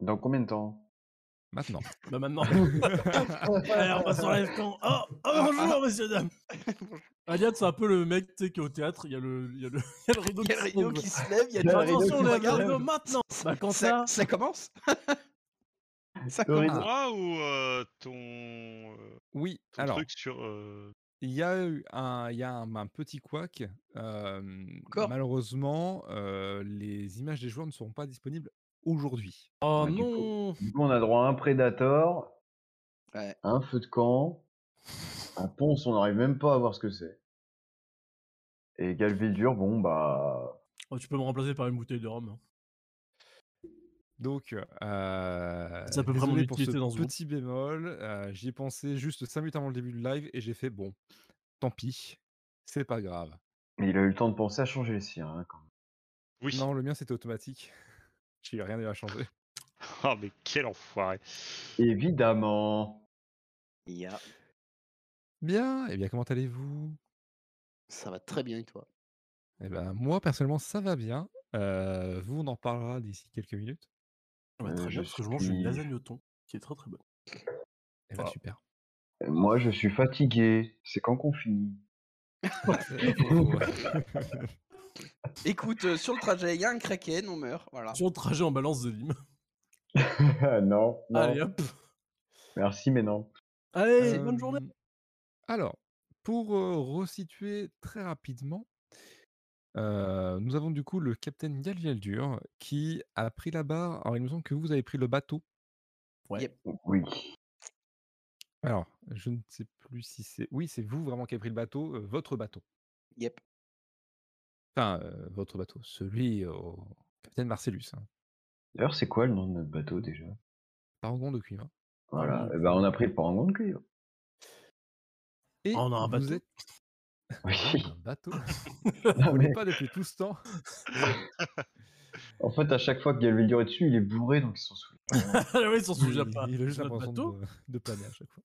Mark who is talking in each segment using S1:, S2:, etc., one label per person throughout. S1: Dans combien de temps?
S2: Maintenant.
S3: Bah maintenant. Allez, on va sur live quand Oh, oh bonjour, messieurs, dames Aliad, c'est un peu le mec, tu sais, qui est au théâtre, il y a le, il y a le, il y a le rideau
S4: Il y a le
S3: qui se
S4: rideau
S3: tombe.
S4: qui se lève, il y a
S1: Il y a
S4: le
S1: le rideau
S3: Attention,
S1: qui se
S3: le
S1: lève.
S3: rideau maintenant Bah quand ça...
S4: Ça, ça commence Ça
S1: Le
S2: Ah.
S1: rideau.
S4: commence.
S5: Toi ou euh, ton, euh,
S2: Oui,
S5: ton
S2: alors,
S5: truc sur. euh,
S2: il y a eu un, il y a un, un petit couac. euh,
S4: Encore
S2: malheureusement, euh, les images des joueurs ne seront pas disponibles aujourd'hui.
S3: Oh
S1: Ah, du
S3: non
S1: Du coup, on a droit à un Predator,
S4: Ouais.
S1: un feu de camp, un ponce, on n'arrive même pas à voir ce que c'est. Et Galvidur, bon, bah.
S3: Oh, Tu peux me remplacer par une bouteille de rhum.
S2: Donc, euh,
S3: Ça peut
S2: désolé
S3: vraiment
S2: pour ce
S3: l'utilité dans ce groupe.
S2: petit bémol. euh, J'y ai pensé juste 5 minutes avant le début du live et j'ai fait bon, tant pis, c'est pas grave.
S1: Mais il a eu le temps de penser à changer les siens, hein, quand même.
S5: Oui.
S2: Non, le mien c'était automatique. J'ai rien eu à changer.
S5: Ah, mais quel enfoiré.
S1: Évidemment.
S4: Il y a-
S2: Bien, et bien comment allez-vous
S4: Ça va très bien et toi
S2: Eh ben moi personnellement ça va bien. Euh, vous on en parlera d'ici quelques minutes.
S3: Ah bah,
S1: Euh,
S3: très bien,
S1: je
S3: parce que je mange une
S1: suis-
S3: lasagne au thon, qui est très très bonne.
S2: Eh ben,
S1: Wow.
S2: super.
S1: Et Moi, je suis fatigué. C'est quand qu'on finit
S4: Écoute, euh, sur le trajet, il y a un kraken, on meurt. Voilà.
S3: Sur le trajet en balance de Lime.
S1: Ah, Non, non.
S3: Allez hop
S1: Merci, mais non.
S3: Allez,
S2: Euh,
S3: bonne journée
S2: Alors, pour euh, resituer très rapidement, euh, nous avons du coup le capitaine Galvieldur qui a pris la barre. Alors, il me semble que vous avez pris le bateau.
S1: Oui.
S2: Alors, je ne sais plus si c'est. Oui, c'est vous vraiment qui avez pris le bateau, euh, votre bateau.
S4: Yep.
S2: Enfin, euh, votre bateau, celui au capitaine Marcellus. Hein.
S1: D'ailleurs, c'est quoi le nom de notre bateau déjà
S2: Parangon de cuivre.
S1: Voilà. Eh ben, on a pris le parangon de cuivre.
S2: Et
S3: Oh, on a un
S2: vous
S3: bateau. Ah
S2: êtes-
S1: Oui.
S2: Un bateau.
S1: Non,
S2: Vous
S1: mais
S2: l'êtes pas depuis tout ce temps.
S1: en fait, à chaque fois que Galvidur est dessus, il est bourré, donc ils sont sous
S3: Ah oui, ils s'en souviennent
S2: il,
S3: pas.
S2: il a juste
S3: Notre
S2: l'impression
S3: bateau.
S2: de, de planer à chaque fois.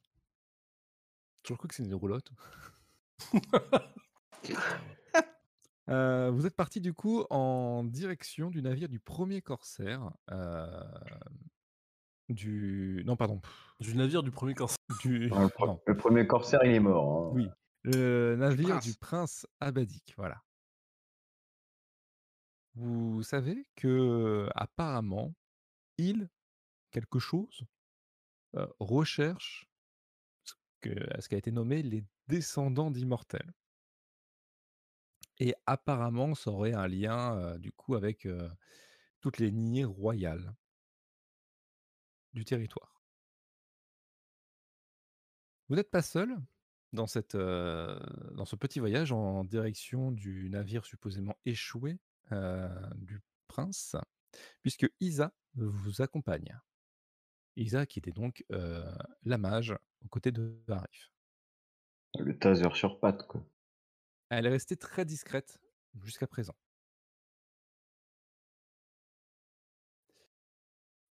S2: Toujours cru que c'est une roulotte. Euh, vous êtes parti du coup en direction du navire du premier corsaire. euh, du. Non, pardon.
S3: Du navire du premier cancer.
S2: Du...
S1: Ah, le, pre-
S2: non,
S1: le premier corsaire, il est mort. hein.
S2: Oui. le navire
S4: prince.
S2: du prince Abadik, voilà. Vous savez que apparemment, il, quelque chose, euh, recherche ce, que, ce qui a été nommé les descendants d'immortels. Et apparemment, ça aurait un lien euh, du coup avec euh, toutes les lignées royales du territoire. Vous n'êtes pas seul dans, cette, euh, dans ce petit voyage en direction du navire supposément échoué euh, du prince, puisque Isa vous accompagne. Isa qui était donc euh, la mage aux côtés de Arif.
S1: Le taser sur patte, quoi.
S2: Elle est restée très discrète jusqu'à présent.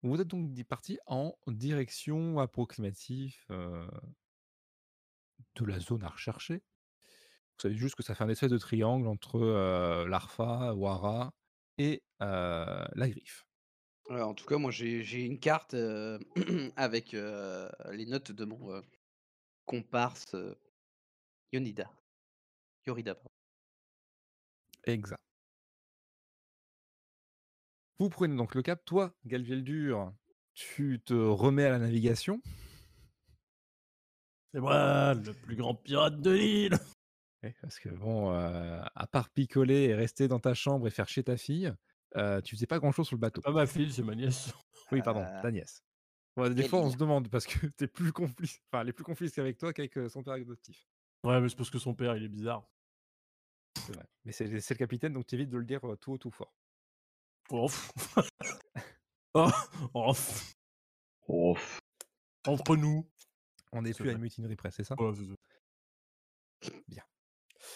S2: Vous êtes donc di- parti en direction approximative euh, de la zone à rechercher. Vous savez juste que ça fait un espèce de triangle entre euh, l'Arfa, Wara et euh, la griffe.
S4: Ouais, Euh, en tout cas, moi, j'ai j'ai une carte euh, avec euh, les notes de mon euh, comparse euh, Yonida. Yorida. pardon.
S2: Exact. Vous prenez donc le cap. Toi, Galvieldur, tu te remets à la navigation.
S3: C'est moi, le plus grand pirate de l'île
S2: Ouais, Parce que bon, euh, à part picoler et rester dans ta chambre et faire chier ta fille, euh, tu faisais pas grand chose sur le bateau.
S3: Pas Ah, ma fille, c'est ma nièce.
S2: Oui, pardon,
S4: Euh,
S2: ta nièce. Ouais, des
S4: quelle
S2: fois, on
S4: idée.
S2: se demande parce que t'es plus complice, enfin, elle est plus complice qu'avec toi qu'avec euh, son père adoptif.
S3: Ouais, mais c'est parce que son père, il est bizarre.
S2: C'est vrai. Mais c'est c'est le capitaine, donc tu évites de le dire euh, tout haut, tout fort.
S3: Ouf. oh, ouf.
S1: Oh, pff,
S3: Entre nous.
S2: On n'est
S3: C'est
S2: plus à
S3: vrai.
S2: une mutinerie presse, c'est ça
S3: Ouais, c'est ça.
S2: Bien.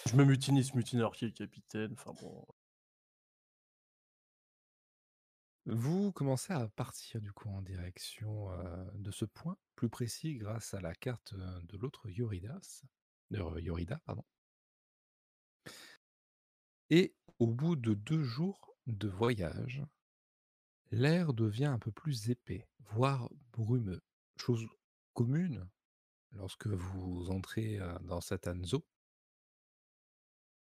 S3: Je me mutine, il se mutine alors qu'il est capitaine. Enfin bon.
S2: Vous commencez à partir du coup en direction euh, de ce point plus précis grâce à la carte euh, de l'autre Yoridas, de euh, Yorida, pardon. Et au bout de deux jours de voyage, L'air devient un peu plus épais, voire brumeux. Chose commune lorsque vous entrez euh, dans cette Anzo.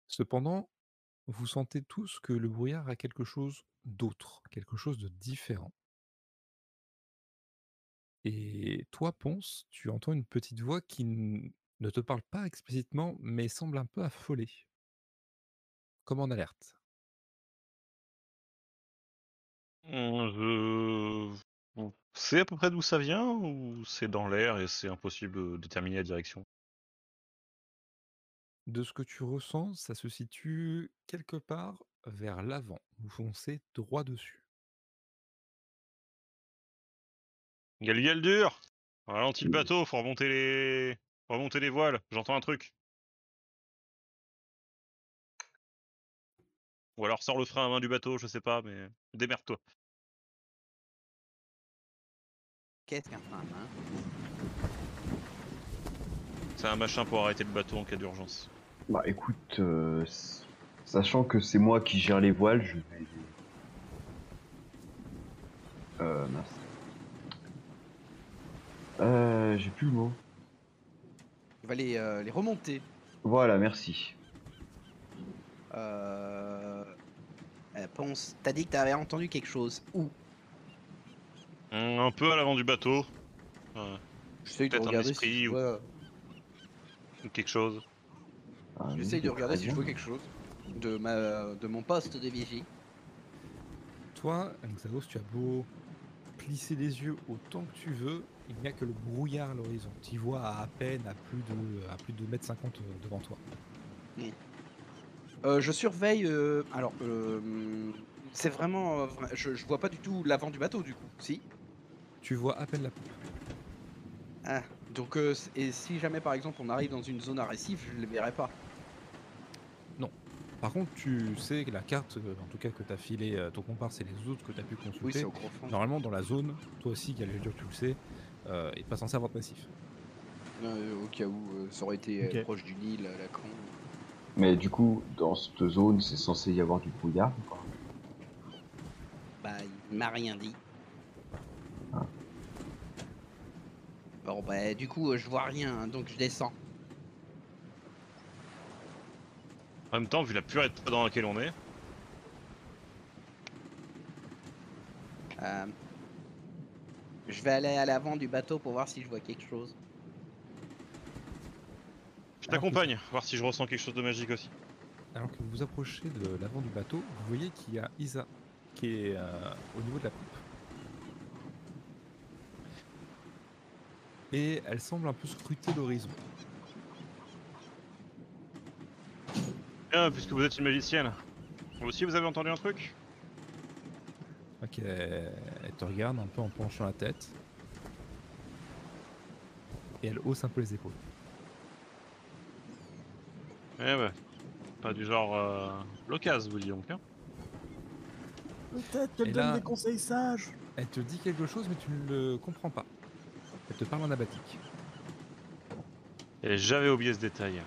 S2: Cependant, vous sentez tous que le brouillard a quelque chose d'autre, quelque chose de différent. Et toi, Ponce, tu entends une petite voix qui n- ne te parle pas explicitement, mais semble un peu affolée. Comme en alerte.
S5: On- Mmh, je- on sait à peu près d'où ça vient ou c'est dans l'air et c'est impossible de déterminer la direction
S2: De ce que tu ressens, ça se situe quelque part vers l'avant. Vous foncez droit dessus.
S5: Galguel dur Ralentis le bateau, faut remonter les... Faut remonter les voiles, j'entends un truc. Ou alors sors le frein à main du bateau, je sais pas, mais démerde-toi.
S4: Qu'est-ce qu'un frein à main
S5: C'est un machin pour arrêter le bateau en cas d'urgence.
S1: Bah écoute, euh, s- sachant que c'est moi qui gère les voiles, je vais. Euh, mince. Euh, j'ai plus le mot.
S4: On va les, euh, les remonter.
S1: Voilà, merci.
S4: Euh... euh, Ponce, t'as dit que t'avais entendu quelque chose. Où
S5: Hum, Un peu à l'avant du bateau,
S4: J'essaye de
S5: Peut-être un
S4: regarder
S5: esprit
S4: si je
S5: ou-
S4: vois,
S5: ou quelque chose.
S1: Ah,
S4: j'essaye
S1: non,
S4: de regarder
S1: très
S4: si je
S1: bien.
S4: vois quelque chose de, ma... de mon poste de vigie.
S2: Toi, Xavos, tu as beau plisser les yeux autant que tu veux, il n'y a que le brouillard à l'horizon. Tu y vois à, à peine à plus de à plus de 2,50 m devant toi.
S4: Euh, je surveille. euh, Alors, euh, c'est vraiment. euh, vra- Je, je vois pas du tout l'avant du bateau, du coup. Si.
S2: Tu vois à peine la poupe.
S4: Ah. Donc, euh, c- et si jamais par exemple on arrive dans une zone à récif, je les verrai pas.
S2: Par contre, tu sais que la carte, euh, en tout cas que t'as filé euh, ton comparse et les autres que t'as pu
S4: Oui,
S2: consulter,
S4: c'est au gros fond.
S2: normalement dans la zone, toi aussi, Galileo, tu le sais, euh, il est pas censé avoir de massif.
S4: Euh, au cas où euh, ça aurait été euh,
S3: Ok.
S4: proche du Nil, euh, la con.
S1: Mais du coup, dans cette zone, c'est censé y avoir du brouillard ou pas
S4: Bah, il m'a rien dit.
S1: Ah.
S4: Bon, bah, du coup, euh, je vois rien, hein, donc je descends.
S5: En même temps, vu la purée de poids dans laquelle
S1: Ah,
S5: on est,
S4: Euh, Je vais aller à l'avant du bateau pour voir si je vois quelque chose.
S5: je t'accompagne, voir si je ressens quelque chose de magique aussi.
S2: Alors que vous vous approchez de l'avant du bateau, vous voyez qu'il y a Isa qui est euh, au niveau de la poupe. Et elle semble un peu scruter l'horizon.
S5: Bien, puisque vous êtes une magicienne. Vous aussi, vous avez entendu un truc
S2: Ok, elle te regarde un peu en penchant la tête. Et elle hausse un peu les épaules.
S5: Eh ouais. Pas du genre euh, l'occasion, vous dis donc. hein.
S3: Peut-être
S2: Et
S3: qu'elle
S2: là-
S3: donne des conseils sages.
S2: Elle te dit quelque chose, mais tu ne le comprends pas. Elle te parle en abatique.
S5: Et j'avais oublié ce détail.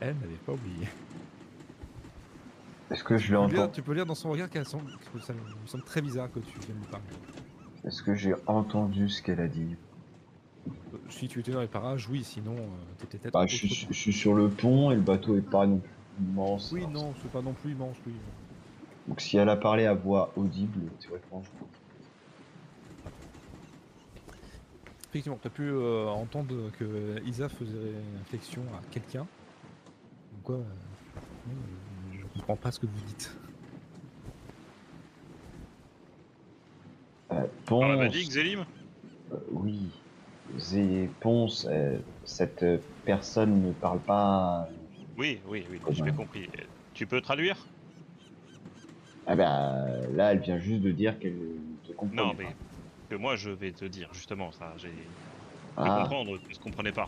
S2: Elle n'avait pas oublié.
S1: Est-ce que je
S2: Tu peux,
S1: l'entends
S2: lire, tu peux lire dans son regard qu'elle semble, que ça me semble très bizarre que tu viennes lui parler.
S1: Est-ce que j'ai entendu ce qu'elle a dit
S2: Euh, Si tu étais dans les parages, oui, sinon euh, t'étais peut-être.
S1: Bah, je suis,
S2: autre
S1: je suis sur le pont et le bateau est pas non plus immense. hein.
S2: Oui,
S1: Alors,
S2: non, c'est pas non plus immense, oui.
S1: Donc si elle a parlé à voix audible, théoriquement, je
S2: Effectivement, t'as pu euh, entendre que Isa faisait une réflexion à quelqu'un. Comme quoi, euh, non, euh, je comprends pas ce que vous dites.
S1: euh,
S5: On m'a
S1: pense-
S5: dit Xélim
S1: euh, oui, Zé Ponce, euh, cette euh, personne ne parle pas.
S5: Oui, oui, oui,
S1: Oh,
S5: j'ai bien
S1: ouais.
S5: compris. Euh, Tu peux traduire
S1: Ah bah là, elle vient juste de dire qu'elle te comprend.
S5: Non, mais que moi je vais te dire justement ça. J'ai je peux
S1: Ah,
S5: comprendre, tu ne comprenais pas.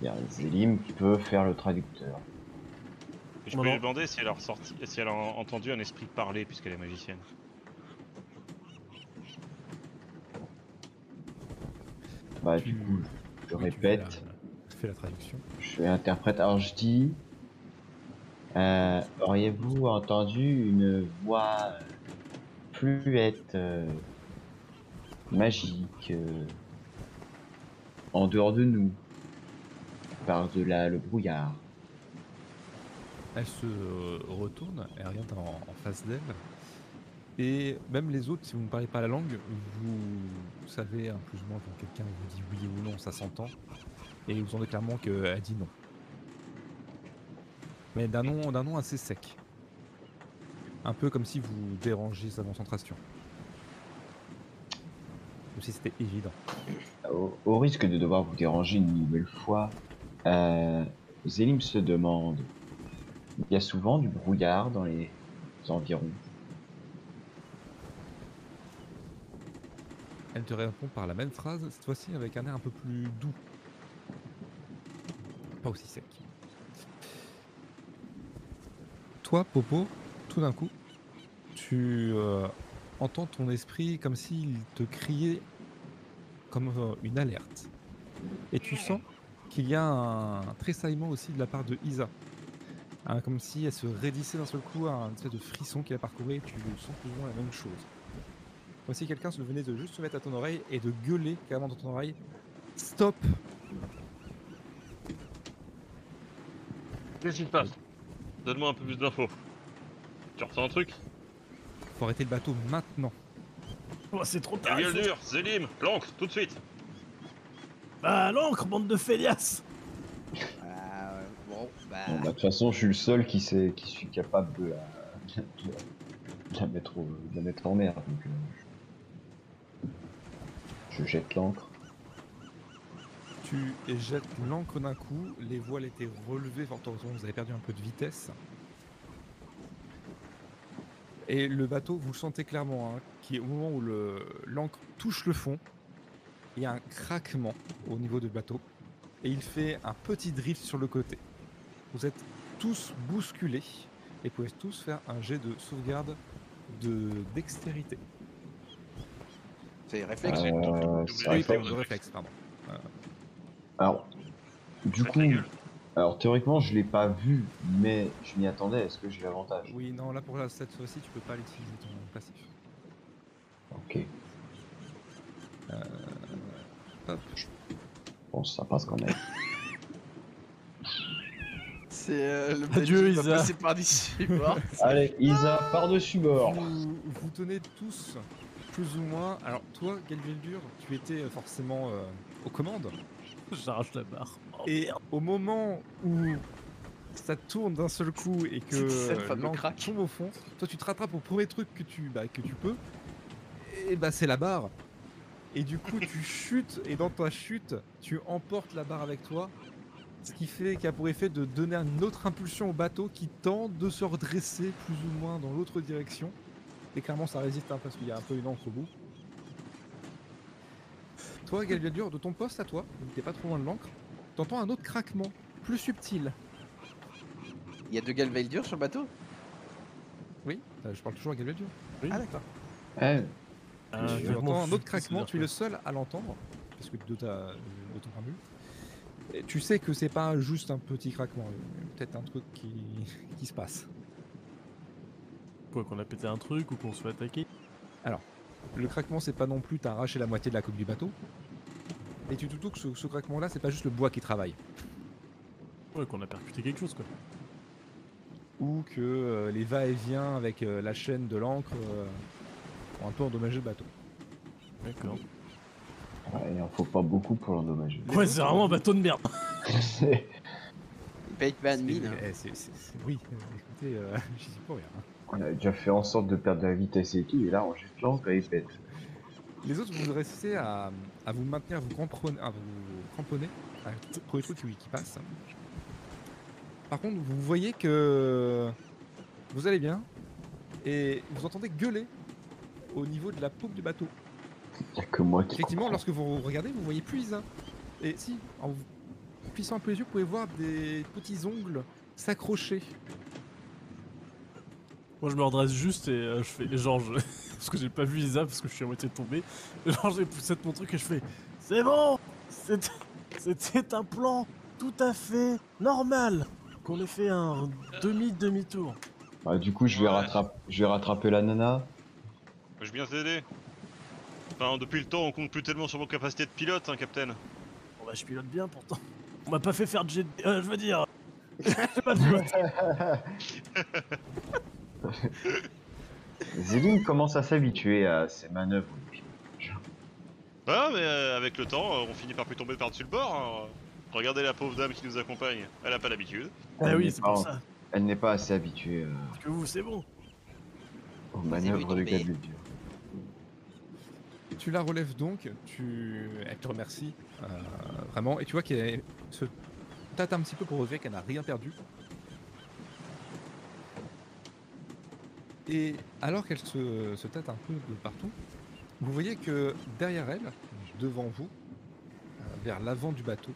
S1: il y a Zélim qui peut faire le traducteur.
S5: Je peux
S3: Maman.
S5: lui demander si elle a ressorti, si elle a entendu un esprit parler puisqu'elle est magicienne.
S1: Bah
S2: Tu-
S1: du coup, je
S2: Oui, tu fais
S1: répète.
S2: la- Tu fais la traduction.
S1: Je suis interprète. Alors je dis, euh, auriez-vous entendu une voix euh, plus être euh, magique euh, en dehors de nous, par-delà le brouillard.
S2: Elle se euh, retourne, elle regarde en, en face d'elle. Et même les autres, si vous ne parlez pas la langue, vous savez hein, plus ou moins quand quelqu'un vous dit oui ou non, ça s'entend. Et vous entendez clairement qu'elle dit non. Mais d'un nom, d'un nom assez sec. Un peu comme si vous dérangez sa concentration. Comme si c'était évident.
S1: Au, au risque de devoir vous déranger une nouvelle fois, euh, Zélim se demande il y a souvent du brouillard dans les environs.
S2: Elle te répond par la même phrase, cette fois-ci avec un air un peu plus doux. Pas aussi sec. Toi, Popo, tout d'un coup, tu euh, entends ton esprit comme s'il te criait comme euh, une alerte. Et tu sens qu'il y a un tressaillement aussi de la part de Isa. Hein, comme si elle se raidissait d'un seul coup à un espèce de frisson qui la parcourait et tu sens plus ou moins la même chose. Comme si quelqu'un se venait de juste se mettre à ton oreille et de gueuler carrément dans ton oreille Stop
S5: Qu'est-ce qui se passe Donne-moi un peu plus d'infos. Tu ressens un truc
S2: Faut arrêter le bateau maintenant
S3: Oh, c'est trop tard. il faut-
S5: Galgaldur, Zélim, l'encre, tout de suite
S3: Bah, à l'encre, bande de feignasses
S4: Ah, ouais, bon, bah.
S1: Bon, bah, De toute façon, je suis le seul qui, sait, qui suis capable de la, de la- de la mettre, au- de la mettre en mer. Donc, euh, je, je jette l'encre.
S2: Tu jettes l'ancre d'un coup, les voiles étaient relevées fort heureusement, vous avez perdu un peu de vitesse. Et le bateau, vous le sentez clairement, hein, qui au moment où le- l'ancre touche le fond, il y a un craquement au niveau du bateau et il fait un petit drift sur le côté. Vous êtes tous bousculés et pouvez tous faire un jet de sauvegarde de dextérité.
S4: C'est réflexe.
S1: Euh, Ah,
S2: Ah, oui,
S1: il faut-
S2: pardon, de réflexe, pardon.
S1: Alors, du
S5: Faites
S1: coup,
S5: la gueule.
S1: alors théoriquement, je l'ai pas vu, mais je m'y attendais. Est-ce que j'ai l'avantage
S2: Oui, non, là pour la- cette fois-ci, tu peux pas l'utiliser ton passif.
S1: Ok, Euh,
S2: Hop.
S1: bon, ça passe quand même.
S4: C'est euh, le
S3: Adieu,
S4: Belgique va
S3: Isa.
S4: passer par d'ici. voir.
S1: Allez, Isa, par-dessus bord
S2: Vous, vous tenez tous, plus ou moins. Alors, toi, Galvildur, tu étais forcément euh, aux commandes.
S3: J'arrache la barre. Oh,
S2: Et au moment où ça tourne d'un seul coup et que
S4: C'est cette
S2: euh,
S4: fameuse
S2: l'ancre
S4: craque.
S2: tombe au fond, toi, tu te rattrapes au premier truc que tu, bah, que tu peux. Et bah, c'est la barre. Et du coup, tu chutes, et dans ta chute, tu emportes la barre avec toi. Ce qui fait qui a pour effet de donner une autre impulsion au bateau qui tente de se redresser plus ou moins dans l'autre direction. Et clairement, ça résiste hein, parce qu'il y a un peu une encre au bout. Toi, Galviadur, de ton poste à toi, donc t'es pas trop loin de l'encre, t'entends un autre craquement, plus subtil.
S1: Euh.
S4: Il y a deux Galveldur sur le bateau
S2: Oui, euh, je parle toujours à Galviadur.
S3: Oui.
S2: Ah d'accord.
S1: Eh,
S3: un
S1: je
S2: Tu
S3: vêtement
S2: entends un
S3: fou,
S2: autre craquement,
S3: c'est-à-dire
S2: tu es le seul à l'entendre, parce que de, ta, de ton point de vue. Et tu sais que c'est pas juste un petit craquement, il y a peut-être un truc qui, qui se passe.
S3: que- Quoi, qu'on a pété un truc ou qu'on se fait attaquer
S2: Le craquement, c'est pas non plus t'as arraché la moitié de la coque du bateau. Et tu te doutes que ce, ce craquement-là, c'est pas juste le bois qui travaille.
S3: Ouais, qu'on a percuté quelque chose, quoi.
S2: Ou que euh, les va-et-vient avec euh, la chaîne de l'ancre euh, ont un peu endommagé le bateau.
S3: D'accord.
S1: ouais, il en faut pas beaucoup pour l'endommager.
S3: Ouais, c'est vraiment un bateau de merde.
S1: C'est-
S4: Bateman
S2: C'est-
S4: mine. hein.
S2: eh, c'est- c'est- c'est- oui, euh, écoutez, euh, j'y suis pour rien. hein.
S1: On a déjà fait en sorte de perdre de la vitesse et tout, et là, on jette l'encre et il pète.
S2: Les autres, vous restez à, à vous maintenir, à vous cramponner, à vous cramponner à tout premier truc qui, qui passe. Par contre, vous voyez que vous allez bien et vous entendez gueuler au niveau de la poupe du bateau.
S1: Y a que moi qui.
S2: Effectivement,
S1: comprends.
S2: lorsque vous regardez, vous voyez plus Isa. Et si, en vous plissant un peu les yeux, vous pouvez voir des petits ongles s'accrocher.
S3: Moi, je me redresse juste et euh, je fais. et genre, je- parce que j'ai pas vu Isa, parce que je suis à moitié tombé. Et genre, j'ai poussé de mon truc et je fais C'est bon C'est- C'était un plan tout à fait normal qu'on ait fait un demi-demi-tour.
S1: Bah, du coup, je vais,
S5: Ouais.
S1: rattraper, je vais rattraper la nana.
S5: Je viens t'aider. Enfin, depuis le temps, on compte plus tellement sur vos capacités de pilote, hein, Captain.
S3: Bon bah je pilote bien pourtant. On m'a pas fait faire de jet de- euh, je veux dire. J'ai pas piloté.
S1: Zélim commence à s'habituer à ces manœuvres.
S5: Ah, mais euh, avec le temps, euh, on finit par plus tomber par-dessus le bord. hein. Regardez la pauvre dame qui nous accompagne. Elle a pas l'habitude.
S3: Ah
S1: Elle
S3: oui,
S1: n'est
S3: c'est
S1: pas-
S3: pour ça.
S1: Elle n'est pas assez habituée euh,
S3: Parce que vous, c'est bon.
S1: aux
S4: Vas-y,
S1: manœuvres
S4: lui
S1: du
S4: tomber.
S1: Cap du Dieu.
S2: Tu la relèves donc, tu... elle te remercie euh, vraiment, et tu vois qu'elle se tâte un petit peu pour relever qu'elle n'a rien perdu. Et alors qu'elle se, se tâte un peu de partout, vous voyez que derrière elle, devant vous, euh, vers l'avant du bateau,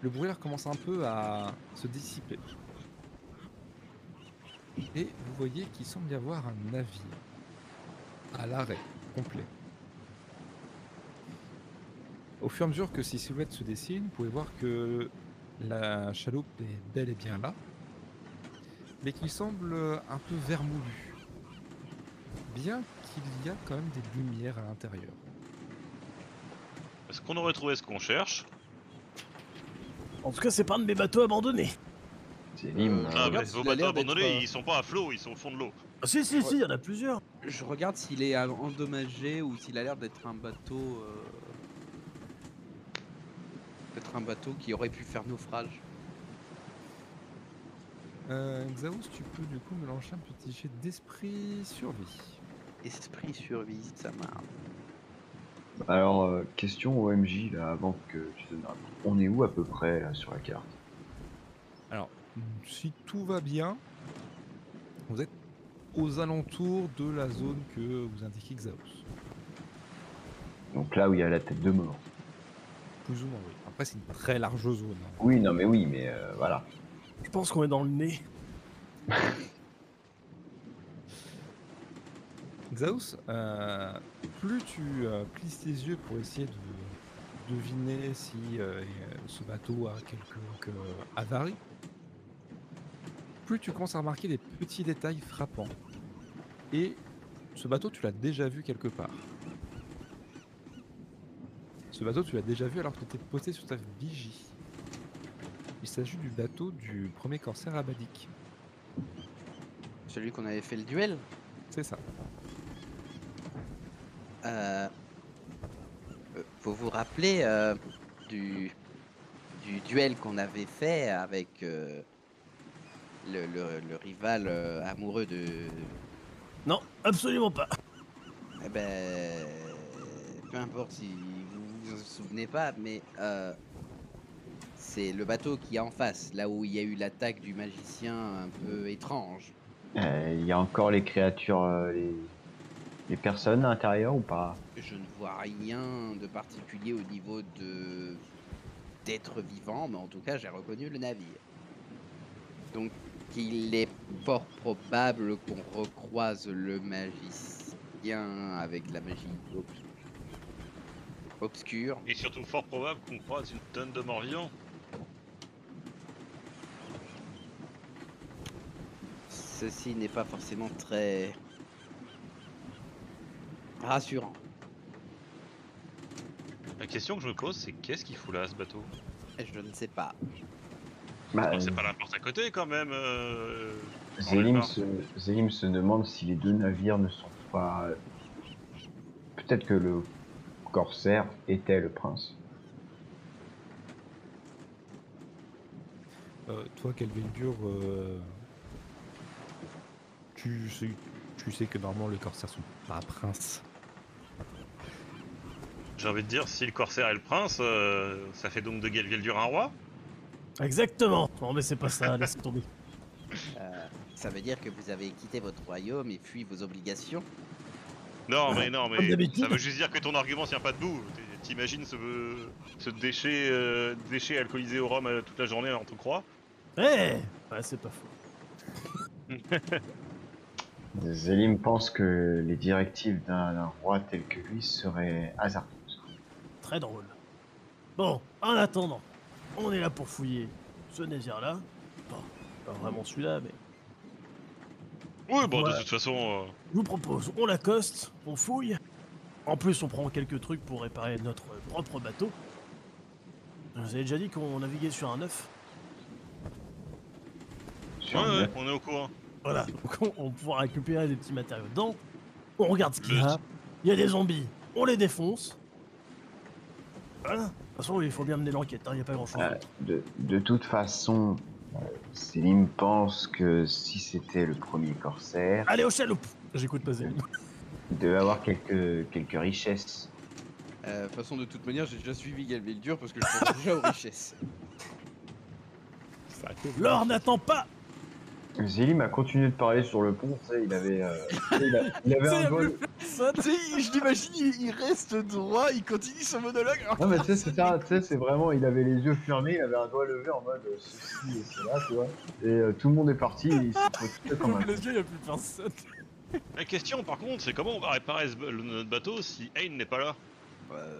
S2: le brouillard commence un peu à se dissiper. Et vous voyez qu'il semble y avoir un navire à l'arrêt complet. Au fur et à mesure que ces silhouettes se dessinent, vous pouvez voir que la chaloupe est bel et bien là, mais qu'il semble un peu vermoulu. Bien qu'il y a quand même des lumières à l'intérieur.
S5: Est-ce qu'on aurait trouvé ce qu'on cherche
S3: En tout cas, c'est pas un de mes bateaux abandonnés.
S1: Zélim,
S4: Euh,
S1: euh,
S5: Ah, mais
S4: regarde, il
S5: vos
S4: a
S5: bateaux
S4: l'air d'être,
S5: abandonnés,
S4: euh,
S5: ils sont pas à flot, ils sont au fond de l'eau.
S3: Ah, si, si,
S4: Ouais.
S3: si, il y en a plusieurs.
S4: Je regarde s'il est euh, endommagé ou s'il a l'air d'être un bateau. euh, Peut-être un bateau qui aurait pu faire naufrage.
S2: Euh, Xaos, tu peux du coup me lancer un petit jet d'esprit survie.
S4: Esprit survie, ça marche.
S1: alors, euh, question OMJ, là, avant que tu donnes la réponse. On est où à peu près, là, sur la carte
S2: Alors, si tout va bien, vous êtes aux alentours de la zone que vous indiquez Xaos.
S1: Donc là où il y a la tête de mort.
S2: Plus ou moins, oui. Après, c'est une très large zone. hein.
S1: Oui, non, mais oui, mais euh, voilà.
S3: Je pense qu'on est dans le nez.
S2: Xaos, euh, plus tu euh, plisses tes yeux pour essayer de deviner si euh, ce bateau a quelconque euh, avarie, plus tu commences à remarquer des petits détails frappants. Et ce bateau, tu l'as déjà vu quelque part. Ce bateau, tu l'as déjà vu alors que tu étais posté sur ta vigie. Il s'agit du bateau du premier corsaire abadique.
S4: Celui qu'on avait fait le duel.
S2: C'est ça.
S4: Euh, euh, Faut vous rappeler euh, du, du duel qu'on avait fait avec euh, le, le- le rival euh, amoureux de.
S3: Non, absolument pas.
S4: Eh ben. Peu importe si vous vous en souvenez pas, mais. euh, C'est le bateau qui est en face, là où il y a eu l'attaque du magicien un peu étrange.
S1: Euh, Il y a encore les créatures, euh, les... les personnes à l'intérieur ou pas
S4: Je ne vois rien de particulier au niveau de d'être vivant, mais en tout cas, j'ai reconnu le navire. Donc, il est fort probable qu'on recroise le magicien avec la magie obs- obscure.
S5: Et surtout, fort probable qu'on croise une tonne de morts vivants.
S4: Ceci n'est pas forcément très rassurant.
S5: La question que je me pose, c'est qu'est-ce qu'il fout là, ce bateau
S4: Je ne sais pas.
S1: bah,
S5: Enfin, C'est pas la porte à côté, quand même. euh,
S1: Zélim
S5: Encore.
S1: se, Zélim se demande si les deux navires ne sont pas. Peut-être que le corsaire était le prince.
S2: Euh, toi, Calvildur, euh, tu, sais, tu sais que normalement les corsaires sont pas princes.
S5: J'ai envie de dire, si le corsaire est le prince, euh, ça fait donc de Galvildur un roi
S3: Exactement. Non, mais c'est pas ça, laisse tomber.
S4: Euh, ça veut dire que vous avez quitté votre royaume et fui vos obligations.
S5: Non, mais non,
S3: Comme
S5: mais
S3: d'habitude.
S5: ça veut juste dire que ton argument tient pas debout. T- T'imagines ce, ce déchet, euh, déchet alcoolisé au rhum euh, toute la journée en te croix
S3: Eh Ouais, c'est pas faux.
S1: Zélim pense que les directives d'un d'un roi tel que lui seraient hasardeuses.
S3: Très drôle. Bon, en attendant, on est là pour fouiller ce navire-là. Bon, pas vraiment celui-là, mais.
S5: Oui, bon,
S3: Ouais.
S5: de toute façon, euh,
S3: Je vous propose, on l'accoste, on fouille. En plus, on prend quelques trucs pour réparer notre propre bateau. Je Vous avez déjà dit qu'on naviguait sur un œuf
S1: Sur
S5: ouais,
S1: un
S5: ouais,
S1: neuf.
S5: on est au courant.
S3: Voilà, donc on, on pourra récupérer des petits matériaux dedans. On regarde ce qu'il y
S5: Le-
S3: a. Il y a des zombies, on les défonce. Voilà. De toute façon, il faut bien mener l'enquête, hein, il n'y a pas grand chose.
S1: Ouais. De, de toute façon, euh, Selim pense que si c'était le premier corsaire,
S3: Allez, au chaloupe J'écoute pas Zélie.
S1: il devait avoir quelques, quelques richesses.
S4: Euh, De toute façon, de toute manière, j'ai déjà suivi Galvildur parce que je pense déjà aux richesses.
S2: Ça
S3: L'or n'attend pas
S1: Zélim a continué de parler sur le pont, tu sais, il avait, euh, il a- il avait
S3: C'est la
S1: un vol.
S4: je l'imagine, il reste droit, il continue son monologue.
S1: Non, mais tu sais, c'est ça, tu sais, c'est vraiment, il avait les yeux fermés, il avait un doigt levé en mode euh, ceci et cela, tu vois. Et euh, tout le monde est parti, et il s'est retrouvé comme un.
S3: Les yeux, il n'y a plus personne.
S5: La question, par contre, c'est comment on va réparer ce ba- le- notre bateau si Ayn n'est pas là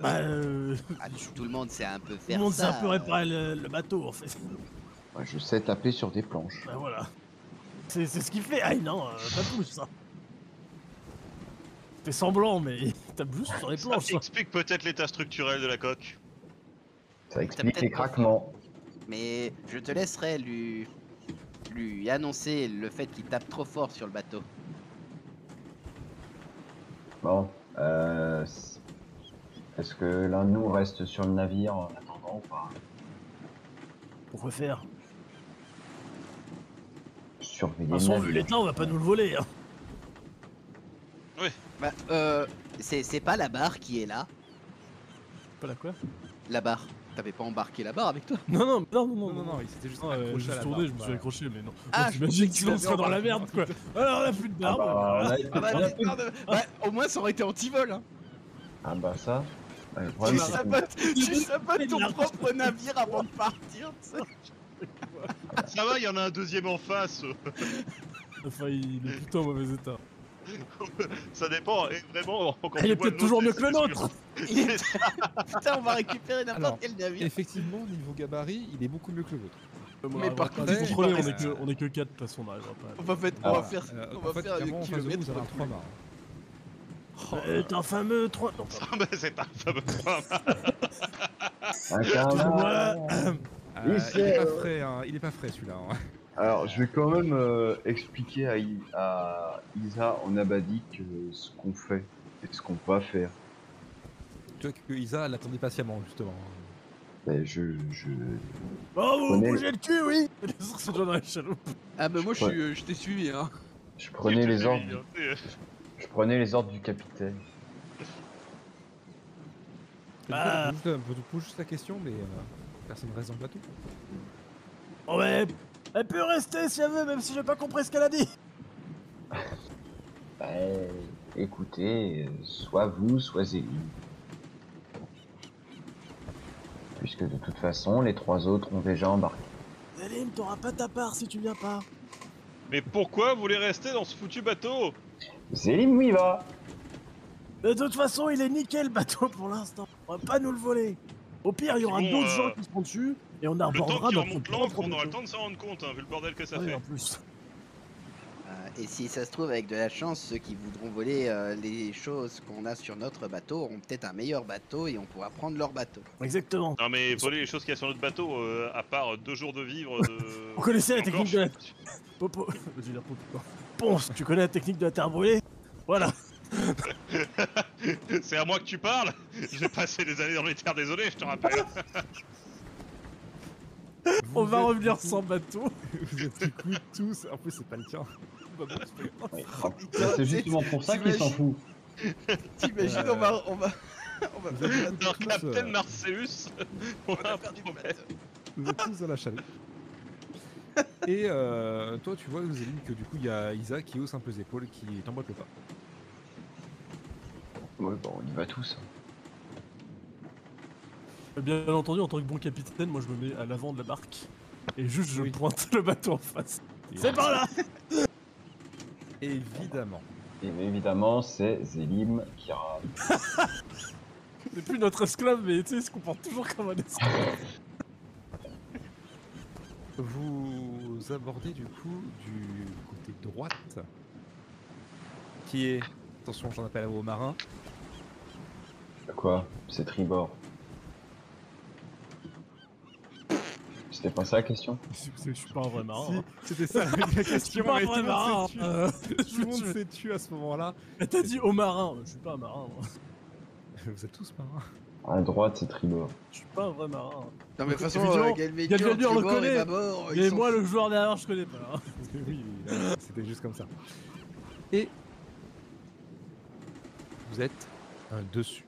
S3: Bah, euh,
S4: Ah, tout le monde sait un peu
S3: tout
S4: faire
S3: le monde s'est
S4: ça.
S3: un peu réparé le, le bateau, en fait.
S1: Ouais, je sais taper sur des planches.
S3: Bah voilà. C'est c'est ce qu'il fait, Aïe, non, euh, pas plus, hein. Fait semblant, mais il tape juste sur les
S5: Ça
S3: planches. hein.
S5: explique peut-être l'état structurel de la coque.
S1: Ça explique
S4: peut-être
S1: les
S4: pas-
S1: craquements.
S4: Mais je te laisserai lui, lui annoncer le fait qu'il tape trop fort sur le bateau.
S1: Bon, euh, c'est- est-ce que l'un de nous reste sur le navire en attendant ou pas
S3: Pourquoi faire
S1: Surveiller
S3: De
S1: le
S3: toute façon, vu
S1: navire.
S3: l'état, on va pas nous le voler. Hein.
S4: Bah, euh, c'est c'est pas la barre qui est là.
S3: Pas la quoi
S4: La barre. T'avais pas embarqué la barre avec toi
S3: Non, non, non, non,
S2: Non, non, non, il s'était juste
S3: Ah, euh,
S2: accroché
S3: juste
S2: à la
S3: tourné,
S2: barre,
S3: je me suis
S2: voilà.
S3: accroché, mais non.
S4: Ah,
S3: Donc, J'imagine qu'il on sera dans la merde, quoi. Alors, on a plus de
S1: Ah
S3: barbe.
S1: bah,
S3: voilà.
S1: là, il-
S4: Ah bah,
S1: on a
S4: la
S1: plus-
S4: barre de- Ouais, au moins ça aurait été anti-vol. Hein.
S1: Ah bah ça. bah, le
S4: Tu
S1: problème, c'est que-
S4: sabotes, tu sabotes ton
S3: Il a-
S4: propre navire avant de partir. tu sais.
S5: Ça va, il y en a un deuxième en face. euh,
S3: Enfin, il est plutôt en mauvais état. Ah,
S5: Ça dépend, et vraiment, quand
S3: Il est
S5: tu vois le
S3: peut-être toujours mieux
S5: nôtre,
S3: que le nôtre.
S5: c'est sûr.
S4: Il est- Putain, on va récupérer n'importe
S2: Alors,
S4: quel navire.
S2: Effectivement, niveau gabarit, il est beaucoup mieux que le vôtre.
S4: Mais par
S3: contre,
S2: contre,
S3: contrôlé, on
S2: euh,
S3: est que- on est que 4, de toute façon, on n'arrivera pas.
S4: On va, faire- on
S1: Ah,
S4: va faire,
S2: Euh,
S4: on
S2: en
S4: va
S2: fait,
S4: faire
S2: clairement,
S4: le
S2: en face de vous, vous
S4: kilomètre.
S2: avez un 3 barres.
S3: Euh, T'es un fameux 3. Non,
S5: Ah, bah, c'est pas un fameux point.
S1: Un carnage.
S2: Euh,
S1: Oui,
S2: il est
S1: c'est,
S2: pas
S1: euh,
S2: frais, hein, il est pas frais celui-là. hein.
S1: Alors, je vais quand même euh, expliquer à, I- à Isa en Abadi que ce qu'on fait et ce qu'on va faire.
S2: Tu vois que Isa l'attendait patiemment justement.
S1: Ben, je, je...
S3: Oh, vous
S1: Prenez-
S3: bougez le cul, oui Les ours sont déjà dans la chaloupe.
S4: Ah bah moi je,
S1: Ouais.
S4: suis, euh, je t'ai suivi hein.
S1: je prenais les ordres. du-
S5: Euh,
S1: Je prenais les ordres du capitaine.
S3: Ah.
S2: Je te pose juste la question, mais euh, personne ne reste dans le bateau.
S3: Oh, mais elle peut rester si elle veut, même si j'ai pas compris ce qu'elle a dit.
S1: Ben, écoutez, euh, soit vous, soit Zélie. Puisque de toute façon, les trois autres ont déjà embarqué.
S3: Zélim, t'auras pas ta part si tu viens pas.
S5: Mais pourquoi vous voulez rester dans ce foutu bateau
S1: Zéline, oui, va
S3: De toute façon, il est nickel le bateau pour l'instant. On va pas nous le voler. Au pire, il y aura
S5: Bon,
S3: d'autres
S5: euh,
S3: gens qui seront dessus et on
S5: Le temps
S3: abordera
S5: qu'il
S3: notre
S5: remonte
S3: propre
S5: l'encre, on aura le
S3: bateau.
S5: temps de s'en rendre compte, hein, vu le bordel que ça
S3: Oui,
S5: fait.
S3: en plus.
S4: Euh, et si ça se trouve avec de la chance, ceux qui voudront voler euh, les choses qu'on a sur notre bateau auront peut-être un meilleur bateau et on pourra prendre leur bateau.
S3: Exactement.
S5: Non mais voler les choses qu'il y a sur notre bateau, euh, à part euh, deux jours de vivre de...
S3: Vous connaissez la
S5: Et
S3: technique de la.
S5: encore, je-
S3: Popo. Je vais dire popo, quoi. Ponce, tu connais la technique de la terre brûlée Voilà.
S5: C'est à moi que tu parles J'ai passé des années dans les terres, désolé, je te
S3: Ah,
S5: rappelle.
S3: on
S2: Vous
S3: va
S2: êtes
S3: revenir
S2: du coup-
S3: sans bateau.
S2: Vous êtes du coup tous. En plus, c'est pas le tien.
S1: Ouais.
S4: putain,
S1: Ben, C'est
S4: c'est-
S1: justement pour ça qu'il s'en fout.
S4: T'imagines,
S2: Euh,
S4: on va. On va. On va
S2: vous êtes-
S5: Alors
S2: tous,
S5: Captain
S2: euh,
S5: Marceus, on a un problème.
S2: Vous êtes tous dans la chaloupe. Et euh, toi, tu vois, vous avez dit que du coup, il y a Isa qui hausse un peu les épaules, qui t'emboîte le pas.
S1: Ouais, bon, on y va tous. hein.
S3: Bien entendu, en tant que bon capitaine, moi je me mets à l'avant de la barque. Et juste je
S2: Oui.
S3: pointe le bateau en face.
S2: Et-
S3: C'est par là
S2: Évidemment.
S1: Et évidemment, c'est Zélim qui aura
S3: C'est plus notre esclave, mais tu sais, il se comporte toujours comme un esclave.
S2: Vous abordez du coup du côté droite qui est. Attention, j'en appelle à vos marins.
S1: Quoi C'est tribord. C'était pas ça la question
S3: Ah, Je suis pas un vrai marin.
S2: Si,
S3: hein.
S2: c'était ça la
S3: Je suis
S2: question.
S3: pas un
S2: et tout
S3: vrai
S2: le
S3: marin.
S2: monde s'est
S3: euh.
S2: tué- Tout le monde s'est tué à ce moment-là.
S3: Mais T'as dit au marin. Je suis pas un marin. moi.
S2: Vous êtes tous marins.
S1: À droite, c'est tribord.
S3: Je suis pas un vrai marin. hein.
S4: Non, mais de toute façon,
S3: Évidemment,
S4: euh, Galvedur,
S3: Galvedur, on le
S4: Tribord est
S3: connaît.
S4: pas mort, ils
S3: Mais
S4: sont
S3: moi,
S4: fous.
S3: le joueur derrière, je connais pas. hein.
S2: oui, euh, c'était juste comme ça. Et vous êtes un dessus.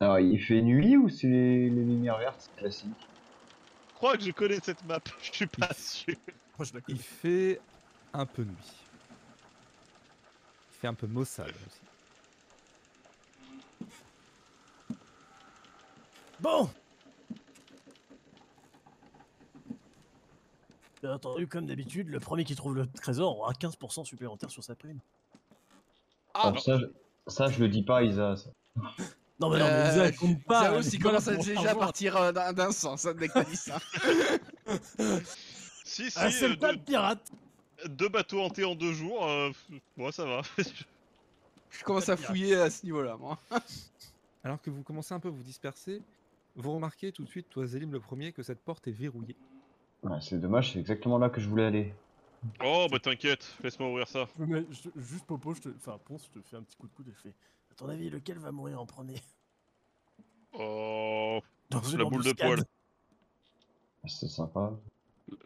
S1: Alors, il fait nuit ou c'est les lumières vertes classiques
S5: Je crois que je connais cette map, je suis pas sûr.
S3: Moi, je la connais.
S2: Il fait un peu nuit. Il fait un peu maussade aussi.
S3: Bon Bien entendu, comme d'habitude, le premier qui trouve le trésor aura 15% supplémentaire sur sa prime.
S4: Ah,
S1: Alors, ça, je... ça, je le dis pas, Isa. ça.
S3: Non, mais non,
S4: Euh,
S3: mais Isa, elle compte pas.
S4: Zao,
S3: elle
S4: s'il
S3: est pas là
S4: commence à
S3: pour
S4: déjà
S3: l'argent. Ah,
S4: partir euh, d'un d'un sens, hein, dès que t'as dit ça.
S5: Si, si,
S3: Ah, c'est
S5: euh,
S3: le tas de
S5: deux,
S3: pirates
S5: deux bateaux hantés en deux jours, euh, moi ça va.
S4: Je commence à fouiller à ce niveau-là, moi.
S2: Alors que vous commencez un peu à vous disperser, vous remarquez tout de suite, toi Zélim le premier, que cette porte est verrouillée.
S1: Ouais, c'est dommage, c'est exactement là que je voulais aller.
S5: oh bah t'inquiète, laisse-moi ouvrir ça.
S3: Je me mets- je- Juste Popo, je te... enfin Ponce, je te fais un petit coup de coude et je fais À ton avis, lequel va mourir en premier
S5: Oh.
S3: Dans
S5: C'est
S3: une
S5: la boule de
S3: embuscade.
S5: poil.
S1: C'est sympa.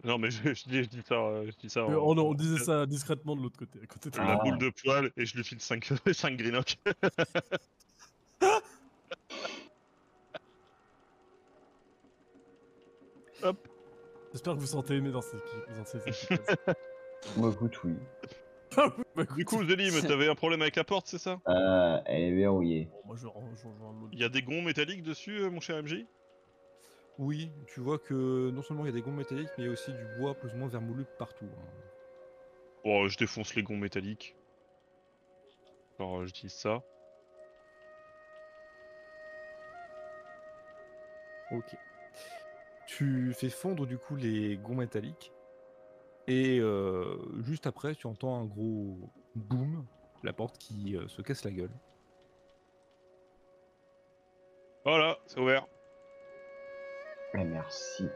S5: Non mais je, je dis, je dis ça, euh, je dis ça.
S3: Euh,
S5: en-
S3: oh non, on disait ça discrètement de l'autre côté. à côté de-
S5: La
S1: Ah.
S5: boule de poil et je lui file 5, 5 greenock.
S3: J'espère que vous sentez aimé dans ces dans ces épisodes.
S1: Moi, écoute, oui.
S3: Bah,
S5: Du
S3: écoute,
S5: coup, Zélim, t'avais un problème avec la porte, c'est ça
S1: Euh, elle est verrouillée.
S3: bon, moi je range je range l'autre.
S5: Il y a des gonds métalliques dessus, euh, mon cher MJ
S2: Oui, tu vois que non seulement il y a des gonds métalliques, mais il y a aussi du bois plus ou moins vermoulu partout. hein.
S5: Oh, je défonce les gonds métalliques. Alors, euh, je dis ça.
S2: Ok. Tu fais fondre du coup les gonds métalliques, et euh, juste après, tu entends un gros boom, la porte qui euh, se casse la gueule.
S5: Voilà, c'est ouvert.
S1: Mais Eh, merci.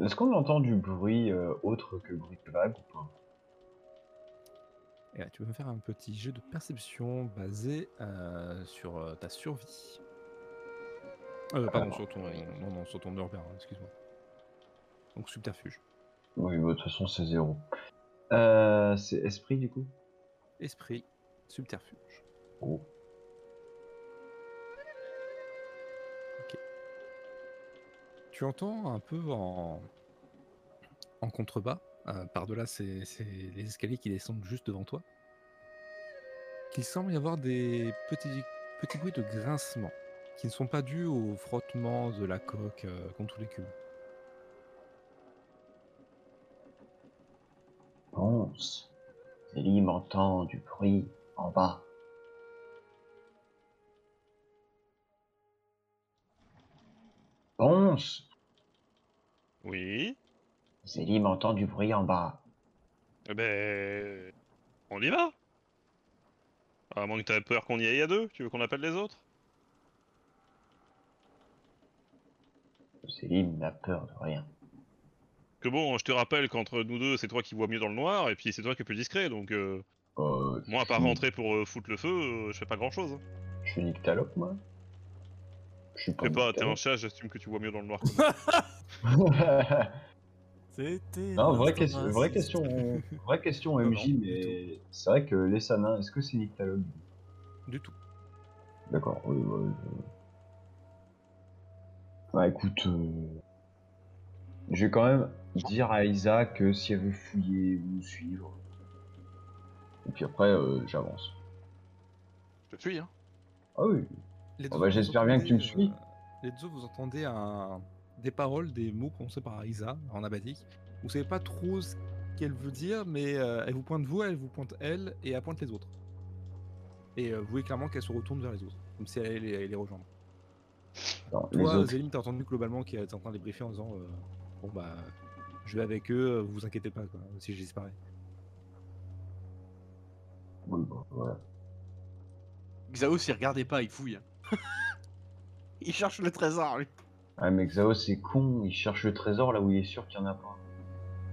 S1: Est-ce qu'on entend du bruit euh, autre que bruit de vague ou pas
S2: Et là, tu vas me faire un petit jeu de perception basé euh, sur euh, ta survie. Euh, pardon,
S1: Alors,
S2: sur ton,
S1: oui.
S2: non, non, sur ton urbain, excuse-moi. Donc subterfuge.
S1: Oui, mais de toute façon, c'est zéro. Euh, c'est esprit du coup
S2: Esprit, subterfuge.
S1: Oh.
S2: Tu entends un peu en, en contrebas, euh, par-delà c'est les escaliers qui descendent juste devant toi, qu'il semble y avoir des petits, petits bruits de grincement qui ne sont pas dus au frottement de la coque euh, contre les cubes.
S1: Ponce. Zélim entend du bruit en bas. Ponce.
S5: Oui.
S1: Zélim entend du bruit en bas.
S5: Eh ben. On y va Ah, À moins que t'aies peur qu'on y aille à deux, tu veux qu'on appelle les autres
S1: Zélim n'a peur de rien.
S5: Que bon, je te rappelle qu'entre nous deux, c'est toi qui vois mieux dans le noir, et puis c'est toi qui es plus discret, donc euh,
S1: Euh,
S5: moi, à part
S1: Hmm.
S5: rentrer pour euh, foutre le feu, euh, je fais pas grand chose.
S1: je suis Nyctalope, moi Je suis
S5: Je
S1: pas.
S5: sais pas, t'es un
S1: nyctalope.
S5: chat, j'assume que tu vois mieux dans le noir. que moi.
S3: C'était.
S1: non,
S3: un
S1: vraie,
S3: instant
S1: question, vraie
S3: raciste.
S1: question, vraie question
S2: Non,
S1: MJ,
S2: non, du
S1: mais c'est vrai que les Sanins, est-ce que c'est Nyctalope
S2: Du tout.
S1: D'accord. oui, oui, oui. Bah écoute, euh, je vais quand même dire à Isa que si elle veut fouiller ou nous suivre. Et puis après, euh, j'avance.
S5: Je te suis, hein.
S1: Ah oui.
S2: Les
S1: Bon,
S2: deux
S1: bah,
S2: autres, vous
S1: j'espère bien que tu me
S2: entendez,
S1: suis.
S2: euh, les deux autres, vous entendez un... des paroles, des mots prononcés par Isa en abadique. Vous savez pas trop ce qu'elle veut dire, mais euh, elle vous pointe vous, elle vous pointe elle, et elle pointe les autres. Et euh, vous voyez clairement qu'elle se retourne vers les autres, comme si elle allait les, les rejoindre.
S1: Dans les
S2: Toi,
S1: autres,
S2: Zélim, t'as entendu globalement qui est en train de débriefer en disant euh, Bon, bah, je vais avec eux, euh, vous vous inquiétez pas, quoi, si je disparais.
S1: oui, bon, voilà.
S4: Xaos, il regardait pas, il fouille. hein. il cherche le trésor, lui.
S1: Ah, mais Xao, c'est con, il cherche le trésor là où il est sûr qu'il y en a pas.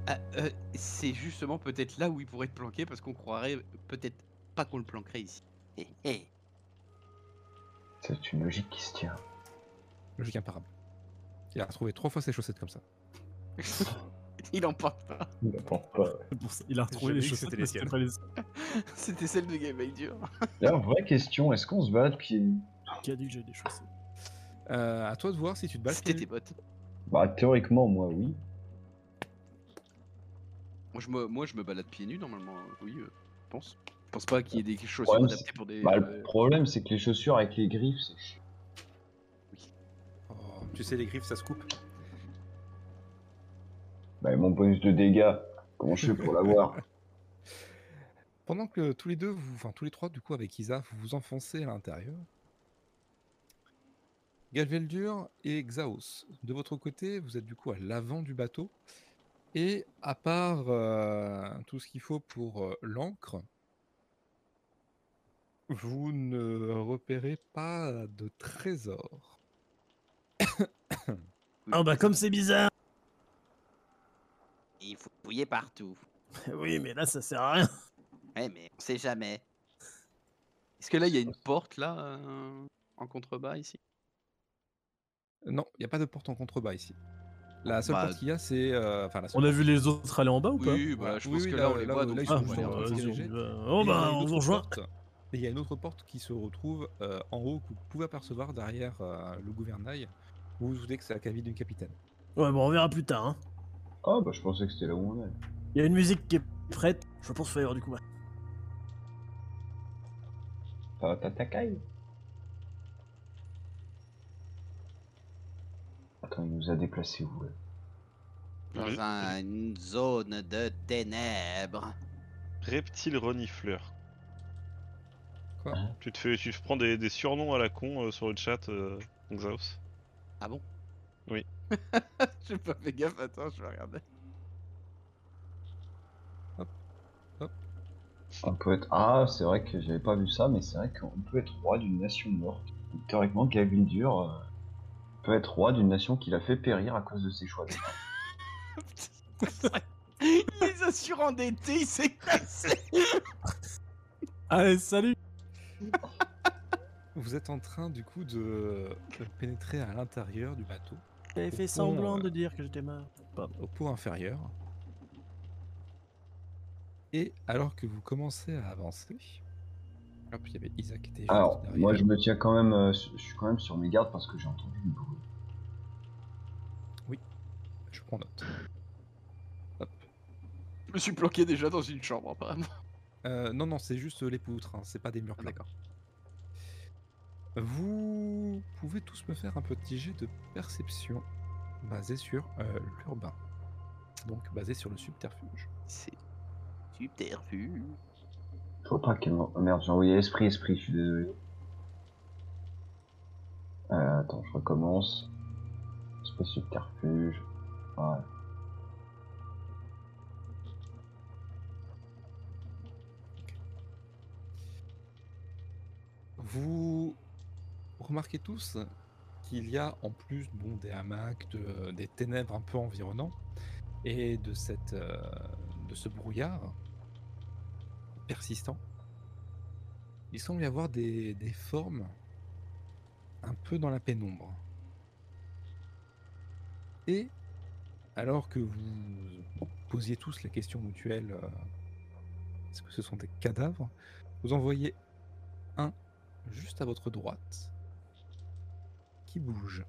S4: Ah, euh, c'est justement peut-être là où il pourrait être planqué parce qu'on croirait peut-être pas qu'on le planquerait ici. Hé, hé.
S1: C'est une logique qui se tient.
S2: Logique imparable. Il a retrouvé trois fois ses chaussettes comme ça.
S4: Il en parle pas.
S3: C'est pour ça- Il a retrouvé les
S2: J'avais dit que
S3: chaussettes,
S2: c'était
S3: mais
S2: les
S3: c'était
S2: siennes.
S3: pas les
S4: C'était celle de Game Boy Dur.
S1: Là, vraie question, est-ce qu'on se bat depuis.
S3: Qui a dit que j'avais des chaussettes
S2: Euh, à toi de voir si tu te bats.
S4: C'était
S2: Kenny.
S4: tes bottes.
S1: Bah, théoriquement, moi, oui.
S4: Moi je, me, moi, je me balade pieds nus normalement. euh, Oui, euh, je pense. Je pense pas qu'il y ait des chaussures
S1: Problème,
S4: adaptées pour des.
S1: Bah,
S4: euh,
S1: le problème, c'est que les chaussures avec les griffes, c'est chiant.
S2: Oh, tu sais, les griffes, ça se coupe.
S1: Bah, et mon bonus de dégâts, comment je fais pour l'avoir
S2: Pendant que tous les deux, vous, enfin tous les trois, du coup, avec Isa, vous vous enfoncez à l'intérieur. Galveldur et Xaos, de votre côté, vous êtes du coup à l'avant du bateau. Et à part euh, tout ce qu'il faut pour euh, l'ancre, vous ne repérez pas de trésor.
S3: Ah bah comme c'est bizarre
S4: Il faut fouiller partout.
S3: Oui, mais là, ça sert à rien
S4: Ouais, mais on sait jamais. Est-ce que là, il y a une porte, là, euh, en contrebas, ici
S2: Non, il n'y a pas de porte en contrebas ici. La seule
S4: Bah,
S2: porte qu'il y a, c'est. euh, Enfin, la seule
S3: On a
S2: porte-
S3: vu les autres aller en bas ou pas
S4: Oui, bah,
S2: Ouais.
S4: je
S2: Oui,
S4: pense
S2: oui,
S4: que
S2: là,
S4: là, on les
S2: là,
S4: voit,
S2: là,
S4: donc
S2: ils
S4: on
S3: Ah,
S2: sont
S4: va
S3: bon,
S4: aller
S2: voilà, on va se
S3: euh,
S4: voir.
S3: vas-y, on
S2: diriger.
S3: y va. Oh
S2: Et il y a
S3: bah,
S2: une
S3: on
S2: autre
S3: vous rejoint
S2: porte- et il y a une autre porte qui se retrouve euh, en haut que vous pouvez apercevoir derrière euh, le gouvernail. Vous vous doutez que c'est la cabine du capitaine.
S3: Ouais, bon, on verra plus tard, hein.
S1: Ah, bah, je pensais que c'était là où on est.
S3: Il y a une musique qui est prête, je pense qu'il va y avoir du bah,
S1: Ta
S3: combat.
S1: ta ta caille. Attends, il nous a déplacés où là
S5: Oui.
S4: Dans un- une zone de ténèbres.
S5: Reptile renifleur.
S2: Quoi
S1: Hein
S5: Tu te fais, tu prends des, des surnoms à la con euh, sur le chat, euh, Xaos.
S4: Ah bon
S5: Oui.
S4: J'ai pas fait gaffe, attends, je vais regarder.
S1: On peut être. Ah, c'est vrai que j'avais pas vu ça, mais c'est vrai qu'on peut être roi d'une nation morte. Théoriquement, Gavildur euh, peut être roi d'une nation qu'il a fait périr à cause de ses choix.
S4: Il les a surendettés, il s'est cassé
S3: Allez, Ah, salut
S2: Vous êtes en train du coup de de pénétrer à l'intérieur du bateau,
S3: J'avais fait semblant de dire que j'étais mort.
S2: au pot inférieur. Et alors que vous commencez à avancer, hop, il y avait Isaac qui était juste
S1: Alors,
S2: derrière.
S1: moi je me tiens quand même. euh, je suis quand même sur mes gardes parce que j'ai entendu du bruit.
S2: je prends note. Hop.
S4: Je me suis planqué déjà dans une chambre, apparemment.
S2: Euh, non, non, c'est juste les poutres, hein, c'est pas des murs
S4: Ah,
S2: plats. Vous pouvez tous me faire un petit jet de perception basé sur euh, l'urbain. Donc basé sur le subterfuge.
S4: C'est subterfuge.
S1: Je vois pas quel. Oh merde, j'ai envoyé esprit, esprit, je suis désolé. Euh, attends, je recommence. Esprit subterfuge. Ouais.
S2: Vous remarquez tous qu'il y a en plus bon, des hamacs, de- des ténèbres un peu environnants et de, cette, euh, de ce brouillard persistant. Il semble y avoir des, des formes un peu dans la pénombre. Et alors que vous posiez tous la question mutuelle, euh, est-ce que ce sont des cadavres Vous en voyez un juste à votre droite qui bouge.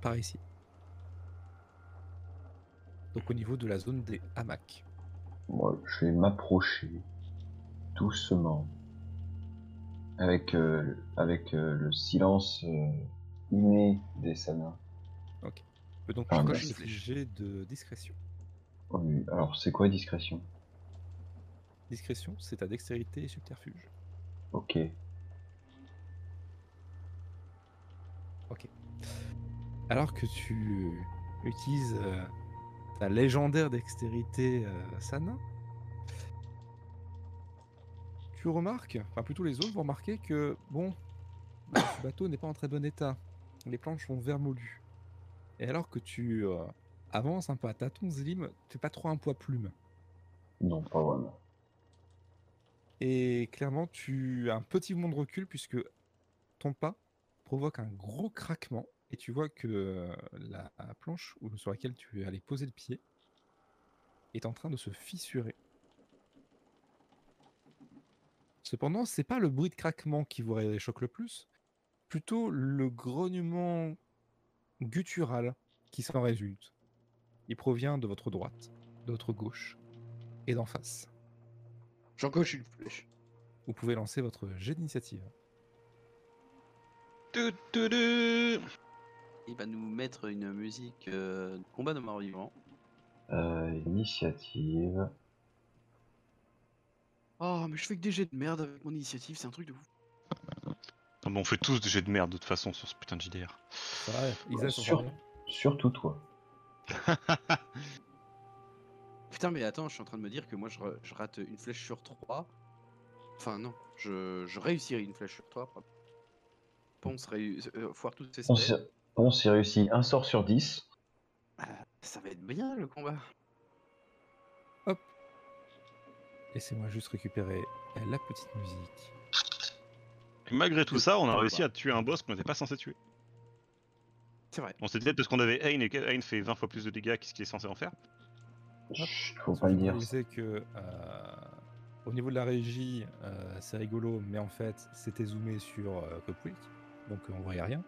S2: Par ici. Donc au niveau de la zone des hamacs.
S1: Moi, je vais m'approcher doucement, avec, euh, le- avec euh, le silence euh, inné des Samins.
S2: Tu peux donc
S1: Ah,
S2: me faire
S1: merci.
S2: un petit jet de discrétion.
S1: Oh, oui. Alors, c'est quoi discrétion
S2: Discrétion, c'est ta dextérité et subterfuge.
S1: Ok.
S2: Alors que tu utilises euh, ta légendaire dextérité euh, Sana, tu remarques, enfin plutôt les autres, vous remarquez que, bon, bah, ce bateau n'est pas en très bon état. Les planches sont vermoulues. Et alors que tu euh, avances un peu à tâtons, Zlim, t'es pas trop un poids plume.
S1: Non, pas vraiment.
S2: Et clairement, tu as un petit mouvement de recul puisque ton pas provoque un gros craquement et tu vois que euh, la planche où- sur laquelle tu allais poser le pied est en train de se fissurer. Cependant, c'est pas le bruit de craquement qui vous ré- choque le plus, plutôt le grognement guttural qui s'en résulte. Il provient de votre droite, de votre gauche et d'en face.
S4: J'en coche une flèche.
S2: Vous pouvez lancer votre jet d'initiative.
S5: Tu, tu, tu.
S4: Il va nous mettre une musique euh, de combat de mort-vivant.
S1: Euh, initiative.
S4: Oh, mais je fais que des jets de merde avec mon initiative, c'est un truc de ouf.
S5: Non, mais Ah on fait tous des jets de merde de toute façon sur ce putain de JDR.
S1: Isa, t'en sûr. parles Surtout toi.
S4: Putain, mais attends, je suis en train de me dire que moi je, ra- je rate une flèche sur 3. Enfin, non, je, je réussirai une flèche sur 3. Ponce réu- euh, foire toutes ses
S1: On
S4: stats.
S1: s'est- on s'est réussi un sort sur 10.
S4: Ça va être bien le combat.
S2: Laissez-moi juste récupérer la petite musique.
S5: Et malgré tout ça, on a réussi à tuer un boss qu'on n'était pas censé tuer.
S4: C'est vrai.
S5: On s'est peut-être parce qu'on avait Ain et que Ain fait 20 fois plus de dégâts qu'est-ce qu'il est censé en faire.
S1: Chut, faut pas le dire.
S2: Je que euh, au niveau de la régie, euh, c'est rigolo, mais en fait, c'était zoomé sur euh, Cupwick, donc euh, on voyait rien.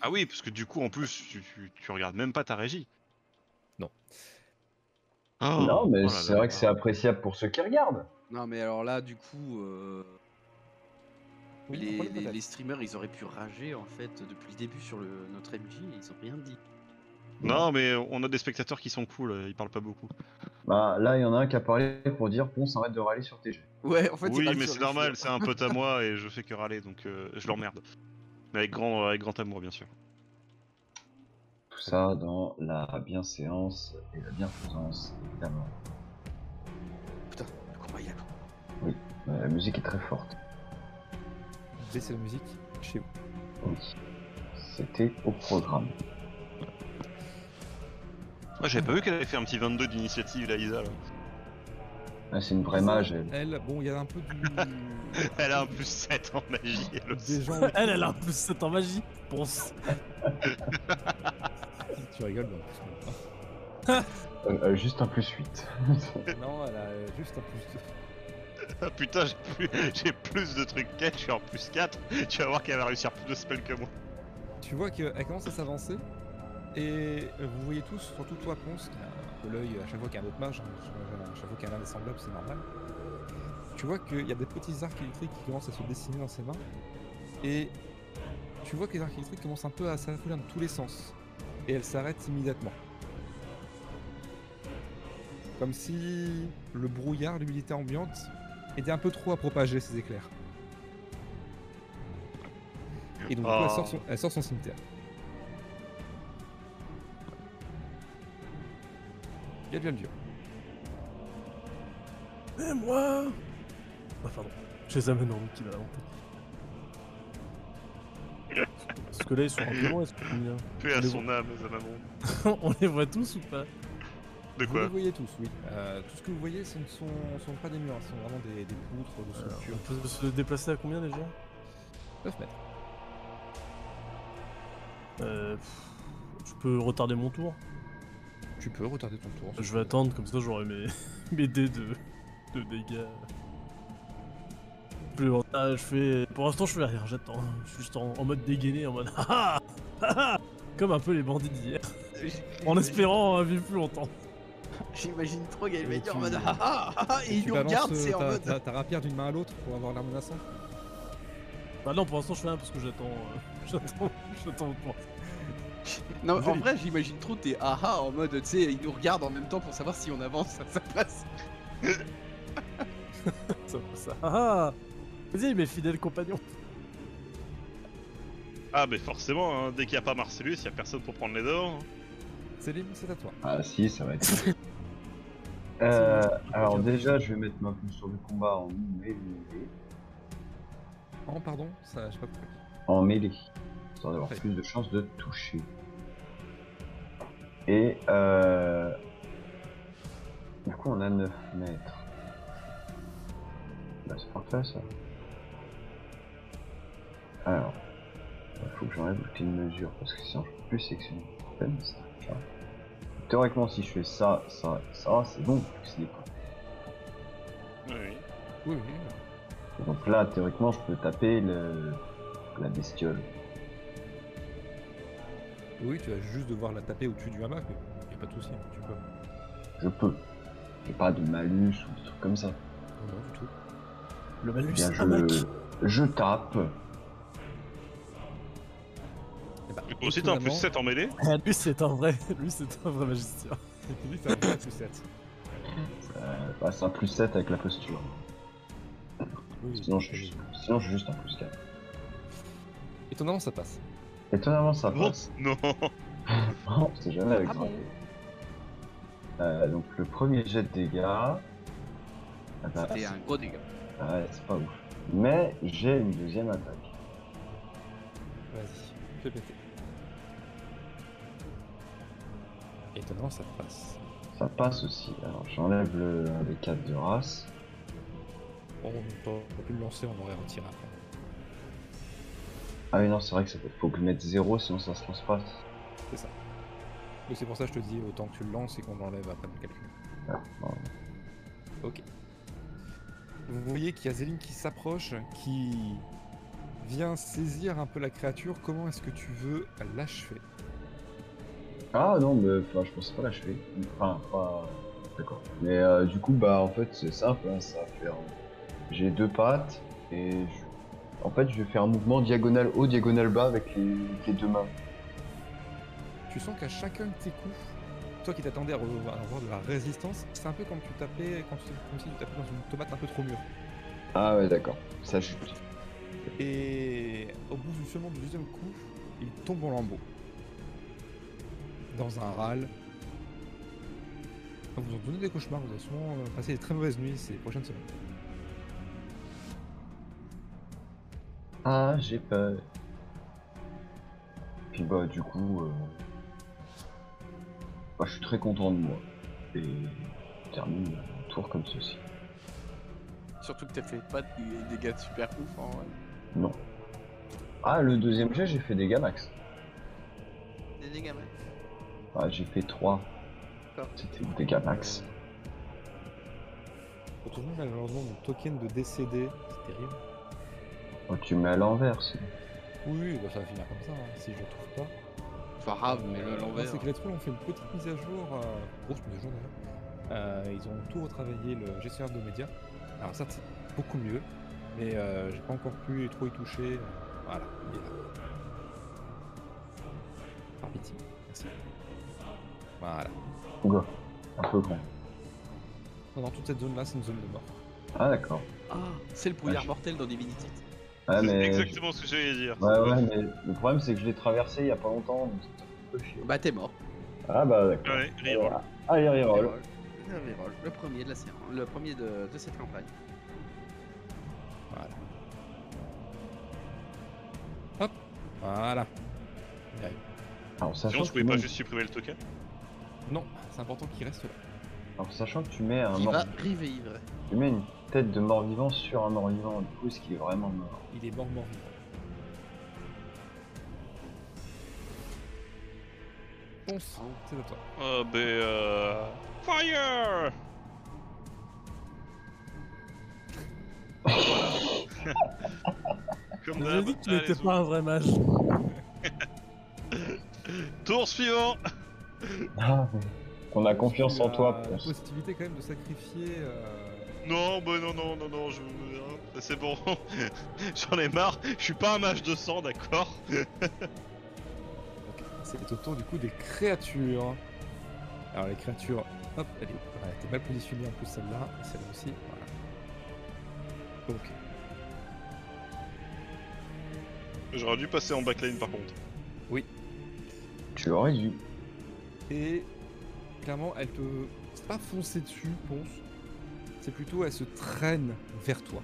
S5: Ah oui, parce que du coup, en plus, tu, tu- tu regardes même pas ta régie.
S2: Non.
S5: Oh,
S1: Non, mais
S5: oh là
S1: c'est
S5: là
S1: vrai
S5: là.
S1: que c'est appréciable pour ceux qui regardent.
S4: Non, mais alors là, du coup, euh, les,
S2: problème
S4: les-
S2: peut-être.
S4: les streamers ils auraient pu rager en fait depuis le début sur le, notre MJ et ils ont rien dit.
S5: Non, mais on a des spectateurs qui sont cool, euh, ils parlent pas beaucoup.
S1: Bah, là, il y en a un qui a parlé pour dire Ponce, arrête de râler sur tes jeux.
S4: Ouais, en fait, ils
S5: oui,
S4: ragent
S5: mais
S4: sur
S5: c'est
S4: les
S5: normal,
S4: cheveux.
S5: c'est un pote à moi et je fais que râler, donc euh, je l'emmerde. Mais avec grand, avec grand amour, bien sûr.
S1: Tout ça dans la bienséance et la bienfaisance, évidemment.
S4: Le combat, il a commencé.
S1: Euh, La musique est très forte.
S2: Laissez la musique chez vous.
S1: Oui. C'était au programme.
S5: Moi, j'avais pas vu qu'elle avait fait un petit 22 d'initiative, la Isa. Là.
S1: Ah, c'est une vraie mage. elle.
S2: Elle, bon, il y a un peu du.
S5: Elle a un plus 7 en magie, elle
S2: des
S5: aussi.
S2: gens.
S3: Elle, elle a un plus 7 en magie. Ponce.
S2: Tu rigoles, mais en plus, non.
S1: Euh, euh, juste un plus 8.
S2: Non, elle a juste un plus.
S5: Ah, putain, j'ai plus, j'ai plus de trucs qu'elle, je suis en plus 4. Tu vas voir qu'elle va réussir plus de spells que moi.
S2: Tu vois qu'elle commence à s'avancer et euh, vous voyez tous, surtout toi Ponce, qui a un peu l'œil à chaque fois qu'il y a un autre mage, hein, à chaque fois qu'il y en a un des semblables, c'est normal. Tu vois qu'il y a des petits arcs électriques qui commencent à se dessiner dans ses mains et tu vois que les arcs électriques commencent un peu à s'affouler dans tous les sens et elle s'arrête immédiatement. Comme si le brouillard, l'humidité ambiante, était un peu trop à propager ces éclairs. Et
S5: Oh,
S2: donc du coup, elle sort son- elle sort son cimetière. Bien, bien, bien.
S3: Et moi Ah, pardon. Je les amène en route, il va monter. Parce que là, ils sont un peu loin, est-ce que combien
S5: Paix à
S3: Mais
S5: son âme, à maman.
S3: On les voit tous ou pas
S5: De
S2: Vous les
S5: quoi
S2: voyez tous, oui. Euh, tout ce que vous voyez, ce ne sont, sont pas des murs, ce sont vraiment des, des poutres, des
S3: Alors,
S2: structures.
S3: On peut se déplacer à combien déjà
S2: 9 mètres.
S3: euh, pff, Je peux retarder mon tour
S2: Tu peux retarder ton tour.
S3: Je vais attendre, comme ça j'aurai mes, mes dés de, de dégâts. Plus en- ah, je fais. Pour l'instant, je fais rien, j'attends. Je suis juste en, en mode dégainé, en mode. Ah ah, ah Comme un peu les bandits d'hier, en espérant euh, vivre plus longtemps.
S4: J'imagine trop Gaël
S2: Et
S4: Vader en
S2: tu-
S4: mode ah ah ah, ah, et il nous regarde, c'est en mode.
S2: euh, Ta, ta rapière d'une main à l'autre pour avoir l'air menaçant.
S3: Bah non, pour l'instant, je fais rien parce que j'attends. euh, j'attends. J'attends mon tour.
S4: Non, en vrai, j'imagine trop tes ah ah en mode, tu sais, il nous regarde en même temps pour savoir si on avance à sa place.
S2: Mmh.
S3: Ça, ça. Ah ah Vas-y, mes fidèles compagnons.
S5: Ah, mais forcément, hein, dès qu'il n'y a pas Marcellus, il n'y a personne pour prendre les devants. hein.
S2: Céline, c'est à toi.
S1: Ah si, ça va être. Euh, alors déjà, je vais mettre ma posture de combat en mêlée.
S2: Oh, pardon, ça, j'ai pas compris.
S1: En mêlée. Histoire d'avoir
S2: Parfait.
S1: plus de chances de toucher. Et euh... Du coup, on a 9 mètres. Bah, c'est parfait, ça. Alors... Il faut que j'enlève toutes les mesures, parce que sinon je peux plus sectionner. Putain, mais c'est un chat. Théoriquement, si je fais ça, ça, ça, c'est bon, parce que c'est des points.
S5: Oui, oui.
S2: Oui, oui.
S1: Donc là, théoriquement, je peux taper le... la bestiole.
S2: Oui, tu vas juste devoir la taper au-dessus du hamac, mais y a pas de souci, tu peux.
S1: Je peux. J'ai pas de malus ou des trucs comme ça.
S2: Non, non, du tout.
S3: Le
S1: Eh
S3: malus,
S1: bien,
S3: un mec.
S1: je... je tape. euh,
S2: Eh ben,
S5: Du coup, aussi, t'as Oh, un plus
S2: étonnamment-
S5: 7 en mêlée.
S3: Ah, Lui, c'est un vrai, lui, c'est un vrai magicien.
S2: Oui, t'as un vrai plus 7.
S1: Euh, bah, c'est un plus 7 avec la posture.
S2: Oui,
S1: Sinon je,
S2: oui.
S1: suis juste... Sinon, je suis juste un plus 4.
S2: Étonnamment, ça passe.
S1: Étonnamment, ça
S5: Non,
S1: passe.
S5: non.
S1: On sait jamais avec
S4: Ah
S1: ça.
S4: bon
S1: Euh, donc, le premier jet de dégâts. Ah bah,
S4: C'était un gros dégât.
S1: ah ouais, c'est pas ouf. Mais j'ai une deuxième attaque.
S2: Vas-y, fais péter. Étonnamment, ça passe.
S1: Ça passe aussi. Alors, j'enlève le 1 des 4 de race.
S2: Bon, on peut- on peut plus le lancer, on l'aurait retiré après.
S1: Ah, mais non, c'est vrai que ça peut... faut que je mette 0, sinon ça se lance pas.
S2: Mais c'est pour ça que je te dis, autant que tu le lances et qu'on l'enlève après le calcul.
S1: Ah, bon.
S2: Vous voyez qu'il y a Zéline qui s'approche, qui vient saisir un peu la créature. Comment est-ce que tu veux l'achever
S1: Ah non, mais enfin, je pensais pas l'achever. Enfin, pas. D'accord. Mais euh, du coup, bah en fait, c'est simple, hein, ça va faire. J'ai deux pattes et je- en fait, je vais faire un mouvement diagonal haut, diagonal bas avec les, les deux mains.
S2: Tu sens qu'à chacun de tes coups, toi qui t'attendais à re- à avoir de la résistance, c'est un peu comme tu tapais, quand tu- comme si tu tapais dans une tomate un peu trop mûre.
S1: Ah ouais, d'accord. Ça chute.
S2: Et au bout du seulement du deuxième coup, il tombe en lambeaux. Dans un râle. Vous vous en donnez des cauchemars, vous avez souvent euh, passé des très mauvaises nuits ces prochaines semaines.
S1: Ah, j'ai peur. Puis bah, du coup, euh, bah, je suis très content de moi et je termine mon tour comme ceci.
S4: Surtout que t'as fait pas des dégâts super ouf en vrai.
S1: Non. Ah, le deuxième jet, j'ai fait des max.
S4: Des dégâts, ouais.
S1: Ah, j'ai fait 3.
S4: D'accord.
S1: C'était des dégâts max.
S2: Retournons malheureusement mon token de décédé. C'est terrible.
S1: Oh, tu mets à l'envers, c'est.
S2: Oui, oui, bah, ça va finir comme ça, hein, si je le trouve pas.
S4: Pas grave, Ah, mais le
S2: Euh,
S4: l'envers. hein.
S2: C'est que les trolls ont fait une petite mise à jour, euh, grosse mise à jour d'ailleurs. Euh, ils ont tout retravaillé le gestionnaire de médias. Alors ça, c'est beaucoup mieux, mais euh, j'ai pas encore pu trop y toucher. Voilà, il est là. Par pitié, merci. Voilà.
S1: Go. Un peu grand.
S2: Dans toute cette zone-là, c'est une zone de mort.
S1: Ah, d'accord.
S4: Ah, c'est le brouillard mortel dans Divinity.
S1: Ouais,
S5: c'est
S1: mais.
S5: exactement ce que j'allais dire.
S1: Ouais, ouais, mais le problème, c'est que je l'ai traversé il y a pas longtemps. donc c'est un peu chiant.
S4: Bah, t'es mort.
S1: Ah, bah, d'accord. Ah,
S5: Ouais, reroll.
S1: Voilà. Allez, reroll.
S4: Reroll. Le reroll. Le premier de la séance. Le premier de, de cette campagne.
S2: Voilà. Hop Voilà.
S1: Alors, sachant,
S5: Sinon,
S1: que
S5: je pouvais
S1: tu
S5: pas
S1: mets...
S5: juste supprimer le token.
S2: Non, c'est important qu'il reste là.
S1: Alors, sachant que tu mets un
S4: Qui
S1: mort...
S4: va revivre.
S1: tu mets une tête de mort-vivant sur un mort-vivant, du coup, ce qui est vraiment mort.
S2: Il est mort mort. Ponce, c'est à toi.
S5: Ah, ben. Euh... Fire Voilà.
S3: Je
S5: Comme
S3: vous ai
S5: d'hab.
S3: dit que tu
S5: Allez,
S3: n'étais
S5: zou.
S3: pas un vrai mage.
S5: Tour suivant
S1: Ah, mais... On a confiance en
S2: Tu
S1: toi.
S2: as La
S1: Ponce.
S2: euh, possibilité quand même de sacrifier. euh,
S5: Non, bah non, non, non, non, je... hein, c'est bon. J'en ai marre, je suis pas un mage de sang, d'accord
S2: donc, C'est au tour du coup des créatures. Alors les créatures, hop, elle est ouais, t'es mal positionnée en plus celle-là et celle-là aussi. Voilà. Donc.
S5: J'aurais dû passer en backlane par contre.
S1: Tu aurais dû.
S2: Et clairement, elle te. C'est pas foncer dessus, ponce. C'est plutôt, elle se traîne vers toi.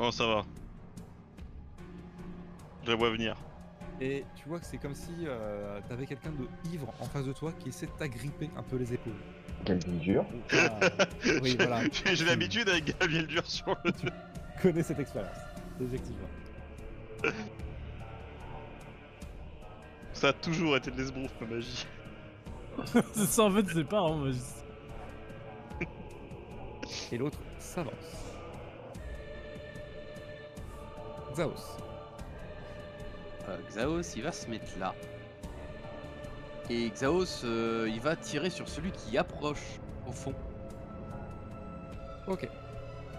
S5: Oh, ça va. Je la vois venir.
S2: Et tu vois que c'est comme si euh, t'avais quelqu'un de ivre en face de toi qui essaie de t'agripper un peu les épaules.
S1: Quelle figure.
S2: oui, voilà.
S5: J'ai j'ai l'habitude avec Gabriel Dur sur le.
S2: Ah. connais cette expérience, effectivement.
S5: Ça a toujours été de l'esbrouf, ma magie.
S3: C'est ça, en fait, c'est pas. hein, mais-
S2: Et l'autre s'avance. Zaos.
S4: Euh, Xaos, il va se mettre là. Et Xaos, euh, il va tirer sur celui qui approche, au fond.
S2: Ok.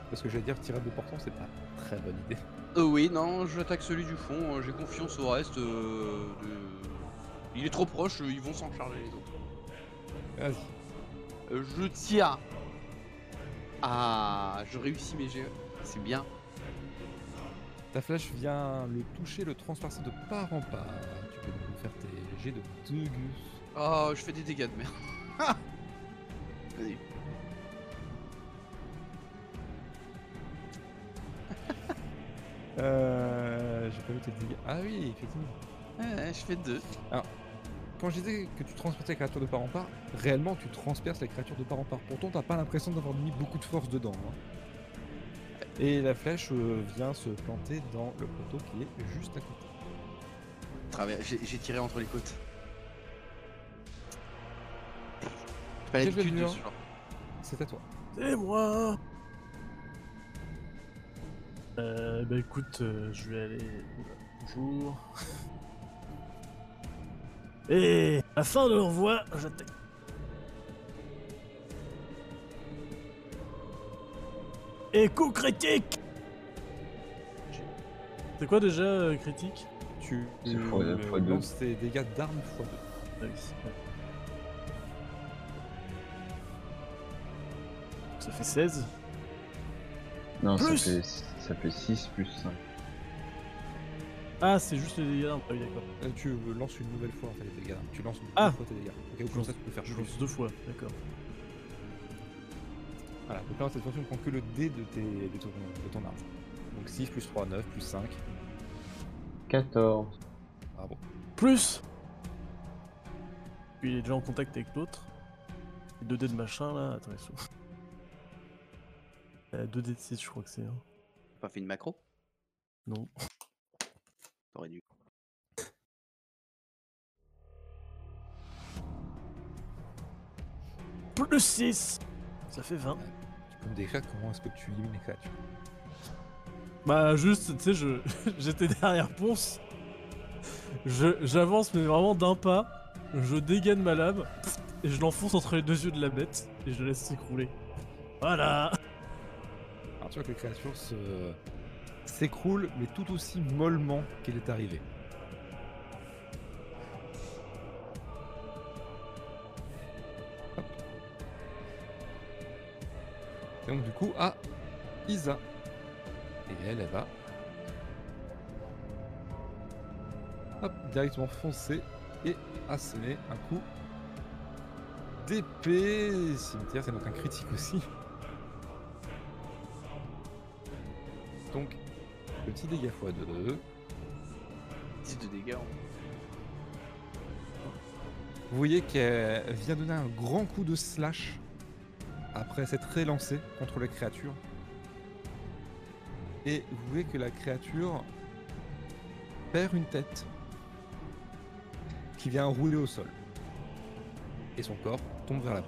S2: Parce que j'allais dire tirer de portant, c'est pas très bonne idée.
S4: Euh, oui, non, j'attaque celui du fond, euh, j'ai confiance au reste. euh, de- Il est trop proche, euh, ils vont s'en charger les autres.
S2: Vas-y.
S4: Euh, je tire. Ah, je réussis mes jets. C'est bien.
S2: Ta flèche vient le toucher, le transpercer de part en part. Tu peux donc faire tes jets de deux gus.
S4: Oh, je fais des dégâts de merde. Vas-y.
S2: Euh, J'ai pas vu tes dégâts. Ah oui, effectivement.
S4: Ouais, je fais deux.
S2: Quand je disais que tu transperçais la créature de part en part, réellement tu transperces la créature de part en part. Pourtant, t'as pas l'impression d'avoir mis beaucoup de force dedans. hein. Et la flèche euh, vient se planter dans le poteau qui est juste à côté.
S4: Travers- J'ai j'ai tiré entre les côtes. J'ai Pas
S2: Quel
S4: l'habitude de
S2: devenir
S4: ce genre.
S2: C'est à toi.
S3: C'est moi euh, Bah écoute, euh, je vais aller. Bonjour. Et afin de leur voix, j'attaque. Et coup critique C'est quoi déjà euh, critique
S2: Tu
S1: C'est fois-
S2: euh,
S1: fois deux.
S2: lances tes dégâts d'armes x2.
S3: Ah oui, ouais. Ça fait 16
S1: Non,
S3: Plus.
S1: ça fait ça fait 6 plus 5.
S3: Ah, c'est juste les dégâts d'armes. Ah oui, d'accord.
S2: Euh, tu euh, lances une nouvelle fois en fait, les dégâts. Tu lances une
S3: Ah.
S2: nouvelle fois tes dégâts. Ok, ou comme
S3: lance-
S2: ça tu peux faire
S3: Je
S2: plus.
S3: lance deux fois, d'accord.
S2: Voilà, donc là cette fois-ci on prend que le dé de, tes, de, ton, de ton arme. Donc 6 plus 3, 9 plus 5.
S1: 14.
S2: Bravo.
S3: Plus Puis il est déjà en contact avec l'autre. Les 2 dés de machin là, attends, ils sont. Euh, 2 dés de 6, je crois que c'est. hein.
S4: T'as Pas fait une macro
S3: Non.
S4: T'aurais dû.
S3: Plus 6 Ça fait 20.
S2: Tu peux me décrire comment est-ce que tu élimines les créatures.
S3: Bah, juste, tu sais, je... j'étais derrière Ponce. Je... J'avance, mais vraiment d'un pas. Je dégaine ma lame. Et je l'enfonce entre les deux yeux de la bête. Et je la laisse s'écrouler. Voilà
S2: Alors tu vois que la créature se... s'écroule, mais tout aussi mollement qu'elle est arrivée. Hop. Et donc du coup à Isa. Et elle, elle va. Hop, directement foncer et asséner un coup d'épée. Cimetière, c'est donc un critique aussi. Donc, petit dégât x2.
S4: 10 de dégâts. hein.
S2: Vous voyez qu'elle vient donner un grand coup de slash après s'être relancée contre la créature. Et vous voyez que la créature perd une tête qui vient rouler au sol. Et son corps tombe vers la bas.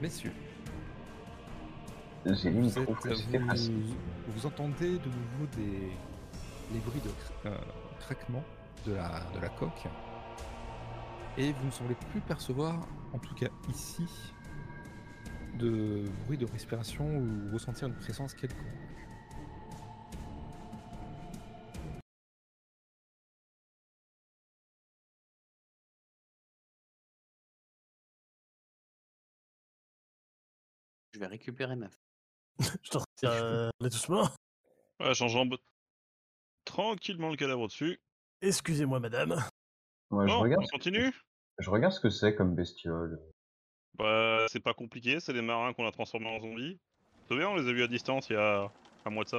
S2: Messieurs.
S1: J'ai lu une
S2: Vous, êtes-
S1: trouve que c'était
S2: vous-
S1: assez.
S2: vous entendez de nouveau des les bruits de cra- euh, craquement de la, de la coque. Et vous ne semblez plus percevoir, en tout cas ici, de bruit de respiration ou ressentir une présence quelconque.
S4: Je vais récupérer ma.
S3: Je te retire euh, les doucement.
S5: Voilà, j'enjambe tranquillement le cadavre dessus.
S3: Excusez-moi, madame.
S1: Ouais, je,
S5: non,
S1: regarde,
S5: on continue
S1: je regarde ce que c'est comme bestiole.
S5: Bah, c'est pas compliqué, c'est des marins qu'on a transformés en zombies. Tu te souviens, on les a vus à distance il y a un mois de ça.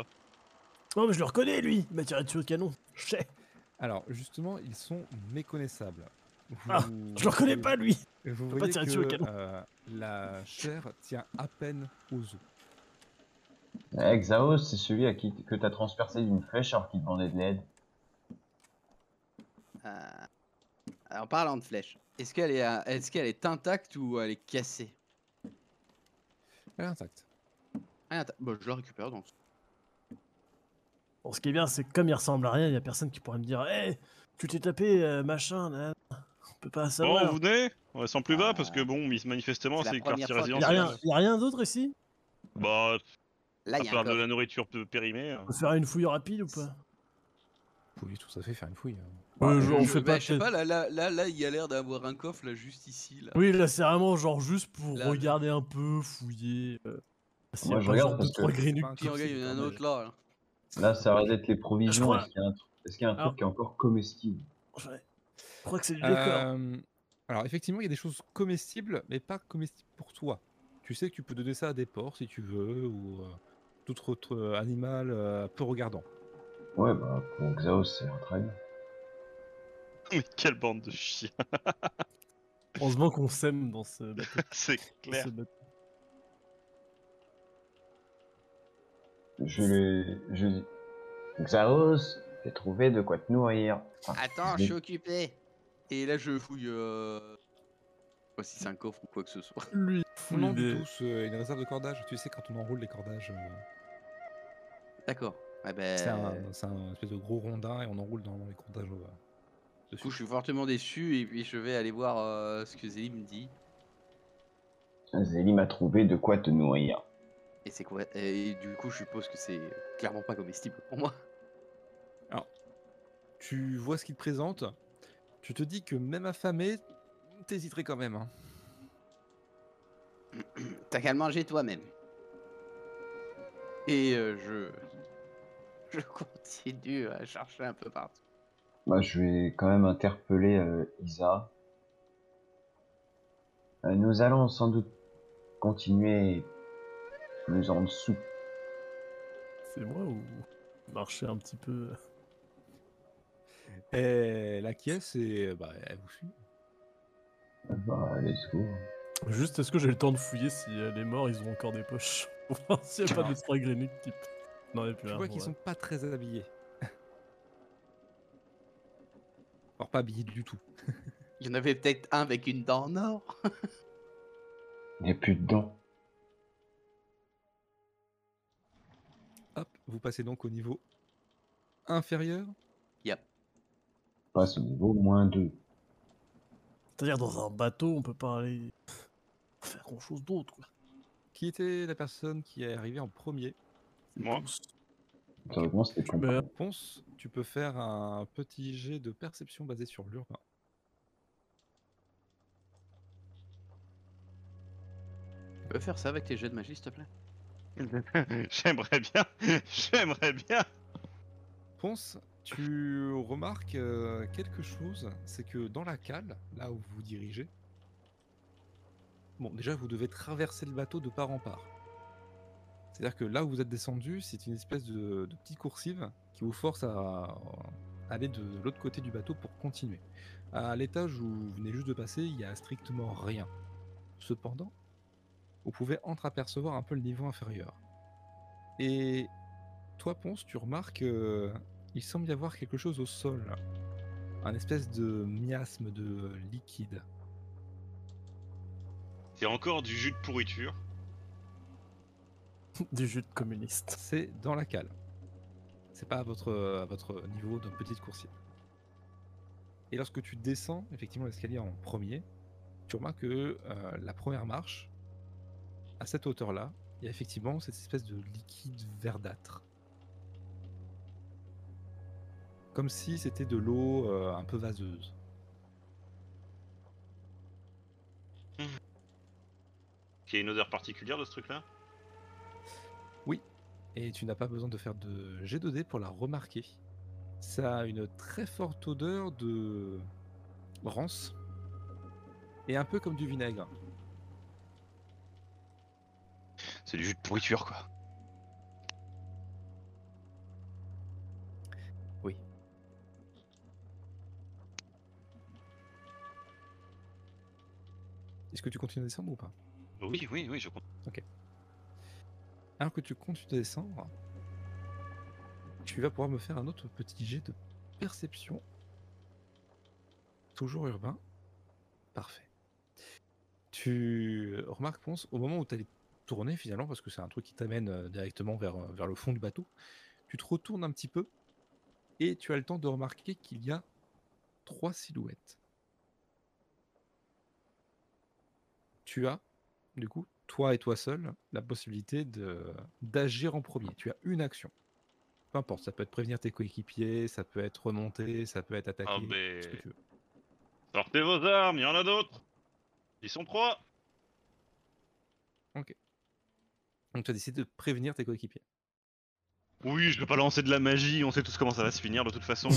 S3: Non, Oh, mais je le reconnais, lui. Il m'a tiré dessus au canon. Je sais.
S2: Alors, justement, ils sont méconnaissables.
S3: Ah,
S2: Vous-
S3: Je le reconnais pas, lui.
S2: Vous
S3: peut pas
S2: voyez
S3: tirer dessus au
S2: que
S3: canon.
S2: euh, la chair tient à peine aux os.
S1: Eh, Xaos, c'est celui à qui que t'as transpercé d'une flèche alors qu'il demandait de l'aide.
S4: Euh, En parlant de flèche, est-ce qu'elle est, euh, est-ce qu'elle est intacte ou elle est cassée
S2: Elle est intacte.
S4: Elle est inta- Ah, Bon, je la récupère donc.
S3: Bon, ce qui est bien, c'est que comme il ressemble à rien, il y a personne qui pourrait me dire Hé, tu t'es tapé, euh, machin, là. On peut pas
S5: bon,
S3: savoir.
S5: vous venez On descend plus bas
S4: Ah.
S5: parce que bon, mis- manifestement,
S4: C'est la
S5: c'est une
S4: première
S5: partie
S4: fois qu'il
S3: Il y a
S5: résidentielle.
S3: rien, y a rien d'autre ici
S5: Bah,
S4: Là,
S5: à
S4: il y a un
S5: part de
S4: coffre.
S5: la nourriture peu périmée. euh.
S3: On peut faire une fouille rapide ou pas
S2: Vous pouvez tout à fait faire une fouille. hein.
S3: Euh,
S4: Je-
S3: genre, on
S4: je-
S3: fait
S4: bah,
S3: pas
S4: je sais
S3: peut-être-
S4: pas, là, là, là, là, il y a l'air d'avoir un coffre là, juste ici. Là.
S3: Oui, là, c'est vraiment genre juste pour
S4: Là, là.
S3: regarder un peu, fouiller. Euh, s'il y
S1: Moi,
S3: a
S1: je
S3: pas
S1: regarde
S3: genre
S1: parce
S3: deux,
S1: que-
S3: trois grénules
S2: Enfin,
S4: Puis,
S2: comme
S4: regarde,
S2: c'est
S4: il y en a un
S2: bordel.
S4: autre là. là.
S1: Là, ça va être les provisions.
S3: crois-
S1: Est-ce qu'il y a un, tr- est-ce qu'il y a un truc
S3: Alors-
S1: qui est encore comestible
S3: Ouais. Je crois que c'est du décor.
S2: Euh, alors effectivement, il y a des choses comestibles, mais pas comestibles pour toi. Tu sais que tu peux donner ça à des porcs si tu veux, ou euh, tout autre euh, animal euh, peu regardant.
S1: Ouais, bah pour Xaos, c'est un très bien.
S5: Mais quelle bande de chiens
S3: Heureusement qu'on s'aime dans ce bateau.
S5: C'est clair.
S3: ce bateau.
S1: Je lui je dis Xaos, j'ai trouvé de quoi te nourrir. Enfin, je
S4: Attends, je
S1: l'ai-
S4: suis occupé. Et là, je fouille. Euh... je sais pas si c'est un coffre ou quoi que ce soit.
S3: Lui,
S2: Non
S3: il
S2: du
S3: est-
S2: tout, c'est euh, une réserve de cordage. Tu sais quand on enroule les cordages, euh,
S4: D'accord. Ouais, ben,
S2: c'est un, c'est un espèce de gros rondin et on enroule normalement les cordages. euh,
S4: Du coup, je suis fortement déçu et puis je vais aller voir euh, ce que Zélie me dit.
S1: Zélie m'a trouvé de quoi te nourrir.
S4: Et c'est quoi Et du coup, je suppose que c'est clairement pas comestible pour moi.
S2: Tu vois ce qu'il te présente. Tu te dis que même affamé, t'hésiterais quand même. hein.
S4: T'as qu'à le manger toi-même. Et euh, je. Je continue à chercher un peu partout.
S1: Bah, je vais quand même interpeller euh, Isa. Euh, nous allons sans doute continuer plus en dessous.
S3: C'est moi ou marcher un petit peu
S2: Et la caisse, et bah, elle vous suit.
S1: Bah, let's go.
S3: Juste, est-ce que j'ai le temps de fouiller si euh, les morts ils ont encore des poches Pour voir s'il n'y a pas
S2: Non.
S3: de trois grenouilles type. Non, il y a plus
S2: Tu
S3: rien.
S2: vois
S3: bon,
S2: qu'ils
S3: ouais.
S2: sont pas très habillés. Alors pas habillés du tout.
S4: Il y en avait peut-être un avec une dent en or.
S1: Il n'y a plus de dents.
S2: Hop, vous passez donc au niveau inférieur.
S1: On passe au niveau moins 2.
S3: C'est-à-dire, dans un bateau, on peut pas aller faire grand chose d'autre. quoi.
S2: Qui était la personne qui est arrivée en premier
S5: Moi,
S1: Heureusement, c'était
S2: Bah,
S1: con.
S3: Mais, euh,
S2: Ponce, tu peux faire un petit jet de perception basé sur l'urbain.
S4: Tu peux faire ça avec tes jeux de magie, s'il te plaît
S5: j'aimerais bien, j'aimerais bien.
S2: Ponce, tu remarques euh, quelque chose, c'est que dans la cale, là où vous vous dirigez, bon, déjà vous devez traverser le bateau de part en part. C'est-à-dire que là où vous êtes descendu, c'est une espèce de, de petite coursive qui vous force à aller de l'autre côté du bateau pour continuer. À l'étage où vous venez juste de passer, il n'y a strictement rien. Cependant, vous pouvez entreapercevoir un peu le niveau inférieur. Et toi, Ponce, tu remarques euh, il semble y avoir quelque chose au sol. Un espèce de miasme de liquide.
S5: C'est encore du jus de pourriture.
S3: Du jeu de communiste.
S2: C'est dans la cale. C'est pas à votre, à votre niveau de petite coursive. Et lorsque tu descends effectivement l'escalier en premier, tu remarques que euh, la première marche, à cette hauteur-là, il y a effectivement cette espèce de liquide verdâtre. Comme si c'était de l'eau euh, un peu vaseuse.
S5: Qui a une odeur particulière de ce truc-là
S2: Et tu n'as pas besoin de faire de jet 2 d pour la remarquer. Ça a une très forte odeur de rance. Et un peu comme du vinaigre.
S5: C'est du jus de pourriture, quoi.
S2: Oui. Est-ce que tu continues à descendre ou pas
S5: Oui, oui, oui, je comprends.
S2: Alors que tu continues de descendre, tu vas pouvoir me faire un autre petit jet de perception. Toujours urbain. Parfait. Tu remarques, Ponce, au moment où tu allais tourner finalement, parce que c'est un truc qui t'amène euh, directement vers, euh, vers le fond du bateau, tu te retournes un petit peu et tu as le temps de remarquer qu'il y a trois silhouettes. Tu as du coup, toi et toi seul, la possibilité de d'agir en premier. Tu as une action. Peu importe, ça peut être prévenir tes coéquipiers, ça peut être remonter, ça peut être attaquer.
S5: Ah,
S2: ce que
S5: mais.
S2: tu veux.
S5: Sortez vos armes, il y en a d'autres Ils sont trois
S2: Donc tu as décidé de prévenir tes coéquipiers.
S5: Oui, je peux pas lancer de la magie, on sait tous comment ça va se finir de toute façon.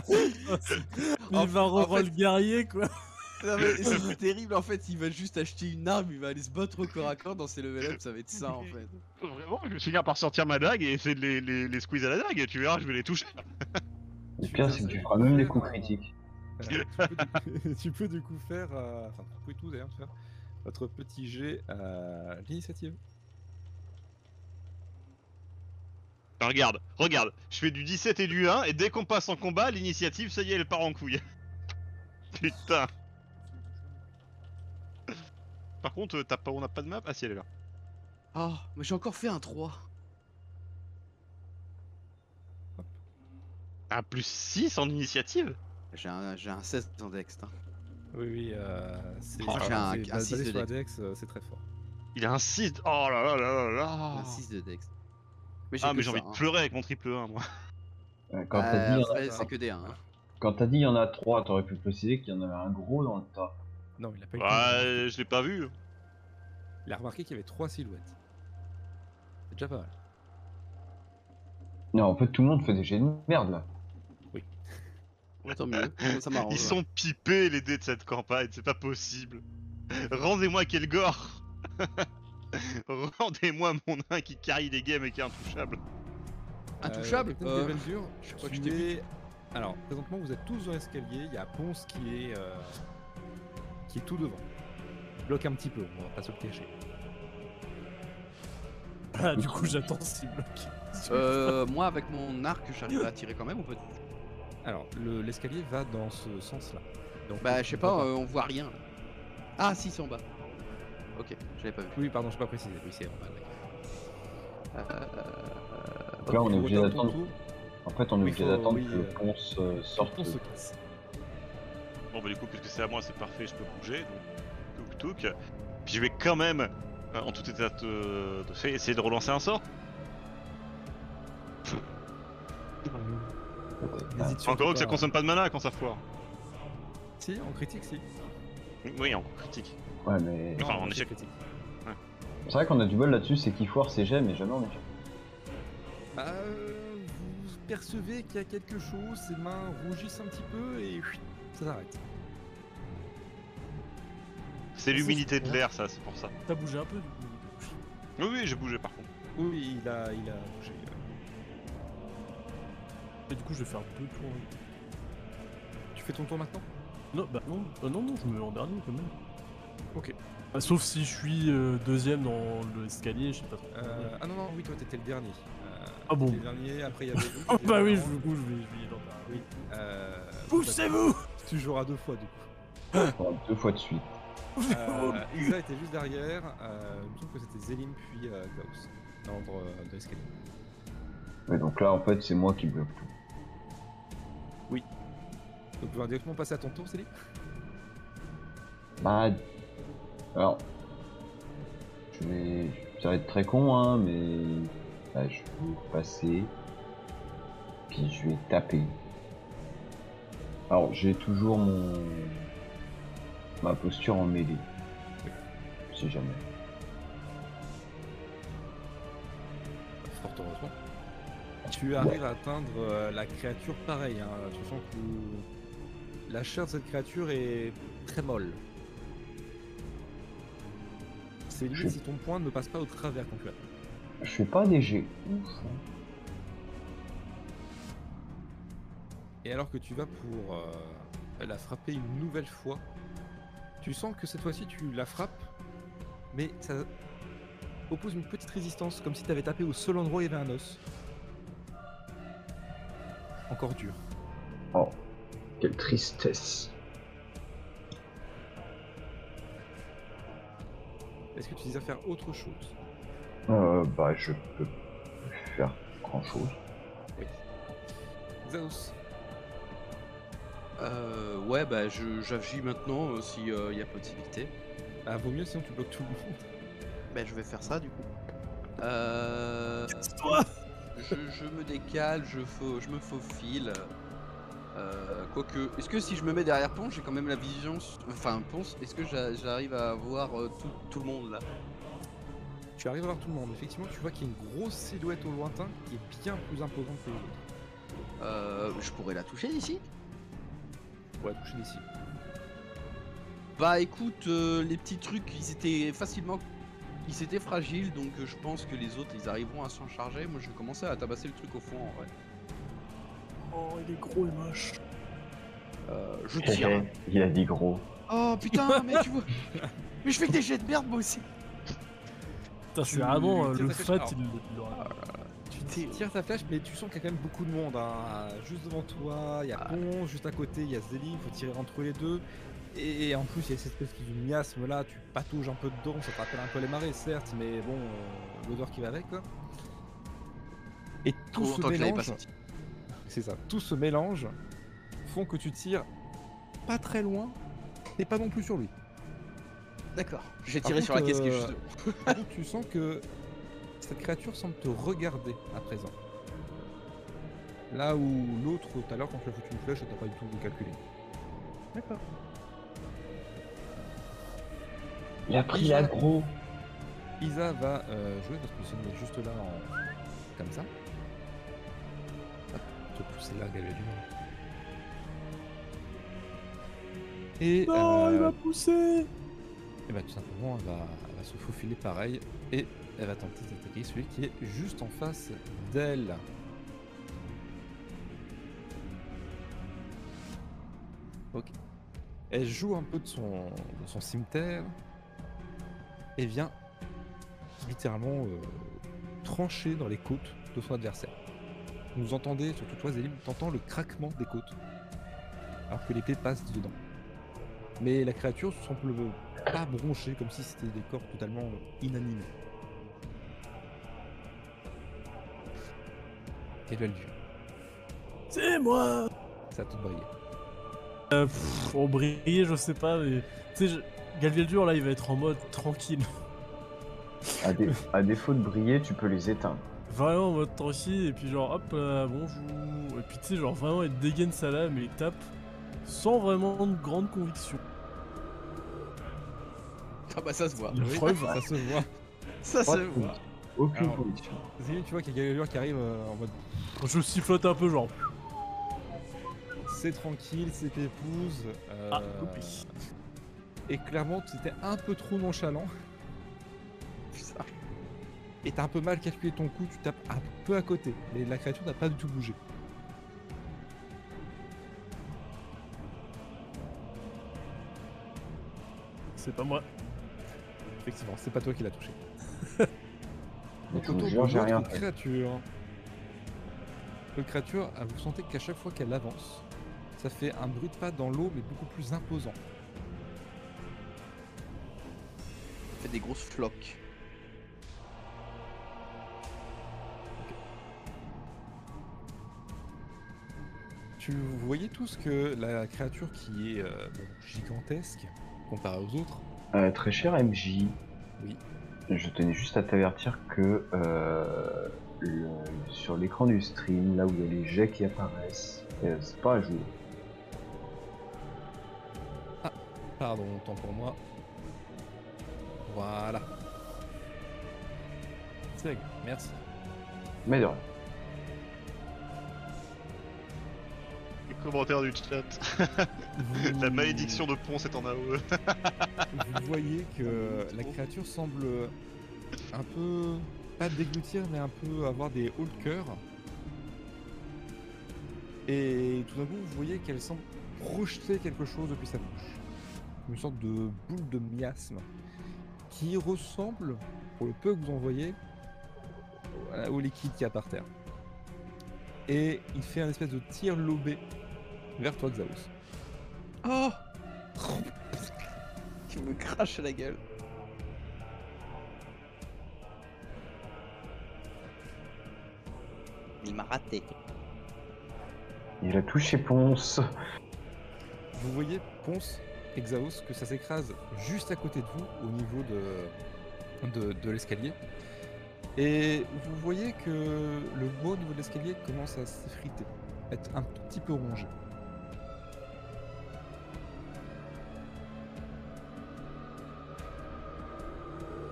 S3: Mais
S4: En-
S3: il va
S4: en
S3: reroll
S4: fait-
S3: guerrier, quoi.
S4: Non mais c'est terrible en fait, il va juste acheter une arme, il va aller se battre au corps à corps dans ses level up, ça va être ça en fait.
S5: Vraiment, je vais finir par sortir ma dague et essayer de les, les, les squeeze à la dague, tu verras, je vais les toucher.
S1: Le pire, c'est que tu feras même des coups critiques.
S2: Euh, tu, peux du... tu peux du coup faire, euh, enfin vous pouvez tous d'ailleurs faire votre petit jet à l'initiative.
S5: Enfin, Ah, regarde, regarde, je fais du 17 et du 1, et dès qu'on passe en combat, l'initiative, ça y est, elle part en couille. Putain. Par contre, euh, t'as pas, on n'a pas de map Ah si, elle est là.
S4: Ah, mais j'ai encore fait un 3.
S5: Un Ah, plus 6 en initiative
S4: J'ai un, j'ai un 16 dans Dex. hein.
S2: Oui oui, euh, c'est
S4: Oh, j'ai un-
S2: c'est
S4: un
S2: basé
S4: six de
S2: sur la Dex, euh, c'est très fort.
S5: Il a un 6 Oh là là là là
S4: J'ai
S5: là
S4: Un 6 de Dex. Ah. Mais
S5: Ah
S4: que
S5: mais j'ai
S4: ça,
S5: envie
S4: hein.
S5: de pleurer avec mon triple 1,
S2: hein.
S5: moi.
S1: Euh, Quand
S4: Euh,
S1: t'as dit,
S4: après, c'est que des hein. 1.
S1: quand t'as dit il y en a trois, t'aurais pu préciser qu'il y en avait un gros dans le tas.
S2: Non, il a pas eu. le temps de remarquer.
S5: Ouais, je l'ai pas vu.
S2: Il a remarqué qu'il y avait trois silhouettes. C'est déjà pas mal.
S1: Non, en fait, tout le monde fait des jets de merde là.
S4: Tant mieux, ça m'arrange.
S5: Ils sont pipés les dés de cette campagne, c'est pas possible. Rendez-moi Kelgor Rendez-moi mon 1 qui carry les games et qui est intouchable.
S4: Intouchable
S2: Capitaine
S4: euh,
S2: Devendur,
S4: Je crois que je
S2: tu
S4: t'ai vu.
S2: es- Alors, présentement, vous êtes tous dans l'escalier. Il y a Ponce qui est, euh, qui est tout devant. Bloque un petit peu, on va pas se le cacher.
S3: Ah, du coup, j'attends s'il bloque.
S4: Euh, moi avec mon arc, j'arrive à tirer quand même ou pas
S2: Alors, le- l'escalier va dans ce sens-là. Donc,
S4: Bah,
S2: tu
S4: je sais
S2: ne
S4: pas,
S2: vois
S4: euh, on voit rien. là. Ah, si, c'est en bas. Ok, j'avais pas vu.
S2: Oui, pardon, je pas précisé. Oui, c'est en bas. d'accord.
S1: Donc là, on est
S2: Il Bah, faut
S1: obligé
S2: retourner
S1: d'attendre.
S2: ton tour,
S1: En fait, on est
S2: Oui,
S1: obligé
S2: faut-
S1: d'attendre
S2: oui,
S1: que
S2: euh,
S1: le ponce euh, sorte.
S2: On se casse.
S3: Ah.
S5: Bon bah du coup puisque c'est à moi c'est parfait, je peux bouger, donc touc touc. Puis je vais quand même, euh, en tout état de de fait, essayer de relancer un sort.
S2: N'hésite surtout
S5: Encore que ça
S2: pas.
S5: consomme pas de mana quand ça foire.
S2: Si, en critique, si.
S5: Oui, en critique.
S1: Ouais, mais
S5: Enfin,
S2: Non,
S5: en
S2: c'est
S5: échec.
S2: critique.
S1: c'est vrai qu'on a du bol là-dessus, c'est qu'il foire ses jets, mais jamais on est
S2: Bah, euh, vous percevez qu'il y a quelque chose, ses mains rougissent un petit peu et chuit, ça s'arrête.
S5: C'est
S3: Ça,
S5: l'humidité
S3: c'est
S5: de
S3: bien.
S5: l'air ça, c'est pour ça.
S3: T'as bougé un peu du coup.
S5: Oui oui j'ai bougé par contre.
S2: Oui, il a, il a bougé.
S3: Et du coup, je vais faire deux tours. en même temps.
S2: Tu fais ton tour maintenant
S3: Non, bah non, Euh, non, non, je me mets en dernier quand même.
S2: Ok.
S3: Bah, sauf si je suis euh, deuxième dans l'escalier, je sais pas trop.
S2: Euh, Ah non, non, oui, toi t'étais le dernier. Euh,
S3: Ah bon.
S2: t'étais Le dernier, après il y avait vous.
S3: Oh,
S2: t'étais
S3: bah oui,
S2: le
S3: je-
S2: dernier.
S3: du coup, je vais, je vais y aller en dernier.
S2: Oui. Euh,
S3: Poussez-vous
S2: Tu joueras deux fois du coup.
S1: encore deux fois de suite.
S3: Oh,
S2: Euh, Isa était juste derrière. Euh, il me semble que c'était Zélim puis euh, Klaus. Dans l'ordre euh, de l'escalier.
S1: Mais donc là, en fait, c'est moi qui bloque tout.
S2: Donc on va directement passer à ton tour, Zélim
S1: Bah. Alors. Je vais. Ça va être très con, hein, mais. bah, je vais passer. Puis je vais taper. Alors, j'ai toujours mon. Ma posture en mêlée. si jamais.
S2: Fort heureusement. Tu arrives à atteindre euh, la créature pareil. hein. Tu sens que la chair de cette créature est très molle. C'est
S1: Je-
S2: limite si ton point ne passe pas au travers quand tu l'atteins.
S1: Je suis pas léger. hein.
S2: Et alors que tu vas pour euh, la frapper une nouvelle fois, tu sens que cette fois-ci tu la frappes, mais ça oppose une petite résistance, comme si tu avais tapé au seul endroit où il y avait un os. Encore dur.
S1: Oh, quelle tristesse.
S2: Est-ce que tu désires faire autre chose
S1: Euh, bah, je peux plus faire grand chose.
S2: Xaos,
S4: Euh, ouais, bah je- j'agis maintenant euh, si s'il y a possibilité.
S2: bah, vaut mieux sinon tu bloques tout le monde.
S4: Bah je vais faire ça du coup. Euh,
S3: Toi
S4: je, je me décale, je, fau- je me faufile. Euh, quoique, est-ce que si je me mets derrière Ponce, j'ai quand même la vision. s- Enfin, Ponce, est-ce que j'a- j'arrive à voir euh, tout, tout le monde là
S2: Tu arrives à voir tout le monde. Effectivement, tu vois qu'il y a une grosse silhouette au lointain qui est bien plus imposante que les autres.
S4: Euh, Je pourrais la toucher d'ici
S2: Ouais, toucher d'ici.
S4: Bah écoute, euh, les petits trucs, ils étaient facilement. Ils étaient fragiles, donc euh, je pense que les autres, ils arriveront à s'en charger. Moi, je vais commencer à tabasser le truc au fond en vrai.
S3: Oh, il est gros et moche.
S4: Euh, je
S2: Eh ben.
S4: tire.
S1: Il a dit gros.
S4: oh putain, mais tu vois. Mais je fais que des jets de merde moi aussi.
S3: Putain,
S2: Tu-
S3: c'est vraiment euh,
S2: tu
S3: le
S2: t'attaques-
S3: fat,
S2: alors.
S3: il, il aura-
S2: Tu ti- tires ta flèche, mais tu sens qu'il y a quand même beaucoup de monde. hein. Juste devant toi, il y a
S4: Ah.
S2: Pon, juste à côté, il y a Zélie, il faut tirer entre les deux. Et en plus, il y a cette espèce de miasme là, tu patouges un peu dedans, ça te rappelle un peu les marées, certes, mais bon, euh, l'odeur qui va avec. Quoi. Et tout
S4: Trop
S2: ce
S4: longtemps que je l'avais pas
S2: mélange,
S4: senti.
S2: c'est ça, tout ce mélange font que tu tires pas très loin et pas non plus sur lui.
S4: D'accord. J'ai
S2: Par
S4: tiré sur la
S2: contre,
S4: caisse qui est
S2: euh,
S4: juste.
S2: Par contre, tu sens que cette créature semble te regarder à présent. Là où l'autre, tout à l'heure, quand tu as foutu une flèche, elle t'a pas du tout calculé.
S4: D'accord.
S1: Il a pris la gros.
S2: Isa va euh, jouer parce que si on est juste là en... comme ça. Hop, te pousser là, Gabriel, du mal. Et,
S3: Non, il
S2: euh,
S3: m'a poussé
S2: et bah, tout simplement, elle va, elle va se faufiler pareil et elle va tenter d'attaquer celui qui est juste en face d'elle. Ok. Elle joue un peu de son, de son cimetière et vient littéralement euh, trancher dans les côtes de son adversaire. Vous entendez, surtout toi Zélim, t'entends le craquement des côtes alors que l'épée passe dedans. Mais la créature semble pas broncher comme si c'était des corps totalement euh, inanimés. Et le Dieu,
S3: C'est moi
S2: ça a tout brillé.
S3: Euh, pff, on briller, je sais pas, mais. Tu sais, je- Galviel Dur, là, il va être en mode tranquille.
S1: À, dé- à défaut de briller, tu peux les éteindre.
S3: Vraiment en mode tranquille, et puis genre, hop, euh, bonjour. Et puis, tu sais, genre, vraiment, il dégaine sa lame et il tape sans vraiment de grande conviction.
S4: Ah bah ça se voit.
S3: La preuve,
S2: ça se voit.
S4: Ça
S1: Pas
S4: se
S1: de
S4: voit.
S1: conviction. Aucune
S5: Alors.
S1: conviction.
S2: Zélie, tu vois qu'il y a Galilure qui arrive euh, en mode
S3: je sifflote un peu, genre.
S2: c'est tranquille, c'est épouse. euh,
S3: Ah, oupi.
S2: et clairement, c'était un peu trop nonchalant.
S4: Putain.
S2: Et t'as un peu mal calculé ton coup, tu tapes un peu à côté. Mais la créature n'a pas du tout bougé.
S3: C'est pas moi.
S2: Effectivement, c'est pas toi qui l'as touché.
S1: Mais je vous
S2: Autour
S1: jure,
S2: de
S1: j'ai rien
S2: votre
S1: fait.
S2: créature. Votre créature, ah, vous sentez qu'à chaque fois qu'elle avance, ça fait un bruit de pas dans l'eau, mais beaucoup plus imposant.
S4: Fait des grosses flocs.
S2: Tu vous voyez tous que la créature qui est euh, bon, gigantesque comparée aux autres,
S1: Euh, très cher MJ.
S2: Oui.
S1: Je tenais juste à t'avertir que euh, le- sur l'écran du stream, là où il y a les jets qui apparaissent, euh, c'est pas à jour.
S2: pardon, autant pour moi, Voilà. C'est la gueule, merci.
S1: Mais non.
S5: Les commentaires du chat. La malédiction de Ponce est en E. AOE.
S2: Vous voyez que la
S5: Trop.
S2: créature semble un peu. pas déglutir, mais un peu avoir des hauts de cœur. Et tout d'un coup, vous voyez qu'elle semble projeter quelque chose depuis sa bouche. Une sorte de boule de miasme qui ressemble, pour le peu que vous en voyez, au- au liquide qu'il y a par terre. Et il fait un espèce de tir lobé vers toi, Xaos.
S4: Oh Tu me craches à la gueule. Il m'a raté.
S1: Il a touché Ponce.
S2: Vous voyez Ponce, Exaos, que ça s'écrase juste à côté de vous, au niveau de, de, de l'escalier. Et vous voyez que le bois au niveau de l'escalier commence à s'effriter, être un petit peu rongé.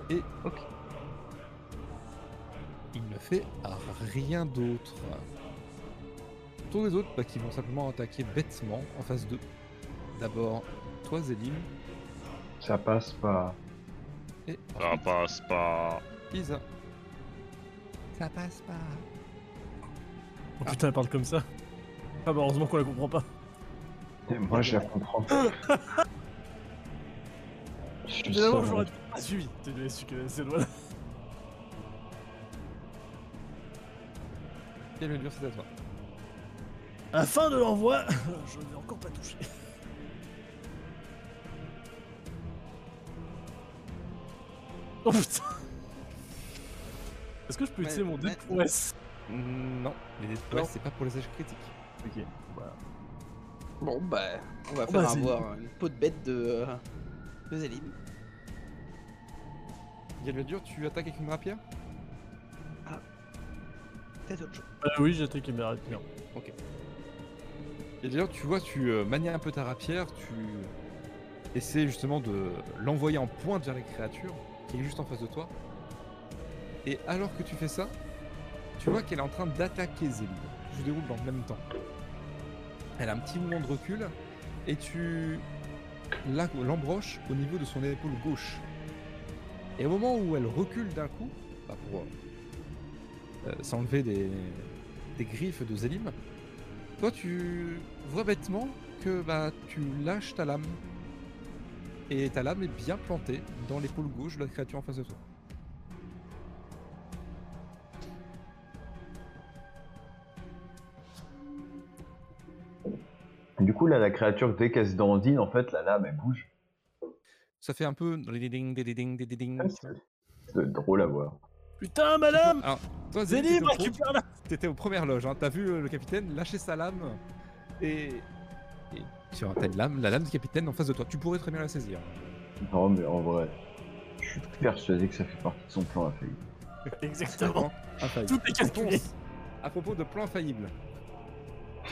S2: Et ok. Il ne fait rien d'autre. Tous les autres bah, qui vont simplement attaquer bêtement en face d'eux. D'abord, toi Zélim,
S1: Ça passe pas.
S2: et
S5: Ça
S2: ensuite,
S5: passe Ah, pas.
S2: Isa. Ça passe pas.
S3: Oh putain, elle parle comme ça. Ah bah heureusement qu'on la comprend pas.
S1: Et moi, je la comprends. je suis
S3: Évidemment,
S1: seul.
S3: j'aurais pas suivi. T'es bien su qu'elle a ses doigts là.
S2: Et le dur, c'est à toi.
S3: Afin de l'envoi, je n'ai encore pas touché. Oh putain Est-ce que je peux utiliser mon dé de
S4: ouais.
S3: prouesse
S2: Non, les dés de
S3: Non.
S2: presse, c'est pas pour les âges critiques.
S3: Ok, voilà.
S4: Bon bah, on va
S2: Ah
S3: Oh
S4: faire
S3: bah, c'est-
S4: avoir une peau de bête de, euh, de Zéline.
S2: Gaël le dur, tu attaques avec une rapière
S4: Peut-être autre chose.
S3: Euh, oui, j'attaque les mérites. Merde.
S2: Et d'ailleurs, tu vois, tu euh, manies un peu ta rapière, tu essaies justement de l'envoyer en pointe vers la créature qui est juste en face de toi. Et alors que tu fais ça, tu vois qu'elle est en train d'attaquer Zélie. Tout se déroule dans le même temps. Elle a un petit moment de recul et tu la- l'embroches au niveau de son épaule gauche. Et au moment où elle recule d'un coup, bah, pour euh, euh, s'enlever des, des griffes de Zélim, toi, tu vois bêtement que bah, tu lâches ta lame. Et ta lame est bien plantée dans l'épaule gauche de la créature en face de toi.
S1: Du coup, là, la créature, dès qu'elle se dandine, en fait, la lame, elle bouge.
S2: Ça fait un peu. ding, ding, ding, ding, ding.
S3: Ah,
S1: C'est drôle à voir.
S3: Putain, madame
S2: Alors, toi,
S3: Zélie,
S2: Zélim,
S3: bah, moi,
S2: t'étais
S3: qui
S2: au pro-
S3: parle
S2: t'étais aux premières loges. Hein. T'as vu euh, le capitaine lâcher sa lame. Et. et sur ta lame, la lame du capitaine en face de toi. Tu pourrais très bien la saisir.
S1: Non, mais en vrai, je suis persuadé que ça fait partie de son plan à failli.
S3: Exactement
S2: Hein. Infaillible.
S3: Tout est calculé
S2: Ponce, À propos de plan infaillible.
S3: Ah,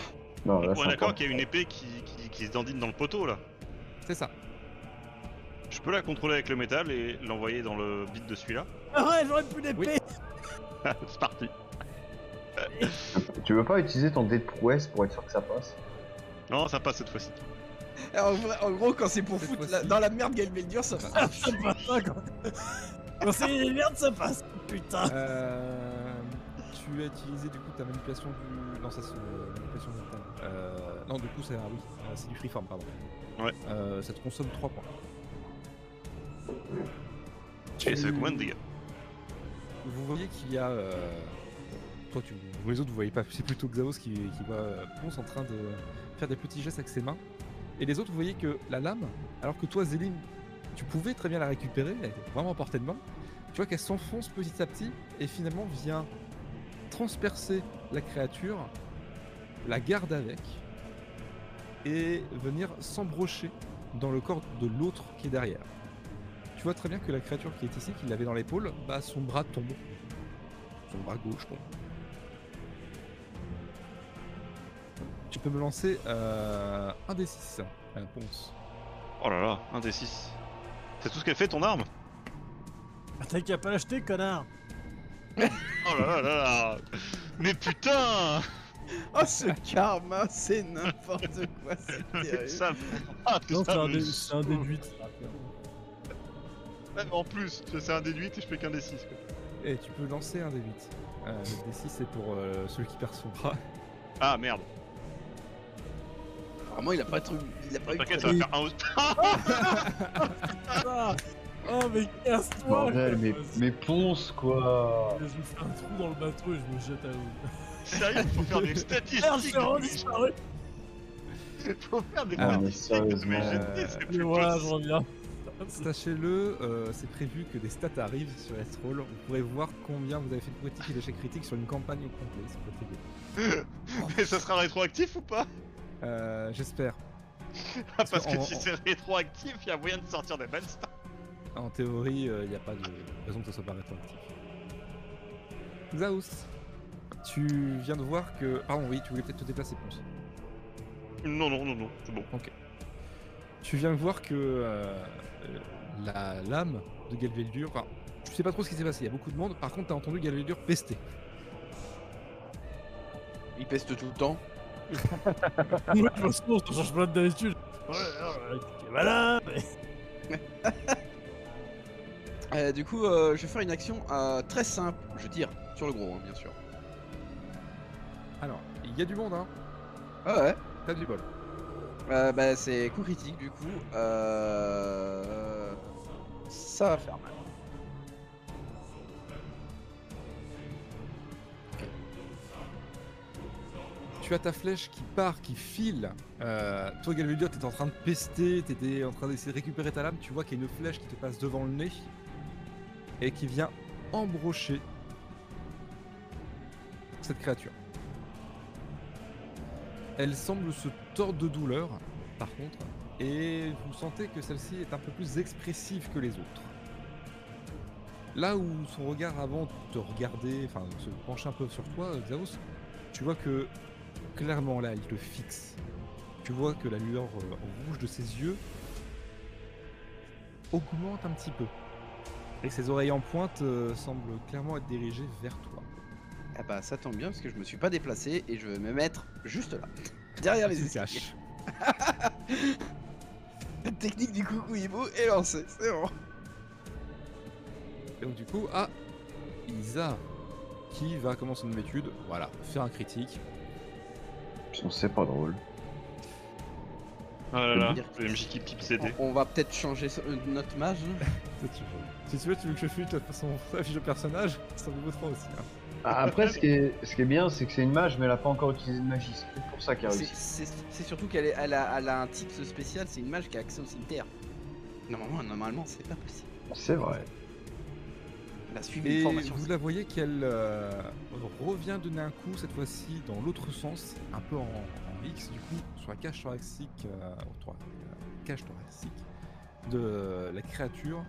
S1: Non, là,
S5: On est
S1: c'est
S5: d'accord
S1: encore-
S5: qu'il y a une épée qui, qui, qui se dandine dans le poteau là.
S2: C'est ça.
S5: Je peux la contrôler avec le métal et l'envoyer dans le bit de celui-là.
S3: Ah ouais, j'aurais pu l'épée
S5: C'est parti.
S1: Tu veux pas utiliser ton dé de prouesse pour être sûr que ça passe
S5: Non, ça passe cette fois-ci.
S4: Eh, En, vrai- en gros, quand c'est pour
S2: Cette
S4: foutre
S2: fois-ci.
S4: la- dans la merde Gaël Beldur, ça va.
S3: Ah, Ça passe pas quand Quand c'est les merdes, ça passe Putain
S2: Euh, tu as utilisé du coup ta manipulation du. Non, ça c'est une manipulation mentale. Euh, non, du coup, c'est ah oui, euh, c'est du freeform, pardon.
S5: Ouais.
S2: Euh, ça te consomme 3 points.
S5: Et ça fait combien de dégâts
S2: Vous voyez qu'il y a. euh, Toi, tu... vous les autres, vous voyez pas. C'est plutôt Xaos qui, qui voit euh, Ponce en train de faire des petits gestes avec ses mains. Et les autres, vous voyez que la lame, alors que toi, Zélim, tu pouvais très bien la récupérer, elle était vraiment à portée de main. Tu vois qu'elle s'enfonce petit à petit et finalement vient transpercer la créature, la garde avec et venir s'embrocher dans le corps de l'autre qui est derrière. Tu vois très bien que la créature qui est ici, qui l'avait dans l'épaule, bah son bras tombe. Son bras gauche tombe. Tu peux me lancer euh, un des 6 à la ponce.
S5: Oh là là, un des 6. C'est tout ce qu'elle fait ton arme
S3: Ah, T'as qu'à pas l'acheter, connard
S5: Oh là là là là Mais putain
S4: Oh ce karma, c'est n'importe quoi, c'est terrible.
S5: Ça ah,
S3: Non, c'est
S5: ça
S3: un,
S5: me
S3: dé- c'est un
S5: saoule.
S3: déduit.
S5: Même en plus, c'est un déduit et je fais qu'un des 6.
S2: Et Eh, tu peux lancer un D8. Euh, le D6, c'est pour euh, celui qui perd son bras.
S5: Ah merde.
S4: Vraiment, il a pas tru- il a pas eu
S5: T'inquiète, ça
S4: trop-
S5: va faire un autre.
S3: Ah Oh, mais casse-toi
S1: Bordel, mais,
S3: Vas-y.
S1: mais ponce quoi
S3: Je me fais un trou dans le bateau et je me jette à l'eau.
S5: Sérieux, faut faire des
S3: Merde, j'ai
S5: statistiques.
S3: vraiment
S5: mais-
S3: disparu
S5: faut faire des
S1: Ah, mais
S5: statistiques.
S1: sérieusement,
S5: Mais je c'est
S3: Mais
S5: plus
S3: voilà, je
S5: possible.
S3: reviens.
S2: Sachez-le, euh, c'est prévu que des stats arrivent sur S-Roll. Vous pourrez voir combien vous avez fait de critiques et d'échecs critiques sur une campagne au complet. Ça peut être rigolo.
S5: Mais ça sera rétroactif ou pas
S2: Euh, J'espère.
S5: Parce que
S2: qu'on-
S5: si c'est rétroactif, il y a moyen de sortir des bonnes stats.
S2: En théorie, il n'y a pas de raison que ce soit pas rétroactif. Xaos, tu viens de voir que. Pardon, oui, tu voulais peut-être te déplacer, Ponce.
S5: Non, non, non, non, c'est bon.
S2: Tu viens de voir que euh, euh, la lame de Galveldur. enfin, tu sais pas trop ce qui s'est passé, il y a beaucoup de monde. Par contre, t'as entendu Galveldur pester.
S5: hein.
S4: Il peste tout le temps.
S3: Ouais, de toute façon, ça change plein d'habitude. Ouais, ouais, ok, voilà mais-
S4: Euh, du coup, euh, je vais faire une action euh, très simple. Je tire sur le gros, hein, bien sûr.
S2: Alors, il y a du monde, hein.
S4: Ah ouais
S2: T'as du bol.
S4: Euh, Bah, c'est coup critique, du coup. Euh... Ça va faire mal.
S2: Tu as ta flèche qui part, qui file. Euh, toi, Galveldur, t'étais en train de pester, t'étais en train d'essayer de récupérer ta lame. Tu vois qu'il y a une flèche qui te passe devant le nez et qui vient embrocher cette créature. Elle semble se tordre de douleur, par contre, et vous sentez que celle-ci est un peu plus expressive que les autres. Là où son regard avant te regardait, enfin se penchait un peu sur toi, Xaos, tu vois que clairement là, il te fixe. Tu vois que la lueur euh, rouge de ses yeux augmente un petit peu. Et ses oreilles en pointe euh, semblent clairement être dirigées vers toi.
S4: Ah bah, ça tombe bien parce que je me suis pas déplacé et je vais me mettre juste là. Derrière
S2: Ah,
S4: les
S2: Tu te
S4: escaliers.
S2: caches.
S4: La technique du coucouillibou est lancée, c'est bon.
S2: Et donc du coup, ah, Isa, qui va, comme son habitude, voilà, faire un critique.
S1: Putain, c'est pas drôle.
S5: Oh là là,
S4: Dire-
S5: le MJ qui pipe ses dés.
S4: On va peut-être changer ce- euh, notre mage. hein.
S2: Si tu veux, tu veux que je fuite son affiche de personnage, ça me vaut aussi. hein.
S1: Ah, après, ce qui est, ce qui est bien, c'est que c'est une mage, mais elle a pas encore utilisé de magie. C'est peut-être pour ça qu'elle a
S4: C'est-
S1: réussi.
S4: C'est c'est surtout qu'elle est- elle a, elle a un type spécial, c'est une mage qui a accès au cimetière. Normalement, normalement c'est pas possible.
S1: C'est vrai.
S4: Elle a suivi une
S2: Et
S4: formation.
S2: vous la voyez qu'elle euh, revient donner un coup, cette fois-ci dans l'autre sens, un peu en, en X du coup, sur la cage thoracique, euh, au thora- la cage thoracique de la créature,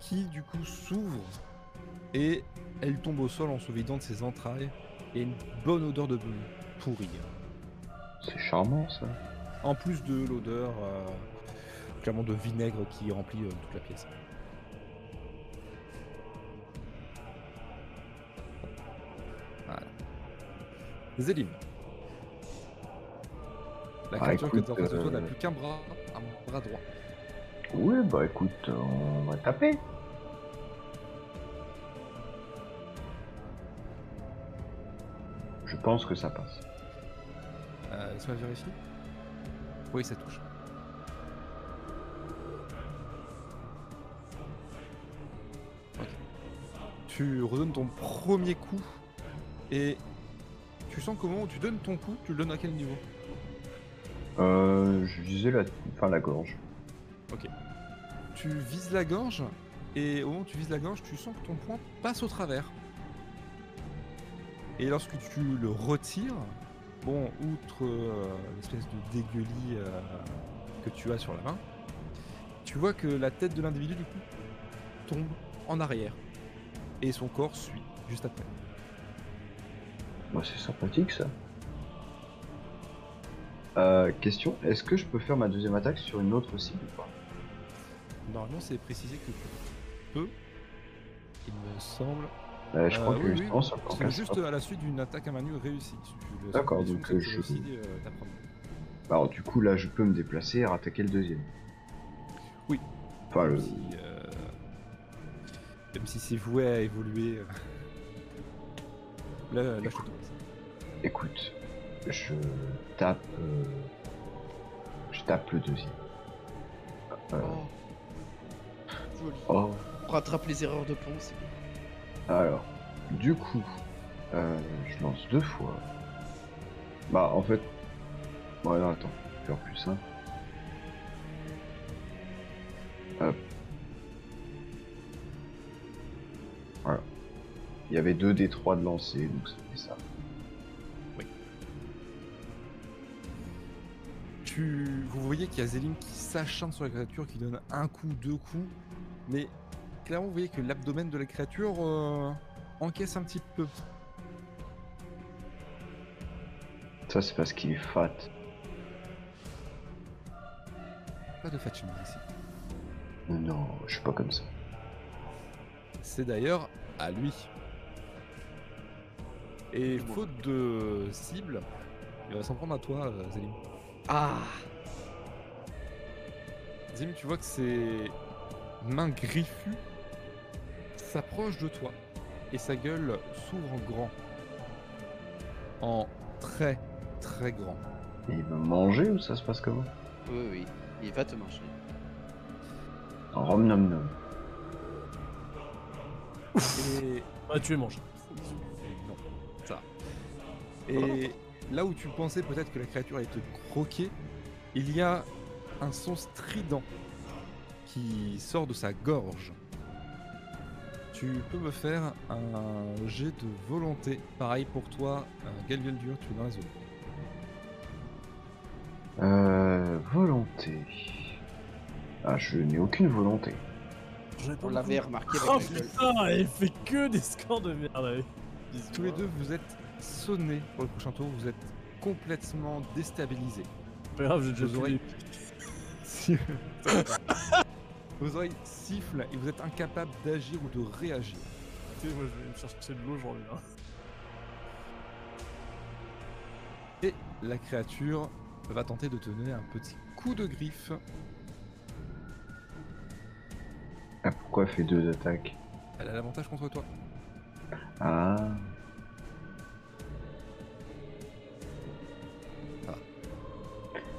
S2: qui du coup s'ouvre et elle tombe au sol en se vidant de ses entrailles et une bonne odeur de pourrie.
S1: C'est charmant ça.
S2: En plus de l'odeur euh, clairement de vinaigre qui remplit euh, toute la pièce. Voilà. Zélim. La
S1: Ah,
S2: créature que
S1: écoute,
S2: tu as en face de toi
S1: euh,
S2: n'a plus qu'un bras, un bras droit.
S1: Oui, bah écoute, on va taper. Je pense que ça passe.
S2: Euh, Laisse-moi vérifier. Oui, ça touche. Ok. Tu redonnes ton premier coup et tu sens comment tu donnes ton coup, tu le donnes à quel niveau
S1: Euh, je visais la, enfin, la gorge.
S2: Tu vises la gorge et au moment où tu vises la gorge, tu sens que ton poing passe au travers. Et lorsque tu le retires, bon, outre euh, l'espèce de dégueulis euh, que tu as sur la main, tu vois que la tête de l'individu du coup tombe en arrière et son corps suit juste après.
S1: Bah, c'est sympathique ça. Euh, question, est-ce que je peux faire ma deuxième attaque sur une autre cible ou pas
S2: Normalement, c'est précisé que tu peux. il me semble.
S1: Euh, je
S2: Euh,
S1: crois que
S2: oui, oui,
S1: justement, ça
S2: C'est juste à la suite d'une attaque à main nue réussie. Le- la
S1: D'accord,
S2: solution,
S1: donc,
S2: c'est de
S1: euh, je-
S2: réussir, euh, ta première.
S1: Bah, Alors, du coup, là, je peux me déplacer et rattaquer le deuxième.
S2: Oui.
S1: Enfin, le...
S2: Si, euh, Même si c'est voué à évoluer. euh, Là, là, je te laisse.
S1: écoute, je tape. euh, Je tape le deuxième. Euh,
S4: Oh. Joli.
S1: Oh.
S4: On rattrape les erreurs de pont, c'est bon.
S1: Alors, du coup, euh, je lance deux fois. Bah, en fait. Bon, non, attends, je vais faire plus simple. Hop. Voilà. Il y avait deux des trois de lancer, donc ça fait ça.
S2: Tu... Vous voyez qu'il y a Zélim qui s'acharne sur la créature, qui donne un coup, deux coups, mais clairement vous voyez que l'abdomen de la créature euh, encaisse un petit peu.
S1: Ça, c'est parce qu'il est fat.
S2: Pas de fat shaming ici.
S1: Non, je suis pas comme ça.
S2: C'est d'ailleurs à lui. Et faute de cible, il va s'en prendre à toi, euh, Zélim.
S4: Ah
S2: Zim, tu vois que ses mains griffues s'approchent de toi et sa gueule s'ouvre en grand. En très très grand.
S1: Et il veut manger ou ça se passe comment
S4: Oui, oui, il va te manger.
S1: En rom nom nom.
S2: Et
S3: Ah, tu es mangé.
S2: non, ça. Et là où tu pensais peut-être que la créature allait te croquer, il y a un son strident qui sort de sa gorge. Tu peux me faire un jet de volonté. Pareil pour toi, un Galguel dur, tu es dans la zone.
S1: Euh. Volonté. Ah, je n'ai aucune volonté.
S3: J'avais pas
S4: On l'avait
S3: beaucoup.
S4: remarqué
S3: Oh
S4: avec la gueule.
S3: putain, elle fait que des scores de merde. elle.
S2: Tous
S3: hein.
S2: les deux, vous êtes sonnés pour le prochain tour, vous êtes complètement déstabilisés.
S3: Pas grave, j'ai déjà
S2: Vos
S3: tout
S2: oreilles-
S3: dit.
S2: Si- Vos oreilles sifflent et vous êtes incapable d'agir ou de réagir.
S3: Tu sais, moi je vais me chercher de l'eau, j'en reviens.
S2: Et la créature va tenter de te donner un petit coup de griffe.
S1: Ah, pourquoi elle fait deux attaques
S2: Elle a l'avantage contre toi.
S1: Ah.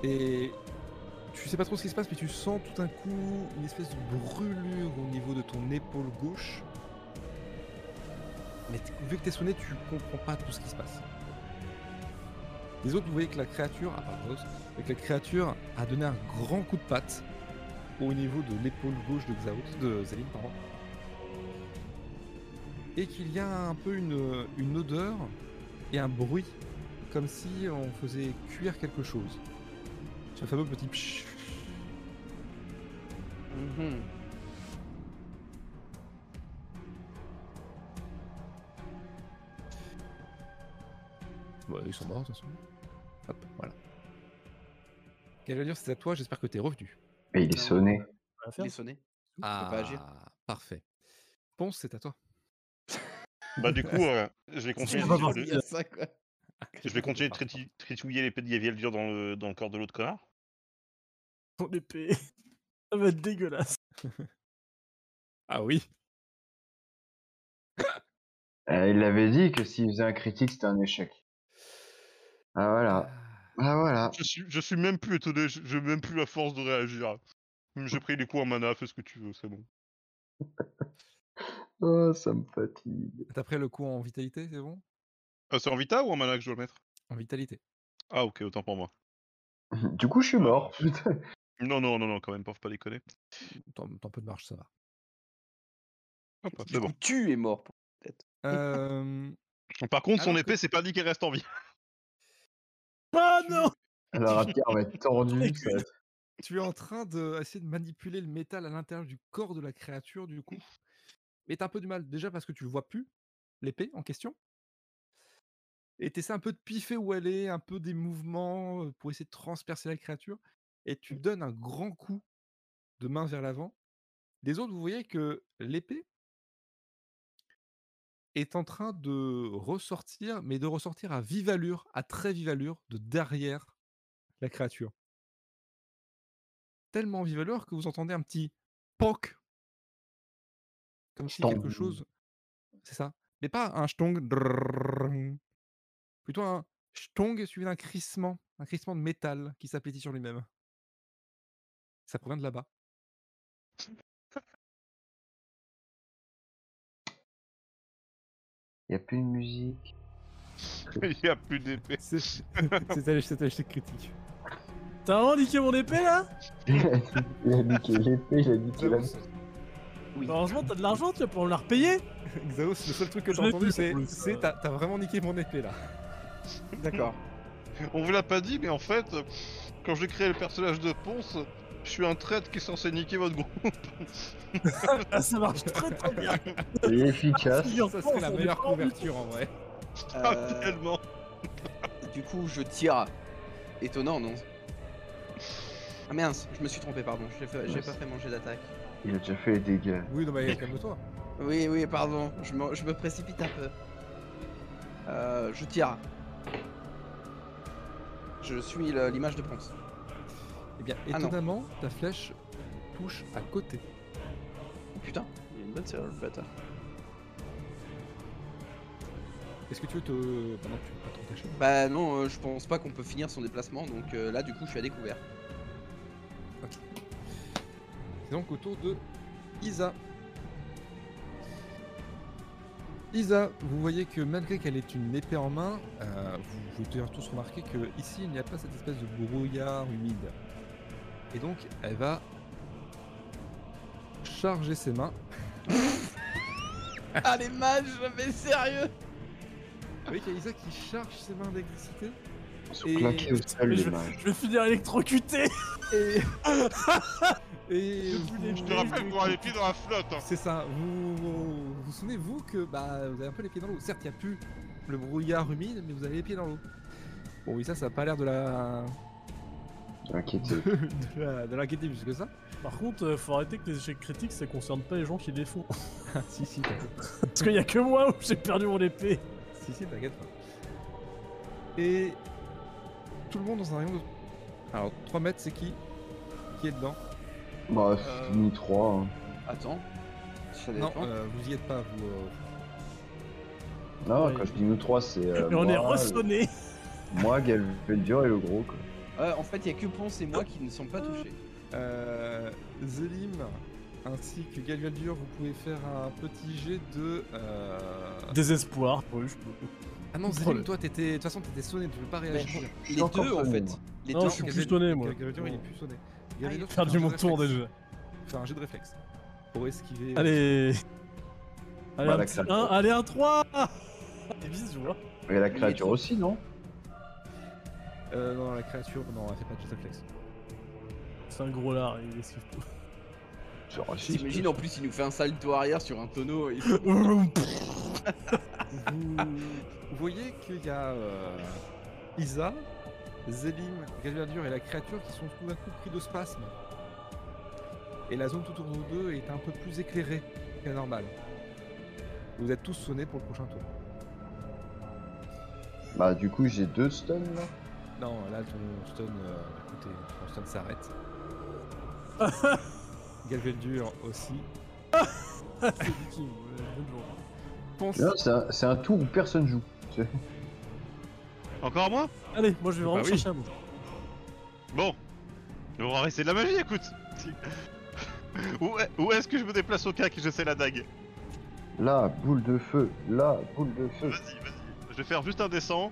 S2: Et tu sais pas trop ce qui se passe, mais tu sens tout un coup une espèce de brûlure au niveau de ton épaule gauche. Mais t- vu que t'es sonné, tu comprends pas tout ce qui se passe. Les autres, vous voyez que la créature, ah, à part Rose, mais que la créature a donné un grand coup de patte au niveau de l'épaule gauche de, Xaos, de Zélim, pardon. Et qu'il y a un peu une, une odeur et un bruit, comme si on faisait cuire quelque chose. Ce fameux petit pshhh.
S4: Mhm.
S2: Bah, ils sont morts, de toute façon. Hop, voilà. Cavalier, c'est à toi, j'espère que t'es revenu.
S1: Et il est sonné.
S3: On va
S4: Il
S3: faire.
S4: est sonné. peux pas agir.
S2: parfait. Ponce, c'est à toi.
S5: Bah, du coup, euh, je vais continuer,
S3: vas
S5: de-
S3: voir
S5: de-
S4: Il y a ça, quoi.
S5: je vais continuer de triti- tritouiller l'épée de Yaviel dur dans le, dans le corps de l'autre connard.
S3: Ton épée. Ça va être dégueulasse.
S2: Ah oui
S1: Euh, il avait dit que s'il faisait un critique, c'était un échec. Ah voilà. Ah voilà.
S5: Je suis, je suis même plus étonné, je- j'ai même plus la force de réagir. J'ai pris les coups en mana, fais ce que tu veux, c'est bon.
S1: Oh, ça me fatigue.
S2: D'après le coup en vitalité, c'est bon
S5: Ah, c'est en vita ou en mana que je dois le mettre
S2: En vitalité.
S5: Ah, ok, autant pour moi.
S1: Du coup, je suis mort. Putain.
S5: Non, non, non, non, quand même, pas, faut pas déconner.
S2: Tant peu de marche, ça va.
S5: Hop,
S4: Du
S5: c'est
S4: coup,
S5: bon.
S4: Tu es mort.
S2: Euh,
S5: Par contre, son
S2: Alors que-
S5: épée, c'est pas dit qu'elle reste en vie.
S3: Ah non
S1: La rapière va être tordue. ça va être-
S2: tu es en train de essayer de manipuler le métal à l'intérieur du corps de la créature, du coup. Mais t'as un peu du mal, déjà parce que tu le vois plus, l'épée en question. Et t'essaies un peu de piffer où elle est, un peu des mouvements euh, pour essayer de transpercer la créature. Et tu donnes un grand coup de main vers l'avant. Les autres, vous voyez que l'épée est en train de ressortir, mais de ressortir à vive allure, à très vive allure, de derrière la créature. Tellement vive allure que vous entendez un petit pank. Comme si
S1: Schtong.
S2: quelque chose. C'est ça. Mais pas un schtong. drrrrrrrrrrrrrrrrrrrrrrrrrrrrrrrrrrrrrrrrrrrrrrrrrrrrr. Plutôt un schtong suivi d'un crissement, un crissement de métal qui s'aplatit sur lui-même. Ça provient de là-bas.
S1: Il n'y a plus de musique.
S5: Il n'y a plus d'épée.
S2: C'est c'était l'échec critique.
S3: T'as vraiment niqué mon épée là
S1: il a niqué l'épée, il a niqué la.
S4: Oui.
S3: Heureusement, t'as de l'argent, tu vas pouvoir me la repayer.
S2: Xaos, le seul truc que
S3: Je
S2: j'ai
S3: l'ai
S2: entendu,
S3: plus, en
S2: c'est
S3: plus.
S2: c'est t'as t'as vraiment niqué mon épée là.
S4: D'accord.
S5: On vous l'a pas dit, mais en fait, euh, quand j'ai créé le personnage de Ponce, je suis un traître qui est censé niquer votre groupe.
S3: Ah, ça marche très très bien.
S1: Il est efficace.
S2: Ça serait la meilleure couverture en vrai.
S5: Ah,
S4: Euh,
S5: tellement.
S4: Du coup, je tire. Étonnant, non Ah mince, je me suis trompé, pardon. J'ai fait- j'ai
S1: Mince.
S4: pas fait manger d'attaque.
S1: Il a déjà fait les dégâts.
S2: Oui, non, mais calme-toi.
S4: Oui, oui, pardon. Je me, je me précipite un peu. Euh, je tire. Je suis le- l'image de Ponce.
S2: Eh bien,
S4: Ah non.
S2: étonnamment, ta flèche touche à côté.
S4: Putain, il a une bonne serrure, le bâtard.
S2: Est-ce que tu veux te. Bah non, tu peux pas t'en cacher.
S4: Bah non, euh, je pense pas qu'on peut finir son déplacement, donc euh, là, du coup, je suis à découvert.
S2: C'est donc au tour de Isa. Isa, vous voyez que malgré qu'elle ait une épée en main, euh, vous vous devez tous remarquer que ici il n'y a pas cette espèce de brouillard humide. Et donc elle va charger ses mains.
S4: ah, les mages, mais sérieux
S2: Vous voyez qu'il y a Isa qui charge ses mains d'électricité.
S1: Ils sont
S2: Et-
S1: claqués au sol,
S3: Mais
S1: les mages.
S3: Je vais finir électrocuté.
S2: Et, et
S3: Depuis les
S5: Je te rappelle pour aller pieds dans la flotte. hein.
S2: C'est ça. Vous vous, vous souvenez-vous que bah, vous avez un peu les pieds dans l'eau. Certes, il n'y a plus le brouillard humide, mais vous avez les pieds dans l'eau. Bon, oui, ça, ça n'a pas l'air de la
S1: Inquiétez.
S2: de la- de l'inquiéter plus que ça.
S3: Par contre, euh, faut arrêter que les échecs critiques, ça concerne pas les gens qui les font.
S2: Ah, si, si, t'inquiète.
S3: Parce qu'il y a que moi où j'ai perdu mon épée.
S2: si, si, t'inquiète pas. Et tout le monde dans un rayon de. Alors, 3 mètres, c'est qui Qui est dedans
S1: Bah, c'est ni trois. hein.
S4: Attends. Ça
S2: Non,
S4: dépend.
S2: euh, vous y êtes pas, vous. euh,
S1: Non,
S3: Ouais.
S1: quand je dis nous trois, c'est. euh,
S3: Et on est
S1: moi,
S3: ressonné.
S1: le- Moi, Galveldior et le gros, quoi.
S4: Euh, en fait, il y a que Ponce et moi qui ne sont pas touchés.
S2: Euh, Zélim ainsi que Galvaldur, vous pouvez faire un petit jet de. euh,
S3: Désespoir. Oui, je peux.
S2: Ah non, Zélim,
S3: problème.
S2: toi, t'étais- de toute façon, t'étais sonné, tu peux pas
S4: Mais
S2: réagir.
S4: les
S1: encore
S4: deux, en
S1: sonné,
S4: fait.
S1: moi.
S4: Les
S3: Non,
S4: deux,
S3: je suis
S4: en
S2: Galval-
S4: fait.
S3: plus sonné, moi.
S2: Galvaldur, il est plus sonné. Galvaldur,
S3: J'ai
S2: tu
S3: perdu
S2: fais un
S3: mon
S2: jet de
S3: tour
S2: réflexe.
S3: déjà.
S2: Fais un jet de réflexe. Pour esquiver.
S3: Allez. Allez,
S1: Bah,
S3: un
S1: la
S3: petit
S1: claque.
S3: un, allez, un 3 Des bisous, vois.
S1: Et la
S4: est
S1: créature
S4: trop-
S1: aussi, non
S2: Euh, non, la créature, non, elle fait pas de jet de réflexe.
S3: C'est un gros lard, il esquive tout.
S1: C'est raciste.
S4: T'imagines, en plus, il nous fait un salto arrière sur un tonneau. et-
S2: Vous vous voyez qu'il y a euh, Isa, Zélim, Galvaldur et la créature qui sont tout d'un coup pris de spasme. Et la zone tout autour d'eux est un peu plus éclairée que la normale. Vous êtes tous sonnés pour le prochain tour.
S1: Bah, du coup, j'ai deux stuns, là.
S2: Non, là ton stun, euh, écoutez, ton stun s'arrête. Galvaldur aussi.
S3: C'est viking, ouais, bonne journée.
S2: Pense
S1: Non, c'est un, c'est un tour où personne joue.
S5: Encore à moi
S3: Allez, moi je vais
S2: Bah
S3: vraiment
S2: oui.
S3: chercher un mot.
S5: Bon, on va rester de la magie, écoute. Où est- où est-ce que je me déplace au cas que j'essaie la dague
S1: Là, boule de feu. Là, boule de feu.
S5: Vas-y, vas-y. Je vais faire juste un descend.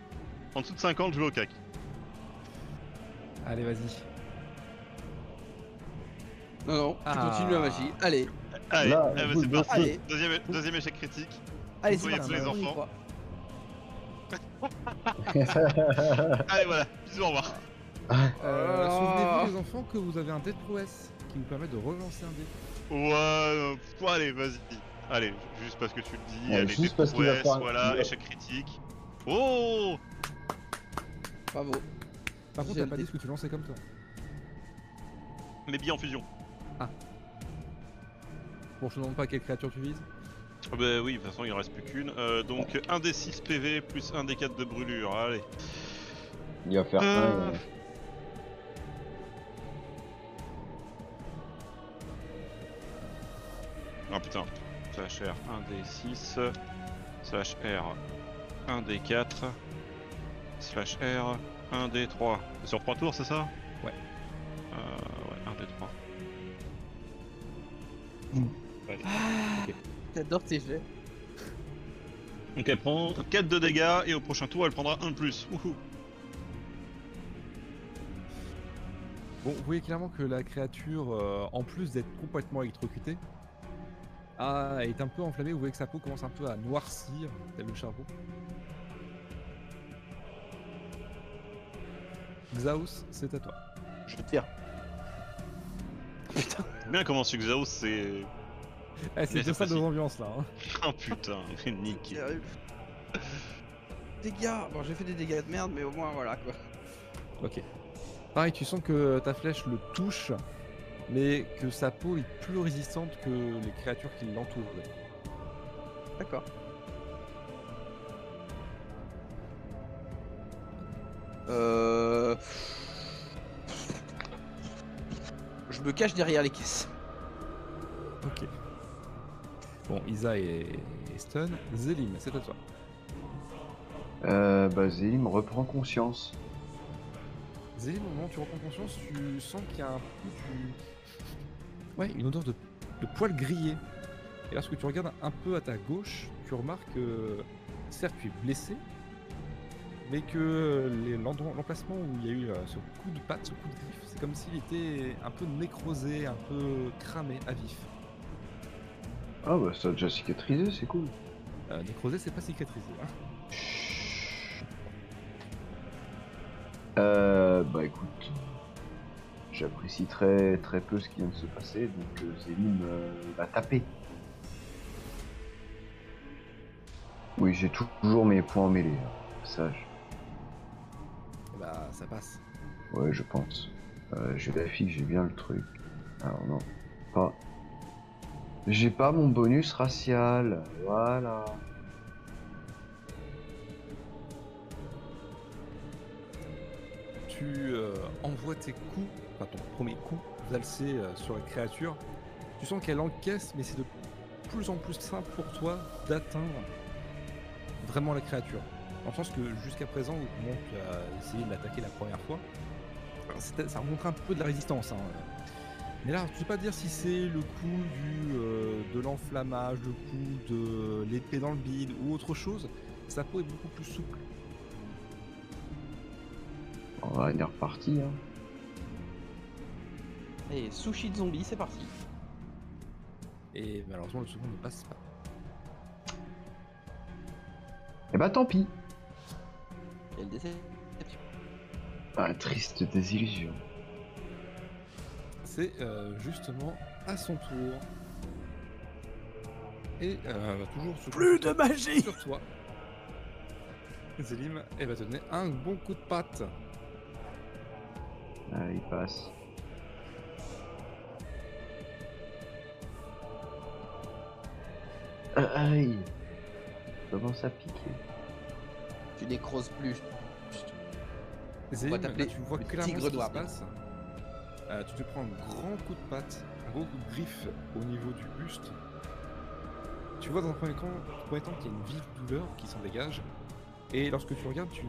S5: En dessous de 50, je vais au cac.
S2: Allez, vas-y.
S4: Non, non, tu
S2: Ah.
S4: continues la magie. Allez,
S5: Allez,
S1: Là,
S5: eh ben,
S1: vous-
S5: c'est
S1: vous-
S5: parti.
S4: allez.
S5: Deuxième, deuxième échec critique.
S4: allez,
S5: Vous
S4: c'est
S5: voyez
S4: parti.
S5: tous les
S4: on y
S5: enfants.
S4: croit.
S5: Allez, voilà. Bisous, au revoir.
S2: Euh,
S4: Oh.
S2: Souvenez-vous les enfants que vous avez un dé de prouesse qui vous permet de relancer un dé.
S5: Ouais, euh, pff, allez, vas-y. Allez, juste parce que tu le dis.
S1: Ouais,
S5: allez,
S1: juste parce qu'il va
S5: découverte,
S1: faire un-
S5: voilà,
S1: Ouais.
S5: échec critique. Oh
S4: Bravo.
S2: Par contre,
S4: J'ai
S2: t'as
S4: le
S2: pas
S4: dé.
S2: dit ce que tu lançais comme toi.
S5: Mes billes en fusion.
S2: Bon, je te demande pas quelle créature tu vises.
S5: Ah Bah oui, de toute façon, il en reste plus qu'une. Euh, donc, un des 6 PV plus un des 4 de brûlure. Allez.
S1: Il va faire
S5: Euh.
S1: un. euh,
S5: Ah putain. Slash R, 1 des 6. Slash R, 1 des 4. Slash R, 1 des 3. Sur 3 tours, c'est ça
S2: Ouais.
S5: Euh, ouais, 1 des 3.
S4: J'adore tes jeux.
S5: Donc elle prend 4 de dégâts et au prochain tour, elle prendra 1 de plus. Wouhou.
S2: Bon, vous voyez clairement que la créature, euh, en plus d'être complètement électrocutée, a- est un peu enflammée. Vous voyez que sa peau commence un peu à noircir, tel le charbon. Xaos, c'est à toi.
S6: Je tire. Putain.
S5: Bien comment Xaos, c'est.
S2: Eh, c'est deux
S5: Mais c'est
S2: salles de
S5: possible.
S2: ambiance là. hein.
S5: Oh putain, mais niqué.
S4: Dégâts Bon, j'ai fait des dégâts de merde, mais au moins, voilà, quoi.
S2: Ok. Pareil, tu sens que ta flèche le touche, mais que sa peau est plus résistante que les créatures qui l'entourent.
S4: D'accord. Euh... Je me cache derrière les caisses.
S2: Ok. Bon, Isa est, est stun. Zélim, c'est à toi.
S1: Euh, bah, Zélim reprend conscience.
S2: Zélim, au moment où tu reprends conscience, tu sens qu'il y a un peu du- Ouais, une odeur de, de poils grillés. Et lorsque tu regardes un peu à ta gauche, tu remarques que, certes, tu es blessé, mais que les- l'endroit- l'emplacement où il y a eu euh, ce coup de patte, ce coup de griffe, c'est comme s'il était un peu nécrosé, un peu cramé à vif.
S1: Ah, bah, ça a déjà cicatrisé, c'est cool.
S2: Euh, nécrosé, c'est pas cicatrisé. hein.
S1: Euh, bah écoute, j'apprécie très très peu ce qui vient de se passer, donc euh, Zélim euh, va taper. Oui, j'ai tou- toujours mes points mêlés, hein, sage.
S2: Eh Bah, ça passe.
S1: Ouais, je pense. Euh, je vérifie que j'ai bien le truc. Alors non, pas. J'ai pas mon bonus racial, voilà.
S2: tu euh, envoies tes coups, enfin ton premier coup valsé euh, sur la créature. Tu sens qu'elle encaisse, mais c'est de plus en plus simple pour toi d'atteindre vraiment la créature. Dans le sens que jusqu'à présent, au moment où tu as essayé de l'attaquer la première fois, c'était- ça remontrait un peu de la résistance. hein. Mais là, je ne sais pas dire si c'est le coup du, euh, de l'enflammage, le coup de l'épée dans le bide ou autre chose. Sa peau est beaucoup plus souple.
S1: On va dire parti, hein.
S4: Et sushi de zombie, c'est parti.
S2: Et malheureusement, le second ne passe pas.
S1: Eh bah tant pis.
S4: Quel décès
S1: Ah, triste désillusion.
S2: C'est euh, justement à son tour. Et euh, elle va toujours se
S3: Plus de
S2: concentrer
S3: magie
S2: sur toi. Zélim, elle va te donner un bon coup de patte.
S1: Ah, il passe. Ah, Aïe Comment ça pique
S4: Tu nécroses plus.
S2: Zélim,
S4: t'appeler
S2: là, tu vois
S4: le
S2: clairement
S4: tigre
S2: ce qui se
S4: noir.
S2: passe. Euh, tu te prends un grand coup de patte, un gros coup de griffe au niveau du buste. Tu vois dans un premier temps, premier temps qu'il y a une vive douleur qui s'en dégage. Et lorsque tu regardes, tu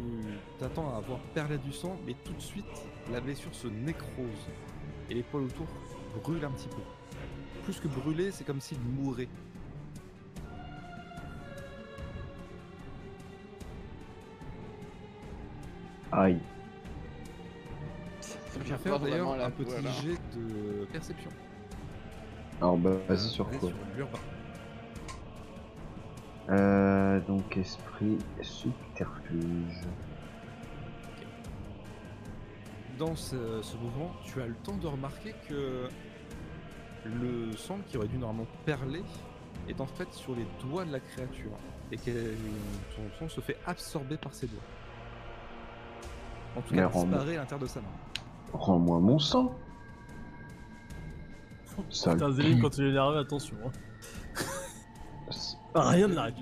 S2: t'attends à avoir perlé du sang, mais tout de suite, la blessure se nécrose. Et les poils autour brûlent un petit peu. Plus que brûler, c'est comme s'il mourait.
S1: Aïe
S4: Ça
S2: Tu
S4: fait
S2: peux
S4: pas
S2: faire
S4: vraiment
S2: d'ailleurs
S4: la
S2: un petit
S4: voilà.
S2: jet de perception.
S1: Alors bah vas-y sur
S2: Allez,
S1: quoi
S2: l'urbain.
S1: Euh donc esprit subterfuge.
S2: dans ce, ce mouvement, tu as le temps de remarquer que le sang qui aurait dû normalement perler est en fait sur les doigts de la créature et que son sang se fait absorber par ses doigts. En tout
S1: Mais
S2: cas,
S1: rends-moi-
S2: disparaît à l'intérieur de sa main.
S1: Rends-moi mon sang Sale
S3: Putain, Zélim, quand il est énervé, attention. hein.
S1: S-
S3: Rien ne l'arrête.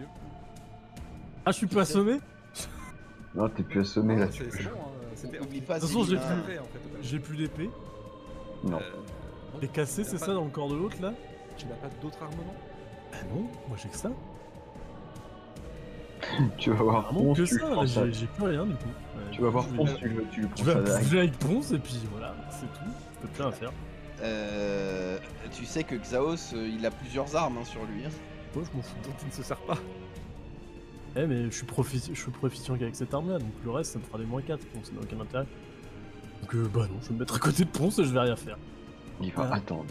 S3: Ah, je suis pas assommé
S1: Non, t'es plus assommé
S2: Ah,
S1: là.
S6: Non,
S1: Tu...
S6: C'est c'est bon, hein, c'était
S4: Oublie pas,
S3: De toute façon, j'ai
S4: Céline,
S3: plus-
S4: hein.
S6: Après, en fait, au final.
S3: J'ai plus d'épée.
S1: Non.
S6: Euh, bon,
S3: Elle est cassée, c'est ça, dans le corps de l'autre là
S6: Tu n'as pas d'autres armements
S3: Ah non, moi j'ai que ça.
S1: tu vas avoir
S3: Vraiment
S1: Ponce,
S3: Ah, que
S1: tu,
S3: ça,
S1: prends
S3: là,
S1: ça.
S3: j'ai j'ai plus rien du coup. Ouais,
S1: tu vas avoir
S3: je vais-
S1: Ponce, tu le, tu le prends
S3: Je
S1: ça
S3: vais
S1: derrière.
S3: appuyer avec Ponce et puis voilà, c'est tout. Je peux plus rien faire.
S4: Euh, tu sais que Xaos, euh, il a plusieurs armes hein, sur lui. hein.
S3: Moi je m'en fous.
S2: dont il ne se sert pas.
S3: Eh mais je suis, profi- je suis proficient qu'avec cette arme là, donc le reste ça me fera des moins 4, donc ça n'a aucun intérêt. Donc euh, bah non, je vais me mettre à côté de Ponce et je vais rien faire.
S1: Il va
S3: Ah.
S1: attendre.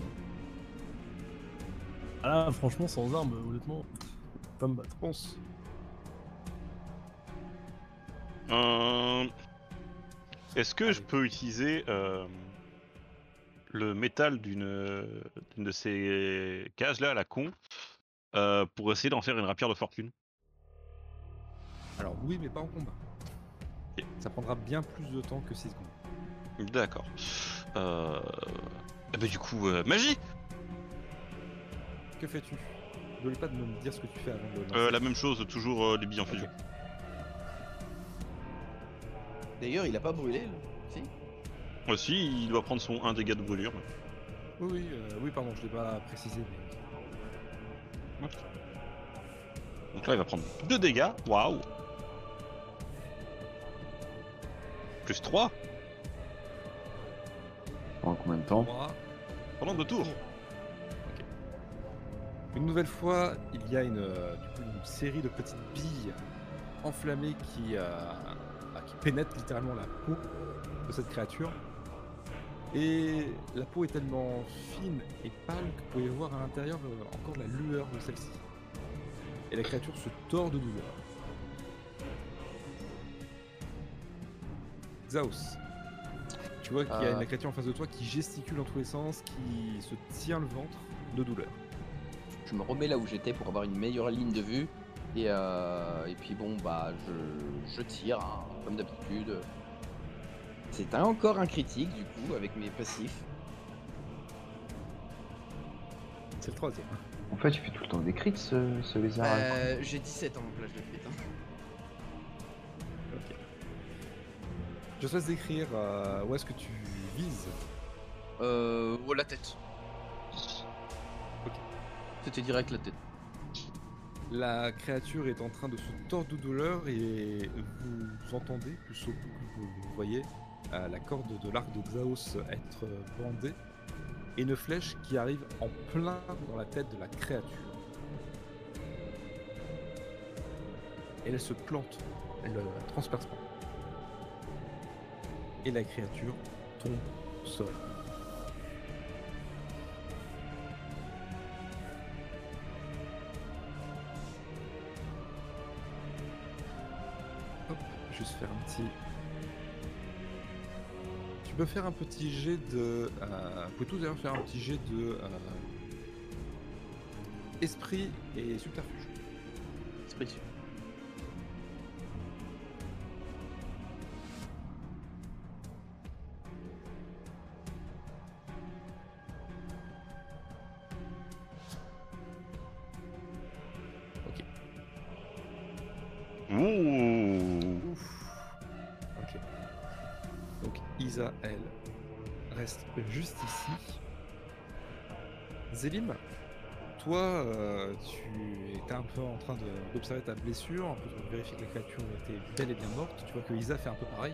S3: Ah là, franchement, sans arme, euh, honnêtement, pas me battre.
S2: Ponce.
S5: Euh, Est-ce que je peux utiliser euh, le métal d'une d'une de ces cages là à la con euh, pour essayer d'en faire une rapière de fortune
S2: Alors oui, mais pas en combat.
S5: Ok.
S2: Ça prendra bien plus de temps que 6 secondes.
S5: D'accord. Euh... eh ben, du coup, euh, magie
S2: Que fais-tu Ne voulais pas de me dire ce que tu fais avant de. lancer.
S5: Euh, La même chose, toujours euh, les billes en fusion.
S2: Ok.
S4: D'ailleurs, il a pas brûlé. là. Si.
S5: Euh, si, il doit prendre son 1 dégât de brûlure.
S2: Oui, oui, euh, oui, pardon, je l'ai pas précisé. mais-
S5: Donc là, il va prendre 2 dégâts. Waouh Plus 3
S1: Pendant combien de temps
S2: Trois.
S5: pendant 2 tours.
S2: Une nouvelle fois, il y a une, euh, du coup, une série de petites billes enflammées qui, euh, ah, qui pénètrent littéralement la peau de cette créature. Et la peau est tellement fine et pâle que vous pouvez voir à l'intérieur euh, encore la lueur de celle-ci. Et la créature se tord de douleur. Zaos, tu vois qu'il y a
S1: Euh.
S2: une- la créature en face de toi qui gesticule dans tous les sens, qui se tient le ventre de douleur.
S4: Je me remets là où j'étais pour avoir une meilleure ligne de vue. Et, euh, et puis bon, bah, je, je tire, hein, comme d'habitude. C'est un- encore un critique, du coup, avec mes passifs.
S2: C'est le troisième.
S1: En fait, il fait tout le temps des crits, ce, ce lézard.
S4: Euh, J'ai 17 ans en plage de fête. hein.
S2: Je souhaite décrire euh, où est-ce que tu vises.
S4: Euh, oh, la tête.
S2: Ok.
S4: C'était direct la tête.
S2: La créature est en train de se tordre de douleur et vous entendez, plus au plus vous, vous voyez, euh, la corde de l'arc de Xaos être euh, bandée et une flèche qui arrive en plein dans la tête de la créature. Elle se plante, elle le transperce pas. Et la créature tombe au sol. Hop, juste faire un petit. Tu peux faire un petit jet de. Euh, vous pouvez tous d'ailleurs faire un petit jet de. euh, esprit et subterfuge.
S4: C'est précieux.
S5: Ouh
S2: Ok. Donc Isa, elle, reste juste ici. Zélim, toi, euh, tu étais un peu en train de- d'observer ta blessure, un peu de vérifier que la créature était belle et bien morte. Tu vois que Isa fait un peu pareil.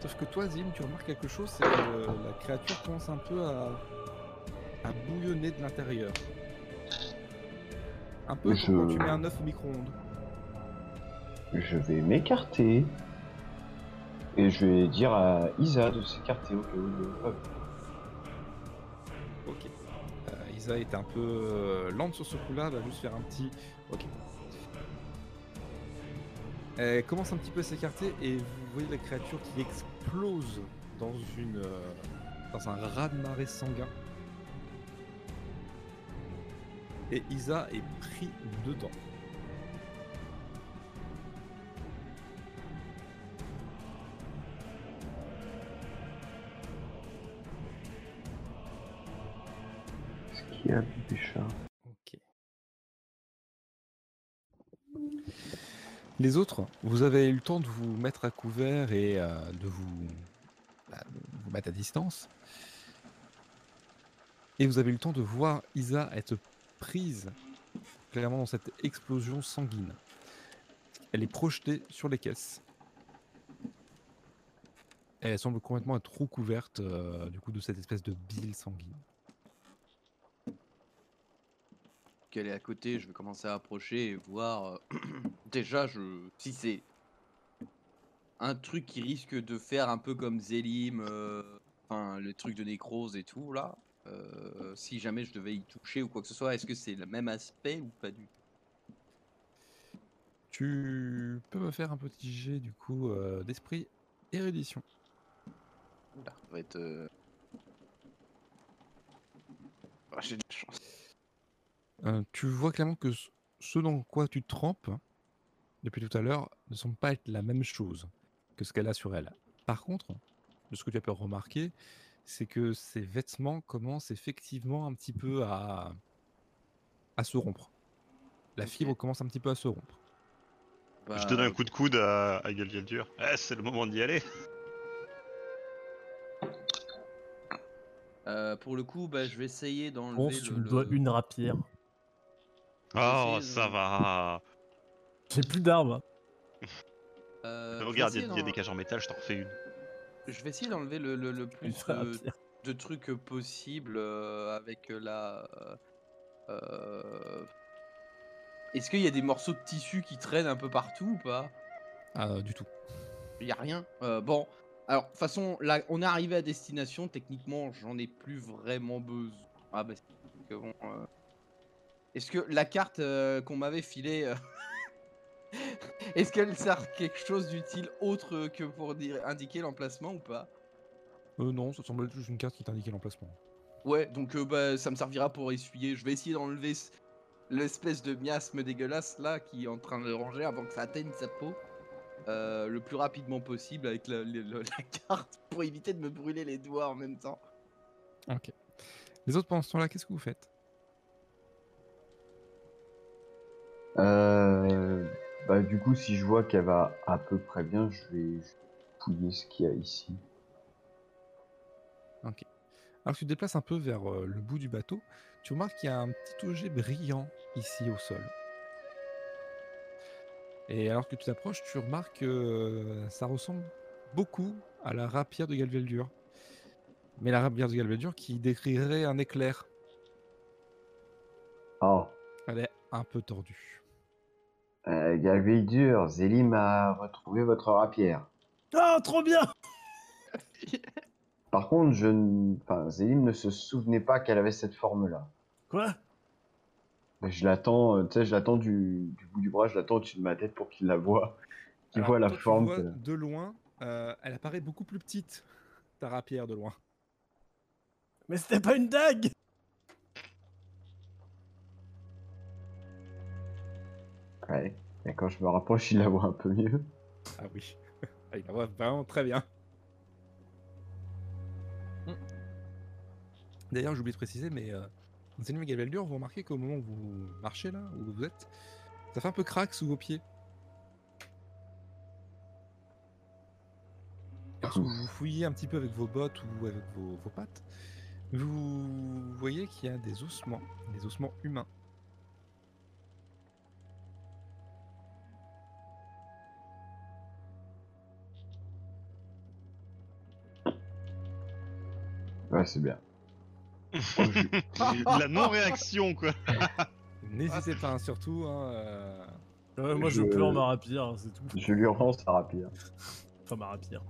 S2: Sauf que toi, Zélim, tu remarques quelque chose, c'est que euh, la créature commence un peu à, à bouillonner de l'intérieur. Un peu
S1: Je-
S2: comme quand tu mets un œuf au micro-ondes.
S1: Je vais m'écarter. Et je vais dire à Isa de s'écarter au cas où euh, il le fasse.
S2: Ok. Euh, Isa est un peu euh, lente sur ce coup-là, va juste faire un petit. Ok. Elle commence un petit peu à s'écarter et vous voyez la créature qui explose dans une euh, dans un raz-de-marée sanguin. Et Isa est pris dedans.
S1: Qu'est-ce qu'il y a, bébé chat
S2: Ok. Les autres, vous avez eu le temps de vous mettre à couvert et euh, de vous, bah, de vous mettre à distance. Et vous avez eu le temps de voir Isa être prise clairement dans cette explosion sanguine. Elle est projetée sur les caisses. Et elle semble complètement être recouverte euh, du coup de cette espèce de bile sanguine.
S4: qu'elle est à côté, je vais commencer à approcher et voir. euh, Déjà, je si c'est un truc qui risque de faire un peu comme Zélim, euh, enfin le truc de nécrose et tout là. euh, si jamais je devais y toucher ou quoi que ce soit, est-ce que c'est le même aspect ou pas du tout
S2: Tu peux me faire un petit jet du coup euh, d'esprit érudition.
S4: Oula, ça va être. euh, ah, J'ai de la chance.
S2: Euh, tu vois clairement que ce- ce dans quoi tu trempes depuis tout à l'heure ne semble pas être la même chose que ce qu'elle a sur elle. Par contre, de ce que tu as pu remarquer, c'est que ses vêtements commencent effectivement un petit peu à, à se rompre. La
S4: Ok.
S2: fibre commence un petit peu à se rompre.
S7: Euh,
S5: Je donne
S4: Bah,
S5: un coup de coude à, à Galgaldur. Eh, c'est le moment d'y aller.
S4: euh, pour le coup, bah, je vais essayer d'enlever.
S3: Bon, si tu
S4: le-
S3: me dois
S4: le-
S3: une rapière.
S5: Oh,
S4: sais,
S5: ça
S4: je-
S5: va.
S3: J'ai plus d'armes. hein.
S4: euh, je vais
S5: Regarde, il y,
S4: essayer
S5: a- il y a des
S4: d'en-
S5: cages en métal, je t'en refais une.
S4: Je vais essayer d'enlever le, le, le
S3: Une
S4: plus euh, de,
S3: rapière.
S4: de trucs possibles euh, avec la. euh, euh, Est-ce qu'il y a des morceaux de tissu qui traînent un peu partout ou pas
S2: Ah, du tout.
S4: Il y a rien. Euh, bon, alors de toute façon, là, on est arrivé à destination. Techniquement, j'en ai plus vraiment besoin. Ah bah c'est que bon. euh, Est-ce que la carte euh, qu'on m'avait filée, euh, est-ce qu'elle sert à quelque chose d'utile autre que pour dire, indiquer l'emplacement ou pas
S2: Euh, non, ça semble être juste une carte qui t'indiquait l'emplacement.
S4: Ouais, donc euh, bah, ça me servira pour essuyer. Je vais essayer d'enlever ce- l'espèce de miasme dégueulasse là qui est en train de le ranger avant que ça atteigne sa peau euh, le plus rapidement possible avec la, le- le- la carte pour éviter de me brûler les doigts en même temps.
S2: Ok. Les autres pendant ce temps-là, qu'est-ce que vous faites
S1: Euh, bah, du coup, si je vois qu'elle va à peu près bien, je vais je vais fouiller ce qu'il y a ici.
S2: Alors que tu te déplaces un peu vers euh, le bout du bateau, tu remarques qu'il y a un petit objet brillant ici au sol. Et alors que tu t'approches, tu remarques que euh, ça ressemble beaucoup à la rapière de Galveldur. Mais la rapière de Galveldur qui décrirait un éclair.
S1: Oh,
S2: Elle est un peu tordue.
S1: euh, Galvildur, Zélim a retrouvé votre rapière.
S3: Ah, trop bien
S1: Par contre, je ne... Enfin, Zélim ne se souvenait pas qu'elle avait cette forme-là.
S3: Quoi
S1: Je l'attends, euh, tu sais, je l'attends du, du bout du bras, je l'attends au-dessus de ma tête pour qu'il la voie. Qu'il
S2: Alors,
S1: voit la
S2: toi, tu
S1: forme.
S2: vois
S1: que-
S2: de loin, euh, elle apparaît beaucoup plus petite, ta rapière de loin.
S3: Mais c'était pas une dague
S1: Ouais. Et quand je me rapproche, il la voit un peu mieux.
S2: Ah oui, elle la voit vraiment très bien. Mm. D'ailleurs, j'ai oublié de préciser, mais euh, Zélim et Galveldur, vous remarquez qu'au moment où vous marchez là, où vous êtes, ça fait un peu craque sous vos pieds. Lorsque
S1: Ouf.
S2: vous fouillez un petit peu avec vos bottes ou avec vos, vos pattes, vous voyez qu'il y a des ossements, des ossements humains.
S1: Ouais, c'est bien. Oh,
S7: Ah,
S5: La non-réaction, quoi.
S2: N'hésitez pas, hein, surtout. hein, euh,
S3: Ouais, Moi, je
S1: Je-
S3: pleure ma rapière, hein, c'est tout.
S1: Je lui rends sa rapière.
S3: Enfin, ma rapière.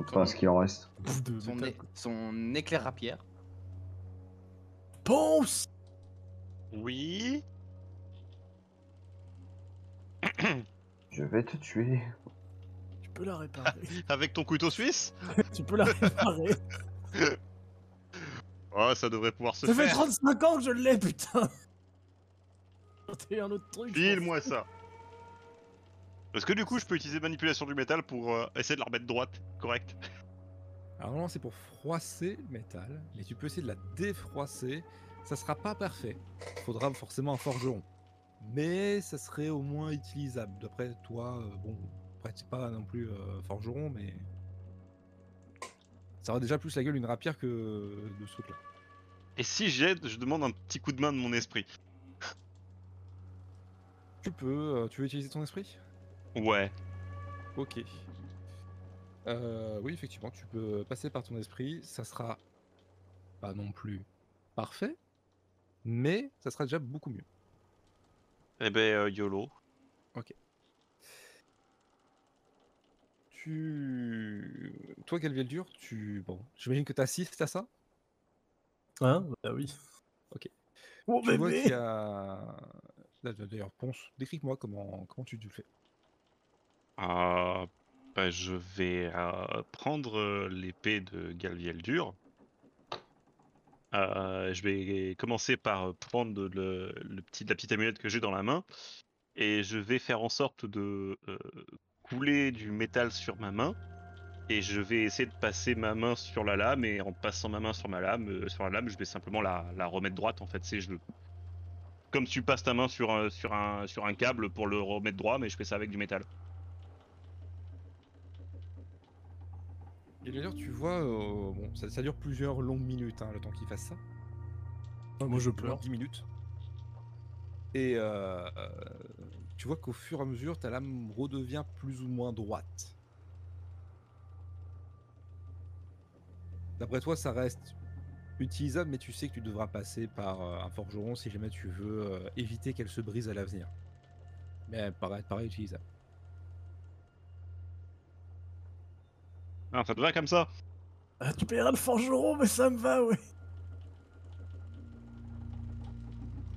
S1: Enfin, ce qu'il en reste.
S3: Bout de
S4: Son,
S3: métal,
S4: é- son éclair rapière.
S3: Ponce
S5: Oui.
S1: Je vais te tuer.
S3: Tu peux la réparer.
S5: Avec ton couteau suisse
S3: tu peux la réparer.
S5: Oh, ça devrait pouvoir se
S3: Ça fait
S5: faire.
S3: 35 ans que je l'ai, putain T'as eu un autre truc je pense.
S5: File-moi ça. Parce que du coup, je peux utiliser manipulation du métal pour euh, essayer de la remettre droite, correct
S2: Alors normalement c'est pour froisser le métal, mais tu peux essayer de la défroisser. Ça sera pas parfait. Faudra forcément un forgeron. mais ça serait au moins utilisable. D'après toi, euh, bon, après t'es pas non plus euh, forgeron, mais ça aurait déjà plus la gueule une rapière que euh, de ce truc-là.
S7: Et si j'aide, je demande un petit coup de main de mon esprit.
S2: Tu peux, euh, tu veux utiliser ton esprit
S7: Ouais.
S2: Ok. Euh, oui, effectivement, tu peux passer par ton esprit. Ça sera pas non plus parfait, mais ça sera déjà beaucoup mieux.
S7: Eh ben, euh, YOLO.
S2: Tu, toi, Galvieldur, tu, bon, j'imagine que t'assistes à ça.
S6: Hein Bah oui.
S2: Ok.
S6: Mon
S2: Tu vois qu'il
S6: bébé
S2: y a. Là, D'ailleurs, Ponce, décris-moi comment, comment tu, tu le fais.
S7: Ah, bah, je vais euh, prendre euh, l'épée de Galvieldur. Euh, je vais commencer par euh, prendre le, le petit, la petite amulette que j'ai dans la main et je vais faire en sorte de euh, couler du métal sur ma main et je vais essayer de passer ma main sur la lame et en passant ma main sur ma lame, euh, sur la lame, je vais simplement la, la remettre droite en fait. C'est je comme tu passes ta main sur un, sur un sur un câble pour le remettre droit, mais je fais ça avec du métal.
S2: Et d'ailleurs, tu vois, euh, bon, ça, ça dure plusieurs longues minutes, hein, le temps qu'il fasse ça.
S6: Moi je
S2: au moins
S6: pleure.
S2: 10 minutes. Et euh, euh, tu vois qu'au fur et à mesure, ta lame redevient plus ou moins droite. D'après toi, ça reste utilisable, mais tu sais que tu devras passer par euh, un forgeron si jamais tu veux euh, éviter qu'elle se brise à l'avenir. Mais elle paraît, paraît utilisable.
S7: Ah, ça te va comme ça
S6: Ah, tu paieras le forgeron, mais ça me va, ouais.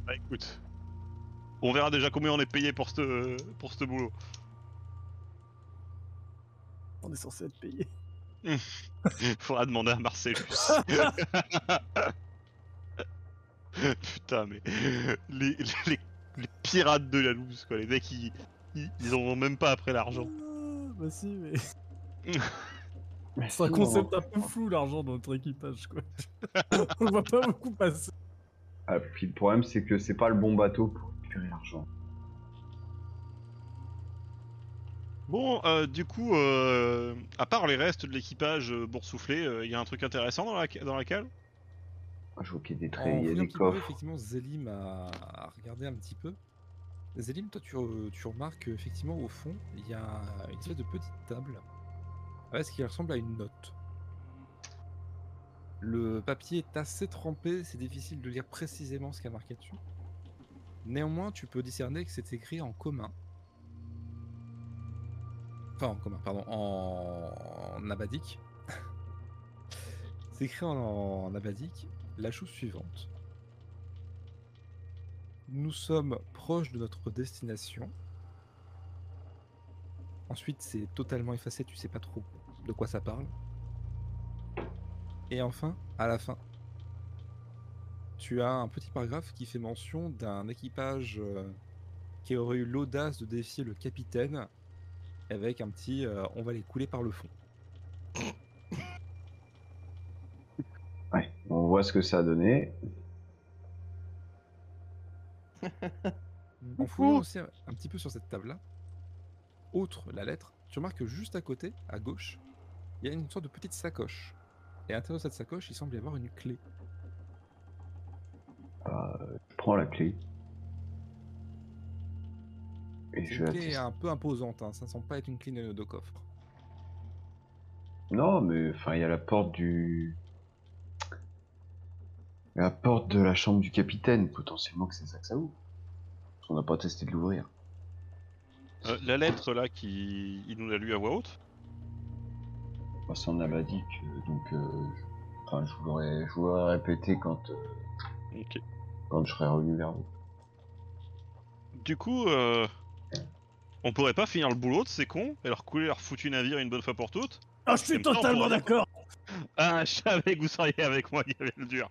S7: Bah écoute, on verra déjà combien on est payé pour ce pour ce boulot.
S6: On est censé être payé.
S7: Faudra demander à Marcellus. Putain, mais les, les- les pirates de la loose, quoi. Les mecs, ils, ils, ils en ont même pas après l'argent.
S6: Ah, bah si, mais.
S1: Mais
S6: C'est un concept
S2: hein.
S6: un peu flou, l'argent, dans notre équipage, quoi. On le voit pas beaucoup passer.
S1: Ah, puis le problème, c'est que c'est pas le bon bateau pour récupérer l'argent.
S7: Bon, euh, du coup, euh, à part les restes de l'équipage euh, boursouflé, il y a un truc intéressant dans la, ca- dans la cale
S1: Ah, Je vois qu'il y a des
S2: En
S1: traits, il y a
S2: fouillant un
S1: des
S2: petit peu,
S1: coffres.
S2: effectivement, Zélim a, a regardé un petit peu. Zélim, toi, tu, re- tu remarques effectivement au fond, il y a une espèce de petite table avec ce qui ressemble à une note. Le papier est assez trempé, c'est difficile de lire précisément ce qu'il y a marqué dessus. Néanmoins, tu peux discerner que c'est écrit en commun. Enfin, en commun, pardon, en, en abadique. c'est écrit en, en abadique la chose suivante. Nous sommes proches de notre destination. Ensuite, c'est totalement effacé, tu sais pas trop de quoi ça parle. Et enfin, à la fin, tu as un petit paragraphe qui fait mention d'un équipage euh, qui aurait eu l'audace de défier le capitaine avec un petit euh, on va les couler par le fond.
S1: Ouais, on voit ce que ça a donné.
S2: En fouillant aussi un un petit peu sur cette table-là, autre la lettre, tu remarques que juste à côté, à gauche, il y a une sorte de petite sacoche. Et à l'intérieur de cette sacoche, il semble y avoir une clé.
S1: Je prends la clé. Et
S2: C'est
S1: je
S2: une
S1: vais
S2: clé
S1: attester-
S2: un peu imposante, hein, ça ne semble pas être une clé de, de coffre.
S1: Non, mais enfin, il y a la porte du. La porte de la chambre du capitaine, potentiellement que c'est ça que ça ouvre. Parce qu'on n'a pas testé de l'ouvrir.
S7: Euh, La lettre là, qui il nous l'a lu à voix haute
S1: Enfin, ça, on avait dit que. Donc, euh, je... Enfin, je vous l'aurais je vous l'aurais répété quand, euh,
S7: Ok.
S1: quand je serais revenu vers vous.
S7: Du coup, euh, on pourrait pas finir le boulot de ces cons et leur couler leur foutu navire une bonne fois pour toutes
S6: Ah, je suis
S7: J'aime ça, on
S6: totalement
S7: pourrait-
S6: d'accord
S7: Ah, je savais que vous seriez avec moi, Galvieldur.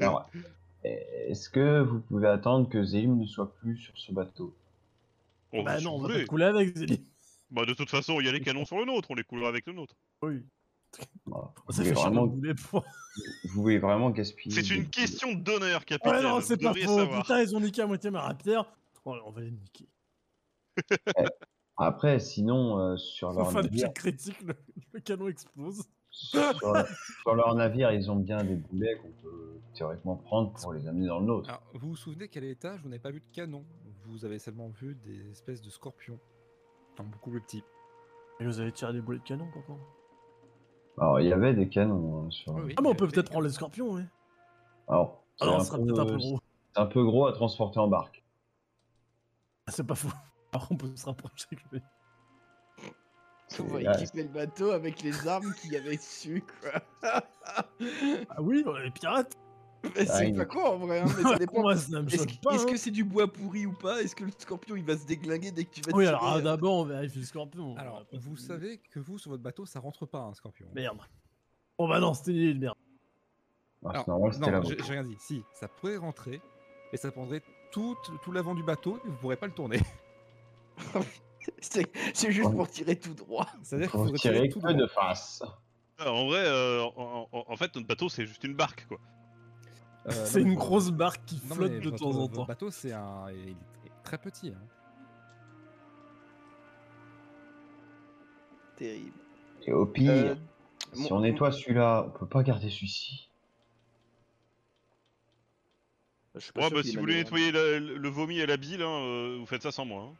S1: Alors, est-ce que vous pouvez attendre que Zélim ne soit plus sur ce bateau
S7: Oh,
S6: Bah
S7: si
S6: non, on
S7: vous
S6: va pas
S7: voulez.
S6: te couler avec, Zélie.
S7: Bah, de toute façon, il y a les canons sur le nôtre, on les coulera avec le nôtre.
S6: Oui.
S1: Voilà. vous,
S6: Ça
S1: voulez
S6: fait vraiment...
S1: vraiment...
S6: boulet pour...
S1: vous voulez vraiment gaspiller
S7: C'est
S1: des-
S7: une question d'honneur, capitaine.
S6: Ouais, non,
S7: vous
S6: c'est pas
S7: devriez
S6: faux.
S7: savoir.
S6: Putain, ils ont niqué à moitié ma rapière.
S3: Oh, on va les niquer.
S1: Après, sinon, euh, sur
S3: Faut
S1: leur
S3: faire des
S1: navire,
S3: petites critiques, le, le canon explose.
S1: sur, sur leur navire, ils ont bien des boulets qu'on peut théoriquement prendre pour les amener dans le nôtre.
S2: Alors, vous vous souvenez qu'à l'étage, vous n'avez pas vu de canon. Vous avez seulement vu des espèces de scorpions. Enfin, beaucoup plus petits.
S3: Et vous avez tiré des boulets de canon, papa
S1: Alors, il y avait des canons hein, sur.
S2: Oui, oui,
S3: Ah, mais on peut
S2: mais-
S3: peut-être prendre les scorpions, ouais.
S1: Alors, c'est
S3: Alors,
S1: un
S3: ça sera
S1: peu-
S3: peut-être un peu gros.
S1: c'est un peu gros à transporter en barque.
S3: Ah, C'est pas fou. Alors, on peut se rapprocher. que-
S1: C'est-
S4: On va
S1: ah,
S4: équiper le bateau avec les armes qu'il y avait dessus, quoi.
S3: Ah oui, on est pirates.
S4: Mais
S1: Ah,
S4: c'est
S1: il-
S4: pas con en vrai, hein, mais ça
S3: On
S4: dépend.
S3: va se
S4: Est-ce
S3: snapshot
S4: que-
S3: pas.
S4: est-ce
S3: hein.
S4: que c'est du bois pourri ou pas Est-ce que le scorpion il va se déglinguer dès que tu vas
S3: Oui,
S4: tirer,
S3: alors ah,
S4: euh,
S3: d'abord, on vérifie le scorpion.
S2: Alors, vous savez que vous, sur votre bateau, ça rentre pas un scorpion.
S3: Merde. Oh bah non, c'était une merde.
S1: ah,
S2: Alors,
S1: c'est normal, c'était la
S2: non, j'ai
S1: vôtre.
S2: j'ai rien dit. Si, ça pourrait rentrer, et ça prendrait tout, tout l'avant du bateau, et vous pourrez pas le tourner.
S3: ah,
S4: C'est c'est juste
S1: Ouais.
S4: pour tirer tout droit.
S2: C'est-à-dire qu'il
S1: Faut
S2: faudrait
S1: tirer
S2: tirer tout
S1: que
S2: droit.
S1: de face.
S5: Ah, En vrai, euh, en, en- en fait, notre bateau, c'est juste une barque, quoi.
S2: Euh, non,
S3: c'est
S2: mais-
S3: une grosse barque qui
S2: non,
S3: flotte
S2: mais
S3: de
S2: votre-
S3: temps en
S2: votre
S3: temps.
S2: bateau, c'est un... Il est- il est très petit. hein.
S4: Terrible.
S1: Et au pire,
S4: Euh,
S1: si
S4: mon-
S1: on nettoie celui-là, on peut pas garder celui-ci.
S4: Je suis pas
S5: Ouais,
S4: sûr
S5: bah,
S4: qu'il y
S5: si
S4: ait
S5: vous voulez
S4: manuel.
S5: nettoyer la- le, le vomi et la bile, hein, euh, vous faites ça sans moi. hein.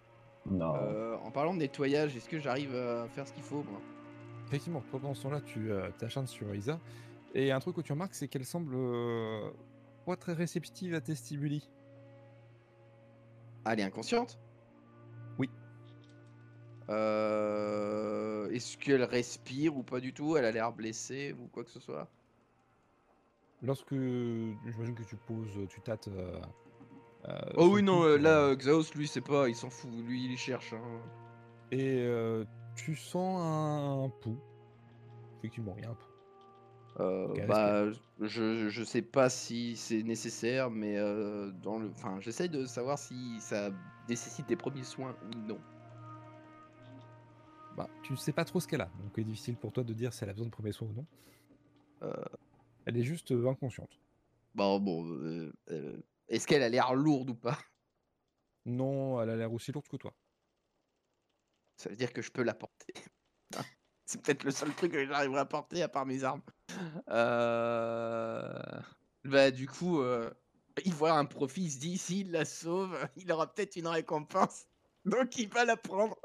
S1: Non.
S4: Euh, en parlant de nettoyage, est-ce que j'arrive à faire ce qu'il faut moi
S2: Effectivement, pendant ce temps-là, tu euh, t'acharnes sur Isa. Et un truc que tu remarques, c'est qu'elle semble euh, pas très réceptive à tes stimuli.
S4: Ah, elle est inconsciente
S2: Oui.
S4: Euh, Est-ce qu'elle respire ou pas du tout Elle a l'air blessée ou quoi que ce soit
S2: Lorsque. J'imagine que tu poses, tu tâtes. euh, euh,
S4: Oh
S2: son
S4: oui, non,
S2: cou
S4: euh,
S2: pour-
S4: là, euh, Xaos, lui, c'est pas, il s'en fout, lui, il cherche. hein.
S2: Et euh, tu sens un, pouls. Effectivement, il y a un pouls.
S4: Euh,
S2: Ok,
S4: bah, je, je sais pas si c'est nécessaire, mais euh, dans le, enfin, j'essaye de savoir si ça nécessite des premiers soins ou non.
S2: Bah, tu sais pas trop ce qu'elle a, donc c'est difficile pour toi de dire si elle a besoin de premiers soins ou non.
S4: Euh.
S2: Elle est juste euh, inconsciente.
S4: Bon, bon, euh, euh, est-ce qu'elle a l'air lourde ou pas
S2: Non, elle a l'air aussi lourde que toi.
S4: Ça veut dire que je peux la porter. Putain, C'est peut-être le seul truc que j'arriverai à porter à part mes armes. Euh... Bah du coup, euh, il voit un profit, il se dit s'il la sauve, il aura peut-être une récompense. Donc il va la prendre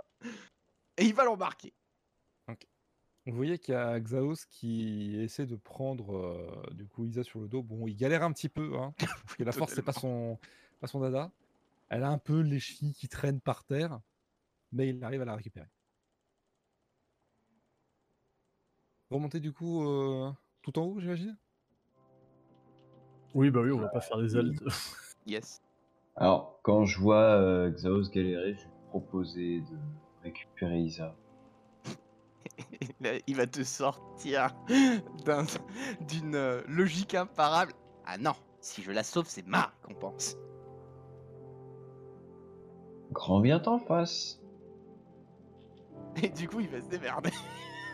S4: et il va l'embarquer.
S2: Vous voyez qu'il y a Xaos qui essaie de prendre euh, du coup Isa sur le dos. Bon, il galère un petit peu, hein, parce que la force c'est pas son, pas son dada. Elle a un peu les chevilles qui traînent par terre, mais il arrive à la récupérer. Vous remontez du coup euh, tout en haut, j'imagine.
S3: Oui, bah oui, on va pas faire des altes.
S4: Yes.
S1: Alors, quand je vois euh, Xaos galérer, je vais lui proposer de récupérer Isa.
S4: Là, il va te sortir d'un- d'une euh, logique imparable. Ah non, si je la sauve, c'est ma récompense.
S1: Grand bien t'en face.
S4: Et du coup, il va se démerder.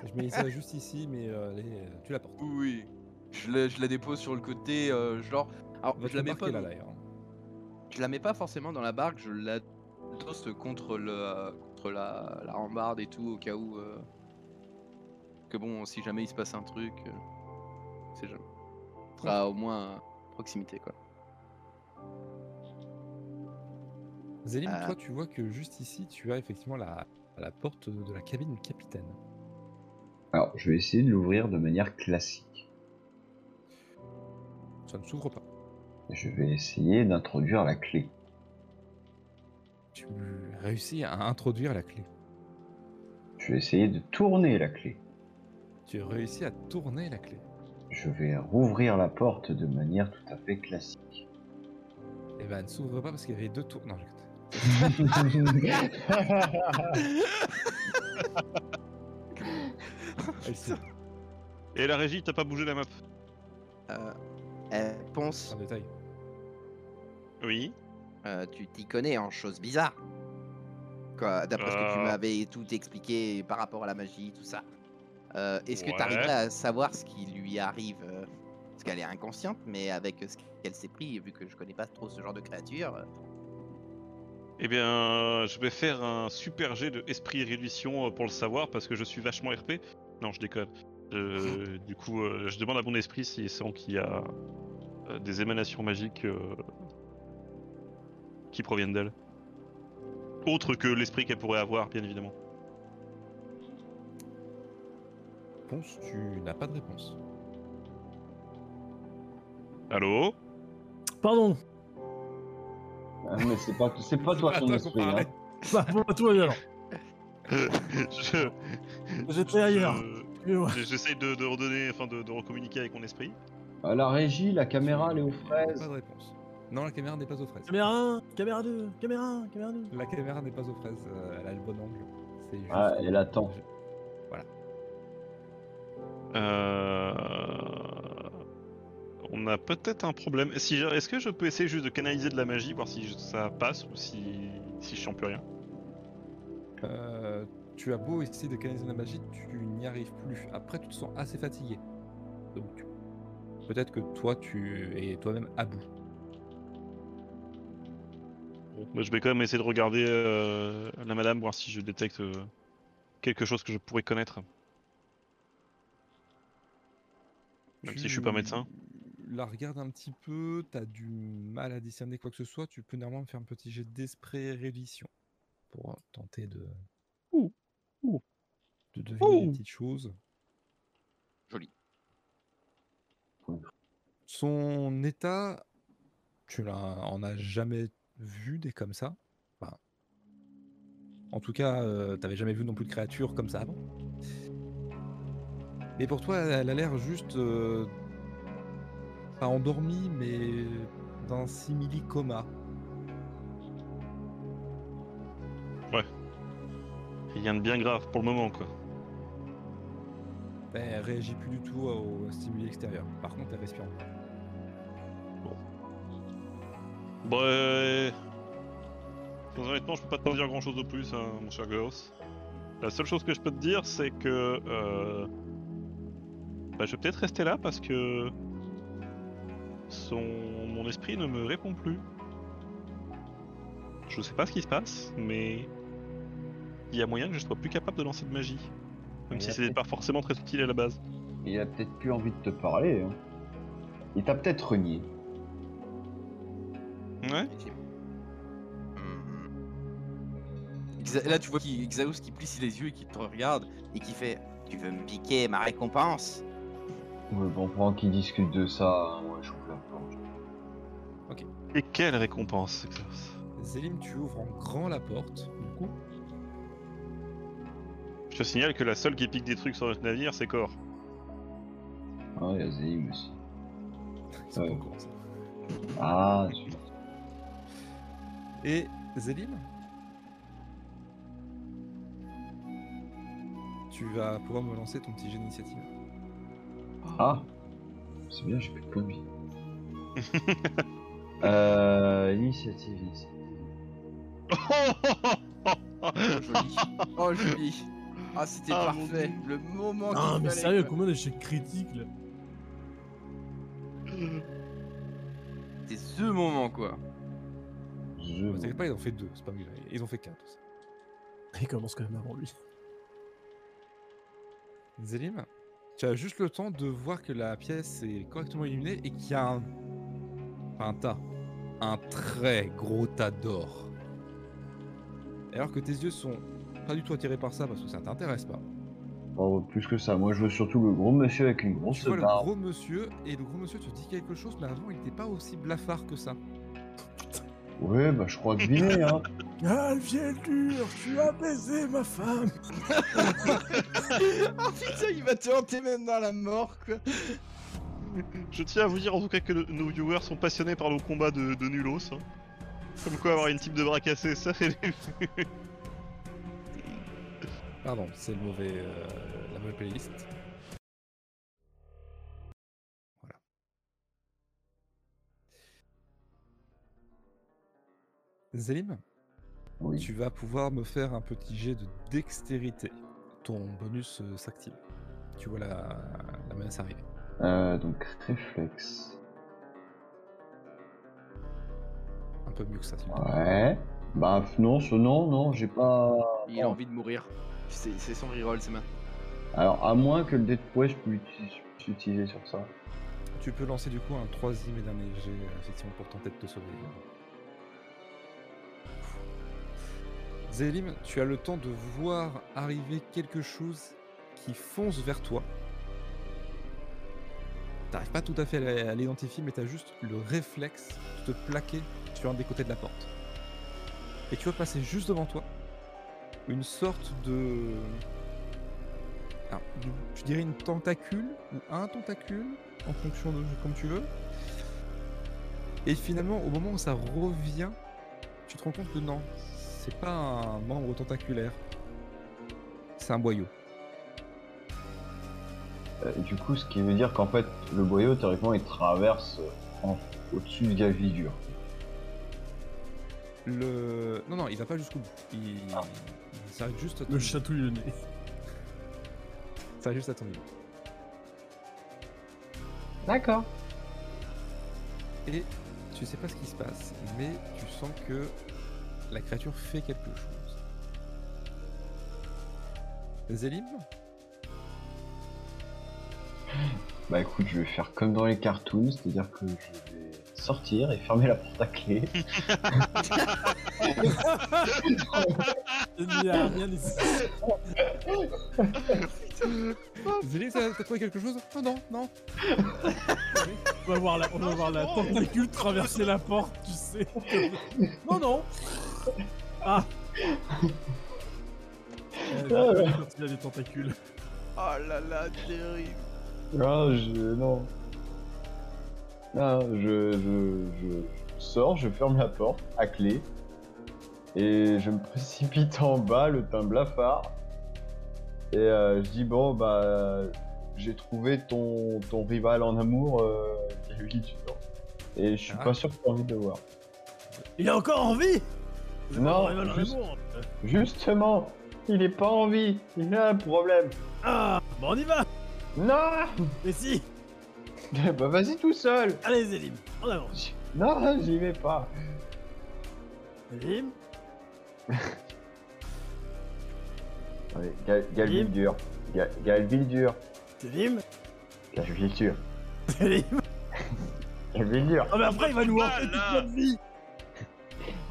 S2: Je mets Isa juste ici, mais euh, elle est- tu la portes.
S4: Oui, je la, je la dépose sur le côté, euh, genre. Alors,
S2: Votre
S4: je la mets
S2: barque
S4: pas.
S2: est là,
S4: non-
S2: d'ailleurs.
S4: je la mets pas forcément dans la barque, je la tosse contre, le, euh, contre la, la rambarde et tout, au cas où. euh, que bon, si jamais il se passe un truc, euh, c'est jamais. Ce sera au moins à proximité, quoi.
S2: Zélim,
S4: Ah.
S2: toi, tu vois que juste ici, tu as effectivement la, la porte de la cabine du capitaine.
S1: Alors, je vais essayer de l'ouvrir de manière classique.
S2: Ça ne s'ouvre pas.
S1: Je vais essayer d'introduire la clé.
S2: Tu réussis à introduire la clé.
S1: Je vais essayer de tourner la clé.
S2: Tu réussis à tourner la clé.
S1: Je vais rouvrir la porte de manière tout à fait classique.
S2: Et ben, elle ne s'ouvre pas parce qu'il y avait deux tours. Non, j'écoute.
S1: Ah,
S2: Elle s'ouvre.
S5: Et la régie, t'as pas bougé la map
S4: Euh, elle pense.
S2: En détail.
S5: Oui.
S4: euh, tu t'y connais en choses bizarres. Quoi, d'après ce que tu
S5: Euh.
S4: m'avais tout expliqué par rapport à la magie, tout ça. Euh, Est-ce que
S5: Ouais.
S4: tu arriverais à savoir ce qui lui arrive euh, Parce qu'elle est inconsciente, mais avec ce qu'elle s'est pris, vu que je connais pas trop ce genre de créature, euh,
S5: Eh bien, je vais faire un super jet de esprit réduction euh, pour le savoir parce que je suis vachement RP. Non, je déconne. Euh, du coup, euh, je demande à mon esprit s'il sent qu'il y a euh, des émanations magiques euh, qui proviennent d'elle. Autre que l'esprit qu'elle pourrait avoir, bien évidemment.
S8: Réponse, tu n'as pas de réponse.
S5: Allô
S3: Pardon
S1: Ah, mais c'est pas, c'est pas toi
S2: pas
S1: ton
S2: toi qu'on
S1: esprit.
S2: parlait.
S1: hein.
S3: Bah, bon, bah, tout va bien alors.
S5: Je-
S3: J'étais ailleurs.
S5: je-
S3: Mais ouais.
S5: J'essaie de, de redonner, enfin de, de recommuniquer avec mon esprit.
S1: À Ah, la régie, la caméra, elle est aux
S2: Pas
S1: fraises.
S2: de réponse. Non, la caméra n'est pas aux fraises.
S3: Caméra 1, caméra 2, caméra 1, caméra 2.
S2: La caméra n'est pas aux fraises. euh, elle a le bon angle. C'est juste.
S1: Ah, elle attend.
S5: Euh, On a peut-être un problème. Si, je- Est-ce que je peux essayer juste de canaliser de la magie, voir si je- ça passe ou si, si je sens plus rien
S2: Euh, tu as beau essayer de canaliser la magie, tu n'y arrives plus. Après, tu te sens assez fatigué. Donc, tu- peut-être que toi, tu es toi-même à bout.
S5: Bon, bah, je vais quand même essayer de regarder euh, la madame, voir si je détecte euh, quelque chose que je pourrais connaître. Même si je suis pas
S2: Tu
S5: médecin.
S2: La regarde un petit peu, t'as du mal à discerner quoi que ce soit. Tu peux normalement me faire un petit jet d'esprit réduction pour euh, tenter de.
S8: Ouh, ouh,
S2: De deviner des
S8: ouh.
S2: petites choses.
S4: Joli.
S2: Son état, tu n'en as jamais vu des comme ça. Enfin, en tout cas, euh, t'avais jamais vu non plus de créature comme ça avant. Et pour toi, elle a l'air juste euh, pas endormie, mais d'un simili coma.
S5: Rien de bien grave pour le moment, quoi.
S2: Ben, Elle réagit plus du tout au stimuli extérieur. Par contre, elle respire. encore.
S5: Bon, euh, Très honnêtement, je peux pas te dire grand chose de plus, hein, mon cher Gauss. La seule chose que je peux te dire, c'est que. euh, Bah, je vais peut-être rester là parce que. Son... Mon esprit ne me répond plus. Je sais pas ce qui se passe, mais. Il y a moyen que je sois plus capable de lancer de magie.
S1: Mais
S5: Même si
S1: après-
S5: c'était pas forcément très utile à la base.
S1: Il a peut-être plus envie de te parler. Hein. Il t'a peut-être renié.
S5: Ouais.
S4: J'ai-
S9: Xa- Mhm. Là, tu vois qui- Xaos qui plisse les yeux et qui te regarde et qui fait Tu veux me piquer ma récompense
S1: Ouais, bon, pendant qu'ils discutent de ça, hein. moi je coupe la planche.
S5: Et quelle récompense, Gauss.
S2: Zélim, tu ouvres en grand la porte. Du coup,
S5: Je te signale que la seule qui pique des trucs sur notre navire, c'est Cor.
S1: Ah, il y a Zélim aussi.
S2: c'est
S1: Ouais.
S2: pas au courant, ça.
S1: Ah, tu-
S2: Et Zélim Tu vas pouvoir me lancer ton petit jet d'initiative.
S1: ah. c'est bien, j'ai plus de points de vie. euh, initiative, initiative.
S4: Oh, joli. Oh, joli. Ah, c'était
S5: Ah, mon
S4: parfait.
S5: Dieu.
S4: Le moment
S3: Ah,
S4: qu'il
S3: mais
S4: fallait,
S3: sérieux,
S4: quoi.
S3: combien d'échecs critiques là
S4: C'était ce moment, quoi.
S1: Je...
S2: Vous savez pas, ils ont fait deux, c'est pas mieux. Ils ont fait quatre.
S3: Il commence quand même avant lui.
S2: Zélim, tu as juste le temps de voir que la pièce est correctement illuminée et qu'il y a un... pas un tas, un très gros tas d'or. Alors que tes yeux sont pas du tout attirés par ça parce que ça t'intéresse pas.
S1: Oh, plus que ça, moi je veux surtout le gros monsieur avec une grosse
S2: tu vois le
S1: barbe.
S2: gros monsieur et le gros monsieur te dit quelque chose mais avant il n'était pas aussi blafard que ça.
S1: Ouais, bah je crois deviner, hein.
S3: Ah, le vieil dur, tu as baisé ma femme
S4: Oh putain, il va te hanter même dans la mort, quoi.
S5: Je tiens à vous dire en tout cas que le- nos viewers sont passionnés par le combat de, de Nulos. hein. Comme quoi avoir une type de bras cassé, ça fait des-
S2: Pardon, c'est le mauvais, euh, la mauvaise playlist. Voilà. Zélim,
S1: Oui.
S2: tu vas pouvoir me faire un petit jet de dextérité. Ton bonus euh, s'active. Tu vois la, la menace arriver.
S1: Euh, donc réflexe.
S2: Un peu mieux que ça. s'il te plaît.
S1: Ouais. Bah f- non, ce- non, non, j'ai pas.
S10: Il
S4: Oh.
S10: a envie de mourir. C'est c'est son reroll, c'est maintenant.
S1: Alors à moins que le dé de poids, je puisse l'utiliser sur ça.
S2: Tu peux lancer du coup un troisième et dernier jet, euh, effectivement, pour tenter de te sauver. Zélim, tu as le temps de voir arriver quelque chose qui fonce vers toi. T'arrives pas tout à fait à l'a- à l'identifier, mais t'as juste le réflexe de te plaquer sur un des côtés de la porte. Et tu vois passer juste devant toi une sorte de... Alors, je dirais une tentacule ou un tentacule en fonction de comme tu veux. Et finalement, au moment où ça revient, tu te rends compte que non, c'est pas un membre tentaculaire. C'est un boyau.
S1: Euh, du coup, ce qui veut dire qu'en fait, le boyau théoriquement, il traverse euh, en- au-dessus de Gavidur.
S2: Le... Non, non, il va pas jusqu'au bout. Il, il s'arrête juste à ton
S3: Me
S2: niveau.
S3: chatouille le nez.
S2: Il s'arrête juste à ton niveau.
S1: D'accord.
S2: Et tu sais pas ce qui se passe, mais tu sens que la créature fait quelque chose. Zélim
S1: Bah écoute, je vais faire comme dans les cartoons, c'est-à-dire que je vais sortir et fermer la porte à clé.
S3: Il n'y a rien ici.
S2: Zélim, t'as t'as trouvé quelque chose Oh Non, non, non.
S3: On va voir la, on va voir la tentacule traverser la porte, tu sais. Non, non. Ah. Euh, j'ai pas vu quand il y a des tentacules.
S4: Oh là là, terrible.
S1: Ah, je. Non. Ah, je, je, je sors, je ferme la porte à clé. Et je me précipite en bas, le teint blafard. Et euh, je dis Bon, bah. J'ai trouvé ton, ton rival en amour, euh, il y a eu qui tu vois. Et je suis
S2: Ah.
S1: pas sûr que t'as envie de le voir.
S3: Il est encore en vie C'est
S1: Non,
S3: pas vraiment
S1: juste-
S3: l'amour.
S1: Justement, il est pas en vie, il a un problème.
S3: Ah, bon, on y va.
S1: Non
S3: Mais si,
S1: Bah vas-y tout seul
S3: allez Zélim, en avant.
S1: Non, j'y vais pas.
S3: Zélim,
S1: Allez, Gal- Galvildur. Ga- Galvildur.
S3: Zélim,
S1: Galvildur.
S3: Zélim.
S1: Galvildur.
S3: Ah mais après il va nous
S5: Ah,
S3: hanter toute
S5: là.
S3: notre vie.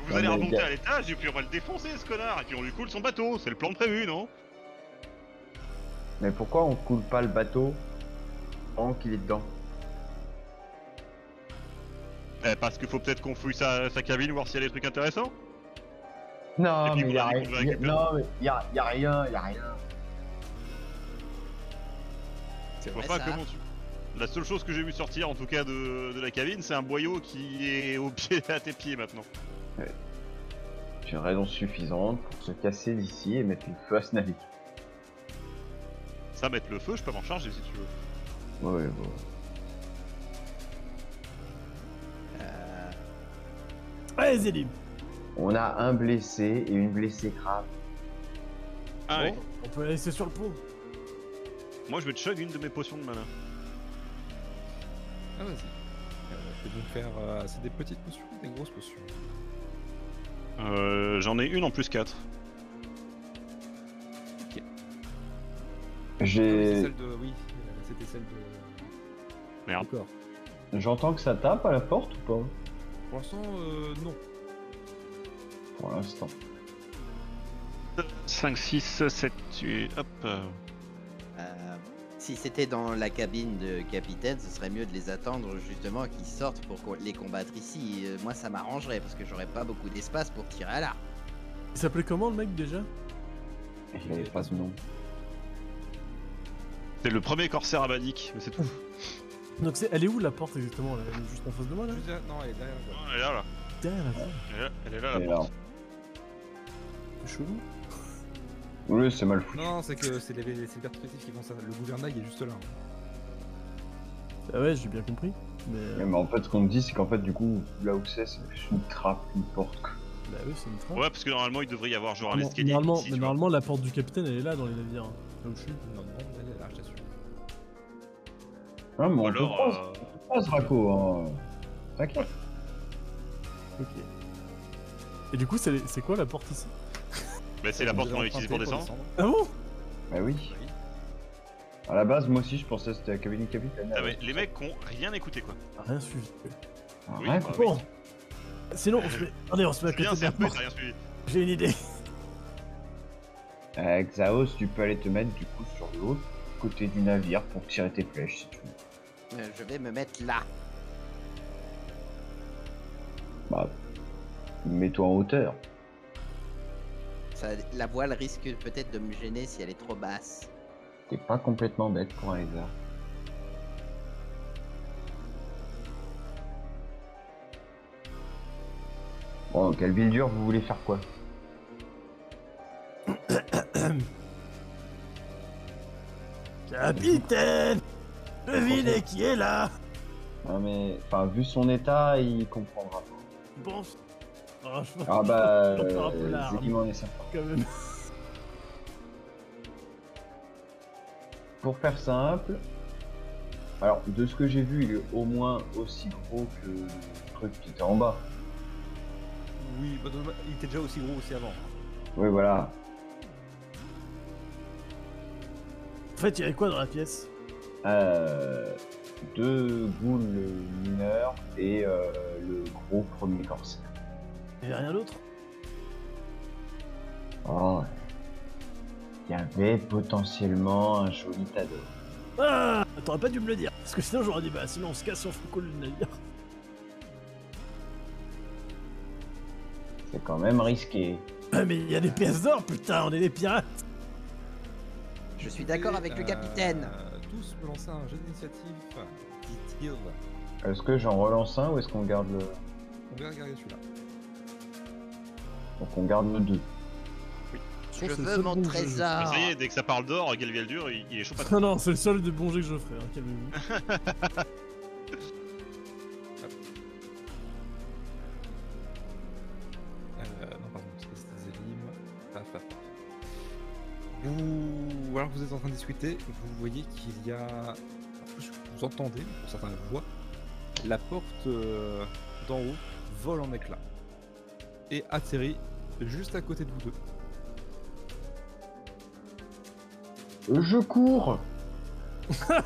S5: Vous
S1: Non,
S5: allez
S1: mais
S5: remonter
S1: gars-
S5: à l'étage et puis on va le défoncer ce connard et puis on lui coule son bateau, c'est le plan prévu, non
S1: Mais pourquoi on coule pas le bateau pendant qu'il est dedans
S5: Eh, Parce qu'il faut peut-être qu'on fouille sa, sa cabine, voir s'il y a des trucs intéressants.
S1: Non,
S5: Et puis
S1: mais
S5: on
S1: y a
S5: a dit
S1: rien.
S5: qu'on le récupère.
S1: Non, mais y a, y a rien, y a rien.
S4: C'est
S5: Je vois
S4: vrai,
S5: pas
S4: ça. hein.
S5: comment tu... La seule chose que j'ai vu sortir, en tout cas de, de la cabine, c'est un boyau qui est au pied, à tes pieds maintenant.
S1: C'est une raison suffisante pour se casser d'ici et mettre une feu à ce navire.
S5: Ça, mettre le feu, je peux m'en charger si tu veux.
S1: Ouais, bon.
S4: Euh,
S3: Allez Zélim.
S1: On a un blessé et une blessée grave.
S5: Ah
S3: Bon, on peut la laisser sur le pont.
S5: Moi, je vais te chug une de mes potions de malin.
S2: Ah vas-y. Euh, je vais donc faire... euh, c'est des petites potions ou des grosses potions
S5: Euh, J'en ai une en plus
S2: Ah
S5: 4.
S2: oui, c'est
S1: J'ai.
S2: celle de... Oui, euh, c'était celle de...
S5: Merde.
S2: du corps.
S1: J'entends que ça tape à la porte ou pas
S2: Pour l'instant, euh, non.
S1: Pour l'instant.
S5: 5, 6, 7, 8, hop.
S4: euh, si c'était dans la cabine de capitaine, ce serait mieux de les attendre justement qu'ils sortent pour qu'on- les combattre ici. Euh, Moi, ça m'arrangerait parce que j'aurais pas beaucoup d'espace pour tirer à l'arc.
S3: Il s'appelait comment le mec déjà
S1: Il avait pas de nom.
S5: C'est le premier corsaire abadique, mais c'est tout.
S3: Donc c'est, elle est où la porte exactement là Elle est juste en face de moi là
S2: Juste là- non, elle est derrière la porte.
S5: elle est là, là.
S3: Derrière la porte.
S5: Elle est là, elle est là,
S1: Et
S5: la
S1: là,
S5: porte.
S3: Chelou.
S1: Oui, c'est mal foutu.
S2: Non, non, c'est que c'est les, les c'est les perspectives qui font ça. Le gouvernail est juste là.
S3: Ah ouais, j'ai bien compris. Mais euh,
S1: Ouais, Mais en fait, ce qu'on me dit, c'est qu'en fait, du coup, là où c'est, c'est une trappe, une porte. quoi.
S3: bah oui, c'est une trappe.
S5: Ouais, parce que normalement, il devrait y avoir genre un
S3: Non,
S5: escalier.
S3: normalement,
S5: ici,
S3: mais
S5: tu vois.
S3: normalement, la porte du capitaine elle est là dans les navires. hein, Là où je suis.
S2: Non, non, elle est là, je t'assure.
S1: Ah, mais
S5: Ou
S1: on peut
S5: alors.
S1: pas, on
S5: euh,
S1: peut pas ce raco, hein. T'inquiète.
S3: Ok. Et du coup, c'est c'est quoi la porte ici
S7: Mais bah, c'est la
S2: Vous
S7: porte
S2: allez
S7: qu'on a utilisée pour
S2: emprunter
S7: descendre.
S3: Ah bon
S1: Bah oui. À la base, moi aussi, je pensais que c'était la cabine capitaine.
S7: Ah mais les mecs ont rien écouté quoi.
S3: Rien suivi.
S1: Ah,
S7: oui,
S1: rien
S7: bah
S1: compris.
S7: oui.
S3: Bon. Sinon, on se met... Attendez, on se met à
S7: C'est
S3: côté
S7: bien,
S3: de
S7: c'est
S3: la
S7: un peu,
S3: porte.
S7: t'as rien suivi.
S3: J'ai une idée.
S1: Euh, Xaos, tu peux aller te mettre du coup sur l'autre côté du navire pour tirer tes flèches si tu veux.
S11: Euh, Je vais me mettre là.
S1: Bah, mets-toi en hauteur.
S11: Ça, la voile risque peut-être de me gêner si elle est trop basse.
S1: T'es pas complètement bête pour un lézard. Bon, quelle ville dure, vous voulez faire quoi
S3: Capitaine Devinez qui est là
S1: Non mais, enfin, vu son état, il comprendra pas.
S3: Bon. Ah, je-
S1: Ah bah,
S3: J'en perds un peu
S1: euh,
S3: la
S1: Zélie m'en est sympa.
S3: quand même.
S1: Pour faire simple, alors de ce que j'ai vu, il est au moins aussi gros que le truc qui était en bas.
S2: Oui, bah, dommage, il était déjà aussi gros aussi avant.
S1: Oui, voilà.
S3: En fait, il y avait quoi dans la pièce
S1: Euh, deux goules mineurs et euh, le gros premier corsaire.
S3: Il y avait rien d'autre
S1: Oh, ouais. il y avait potentiellement un joli tas de...
S3: Ah T'aurais pas dû me le dire. Parce que sinon, j'aurais dit, bah sinon, on se casse, on fout cool le navire.
S1: C'est quand même risqué.
S3: Ah, mais il y a des pièces d'or, putain, on est des pirates
S11: Je suis d'accord avec le capitaine.
S2: Euh, Tous me lancer un jeu d'initiative. dit Hill.
S1: Est-ce que j'en relance un ou est-ce qu'on garde le...
S2: On va regarder celui-là.
S1: Donc on garde le 2.
S11: Je veux mon
S7: Ah,
S11: trésor.
S7: Ça y est, dès que ça parle d'or, Galviel dur, il, il est chaud pas
S3: Non, non, c'est le seul de bon jeu que je ferai, hein, calmez-vous.
S2: Euh, non, pardon, c'est pas c'était Zélim. Paf, paf, paf. Vous... Alors vous êtes en train de discuter, vous voyez qu'il y a... en plus, Vous entendez, pour certains voix, la porte euh, d'en haut vole en éclats et atterrit juste à côté de vous deux.
S1: Je cours
S2: Euh,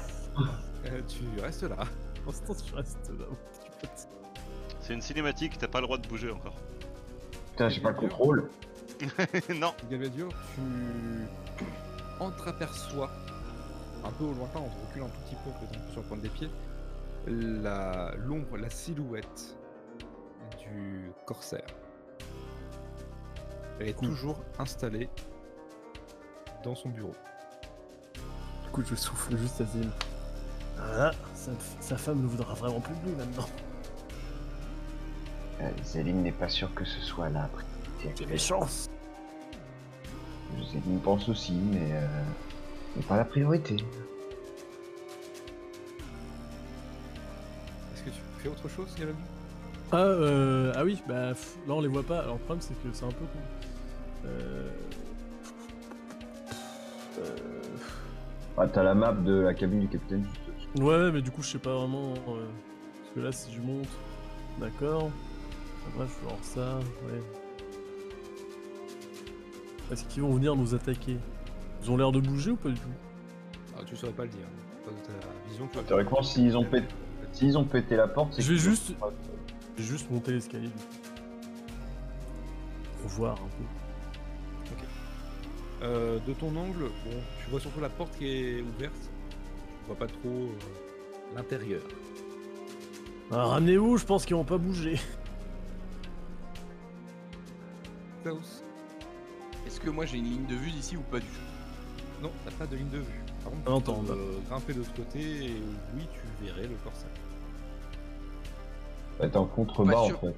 S2: tu restes là.
S3: Pour l'instant, je reste là. mon petit pote.
S7: C'est une cinématique, t'as pas le droit de bouger encore.
S1: Putain, j'ai pas le contrôle.
S7: non,
S2: Galvadur, tu entreaperçois un peu au lointain, en te reculant un tout petit peu, en te mettant sur le point des pieds, la l'ombre, la silhouette du corsaire. Elle est toujours installée dans son bureau.
S3: Du coup, je souffle juste à Zim. Voilà, sa, sa femme ne voudra vraiment plus de lui maintenant.
S1: Euh, Zélim n'est pas sûr que ce soit là. après.
S3: J'ai mes chances.
S1: Zélim pense aussi, mais... Euh... C'est pas la priorité.
S2: Est-ce que tu fais autre chose, Galvadur
S3: Ah, euh, ah oui, bah pff, là on les voit pas. Alors le problème c'est que c'est un peu con. Euh... euh,
S1: Ah, t'as la map de la cabine du capitaine juste au-dessus.
S3: Ouais, mais du coup je sais pas vraiment. euh, Parce que là si je monte, d'accord. Après je vais voir ça, ouais. Est-ce qu'ils vont venir nous attaquer Ils ont l'air de bouger ou pas du tout
S2: Ah, Tu saurais pas le dire. Pas de ta vision, tu vois.
S1: Théoriquement, s'ils ont pété- S'ils ont pété la porte, c'est
S3: Je vais
S1: qu'ils-
S3: juste- J'ai juste monté l'escalier du coup. Pour voir un peu.
S2: Euh, de ton angle, bon, tu vois surtout la porte qui est ouverte. Tu vois pas trop euh, l'intérieur.
S3: Ah, Ramenez-vous, je pense qu'ils vont pas bouger.
S2: Klaus
S4: Est-ce que moi j'ai une ligne de vue d'ici ou pas du tout
S2: Non, t'as pas de ligne de vue. Par contre,
S3: Ah, entends,
S2: tu peux, euh, grimper de l'autre côté et oui, tu verrais le corsaire.
S1: Ouais, t'es en contrebas,
S4: Pas
S1: en
S4: sûr.
S1: fait.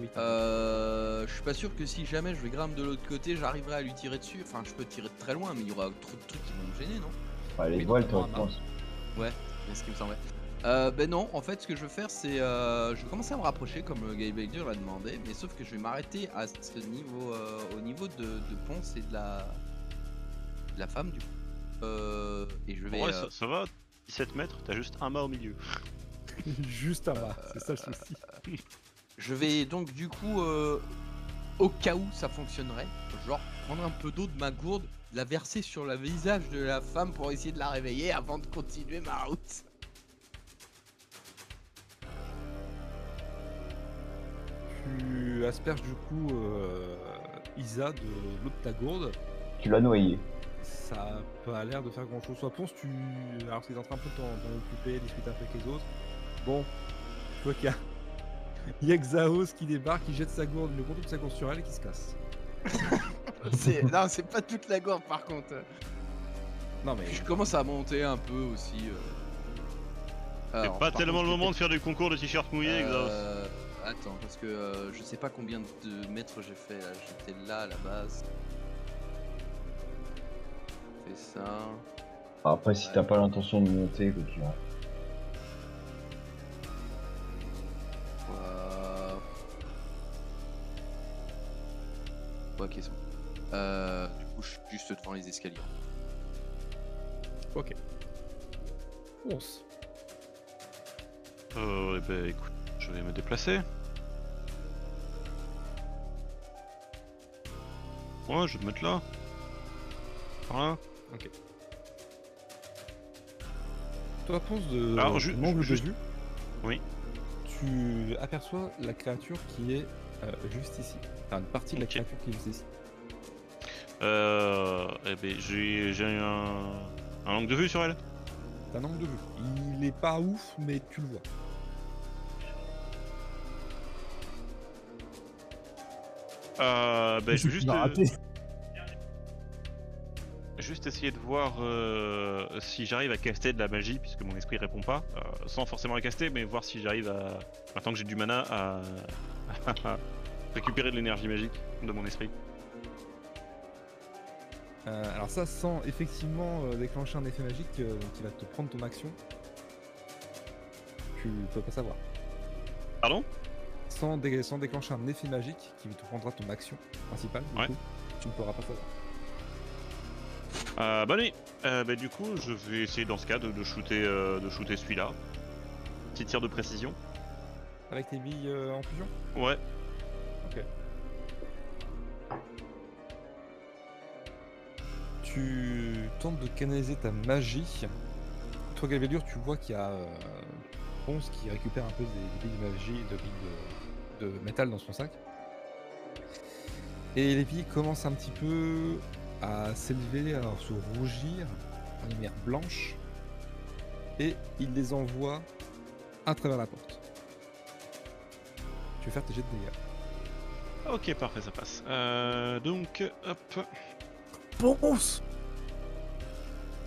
S2: Oui, t'as-
S4: Euh. Je suis pas sûr que si jamais je grimpe de l'autre côté, j'arriverai à lui tirer dessus. Enfin, je peux tirer de très loin, mais il y aura trop de trucs qui vont me gêner, non
S1: Enfin, les
S4: Mais
S1: voiles,
S4: dans le
S1: théoriquement,
S4: C'est ce qui me semblait. Euh, ben non, en fait, ce que je vais faire, c'est. euh, je vais commencer à me rapprocher, comme euh, Guy Baker l'a demandé, mais sauf que je vais m'arrêter à ce niveau, euh, au niveau de, de Ponce et de la. de la femme, du coup. Euh, et je vais.
S7: ouais,
S4: euh,
S7: ça, ça va, 17 mètres, t'as juste un mât au milieu.
S2: Juste à bas, c'est ça le souci.
S4: Je vais donc, du coup, euh, au cas où ça fonctionnerait, genre prendre un peu d'eau de ma gourde, la verser sur le visage de la femme pour essayer de la réveiller avant de continuer ma route.
S2: Tu asperges du coup euh, Isa de l'eau de ta gourde.
S1: Tu l'as noyé.
S2: Ça a pas l'air de faire grand chose. Soit ponce, tu. Alors qu'ils sont en train un peu de t'en t'en occuper, discuter un peu avec les autres. Bon, tu vois qu'il y a. Il y a Xaos qui débarque, qui jette sa gourde, le contenu de sa gourde sur elle et qui se casse.
S4: C'est- non, c'est pas toute la gourde par contre.
S2: Non mais.
S4: Puis je commence à monter un peu aussi. euh.
S7: C'est
S4: Alors,
S7: pas
S4: par
S7: tellement
S4: contre,
S7: le
S4: je
S7: moment
S4: vais
S7: de faire du concours de t-shirt mouillé, Xaos.
S4: Euh, Attends, parce que euh, je sais pas combien de mètres j'ai fait là. J'étais là à la base. Fais ça.
S1: Après, si t'as pas l'intention de monter, que tu vas.
S4: Euh... Ouais, ok, c'est bon. Euh, du coup, je suis juste devant les escaliers.
S2: Ponce.
S7: Euh, eh ben, écoute, je vais me déplacer. Ouais, je vais me mettre là. Par là.
S2: Toi Ponce de
S7: Alors, ju-
S2: mon angle
S7: ju- juste-
S2: de vue.
S7: Oui.
S2: Tu aperçois la créature qui est euh, juste ici. Enfin une partie de la
S7: Ok.
S2: créature qui est juste ici.
S7: Euh, eh ben, j'ai j'ai un, un angle de vue sur elle.
S2: T'as un angle de vue. Il est pas ouf mais tu le vois.
S7: Euh, ben, je vais
S6: Tu
S7: juste,
S6: l'as raté.
S7: juste essayer de voir euh, si j'arrive à caster de la magie, puisque mon esprit répond pas, euh, sans forcément la caster, mais voir si j'arrive à, maintenant que j'ai du mana, à, à récupérer de l'énergie magique de mon esprit.
S2: Euh, alors ça sans effectivement euh, déclencher un effet magique euh, qui va te prendre ton action. Tu peux pas savoir.
S7: Pardon
S2: Sans, dé- sans déclencher un effet magique qui te prendra ton action principale, du
S7: Ouais.
S2: coup, tu ne pourras pas savoir.
S7: euh, Bonne nuit. Euh, ben, du coup, je vais essayer dans ce cas de, de shooter, euh, de shooter celui-là. Petit tir de précision.
S2: Avec tes billes euh, en fusion
S7: Ouais.
S2: Tu tentes de canaliser ta magie. Toi, Galvelure, tu vois qu'il y a euh, Ponce qui récupère un peu des, des billes de magie, de billes de, de métal dans son sac. Et les billes commencent un petit peu à s'élever, à se rougir en lumière blanche. Et il les envoie à travers la porte. Tu veux faire tes jets de dégâts.
S7: Ok, parfait, ça passe. Euh, donc, hop.
S6: Ponce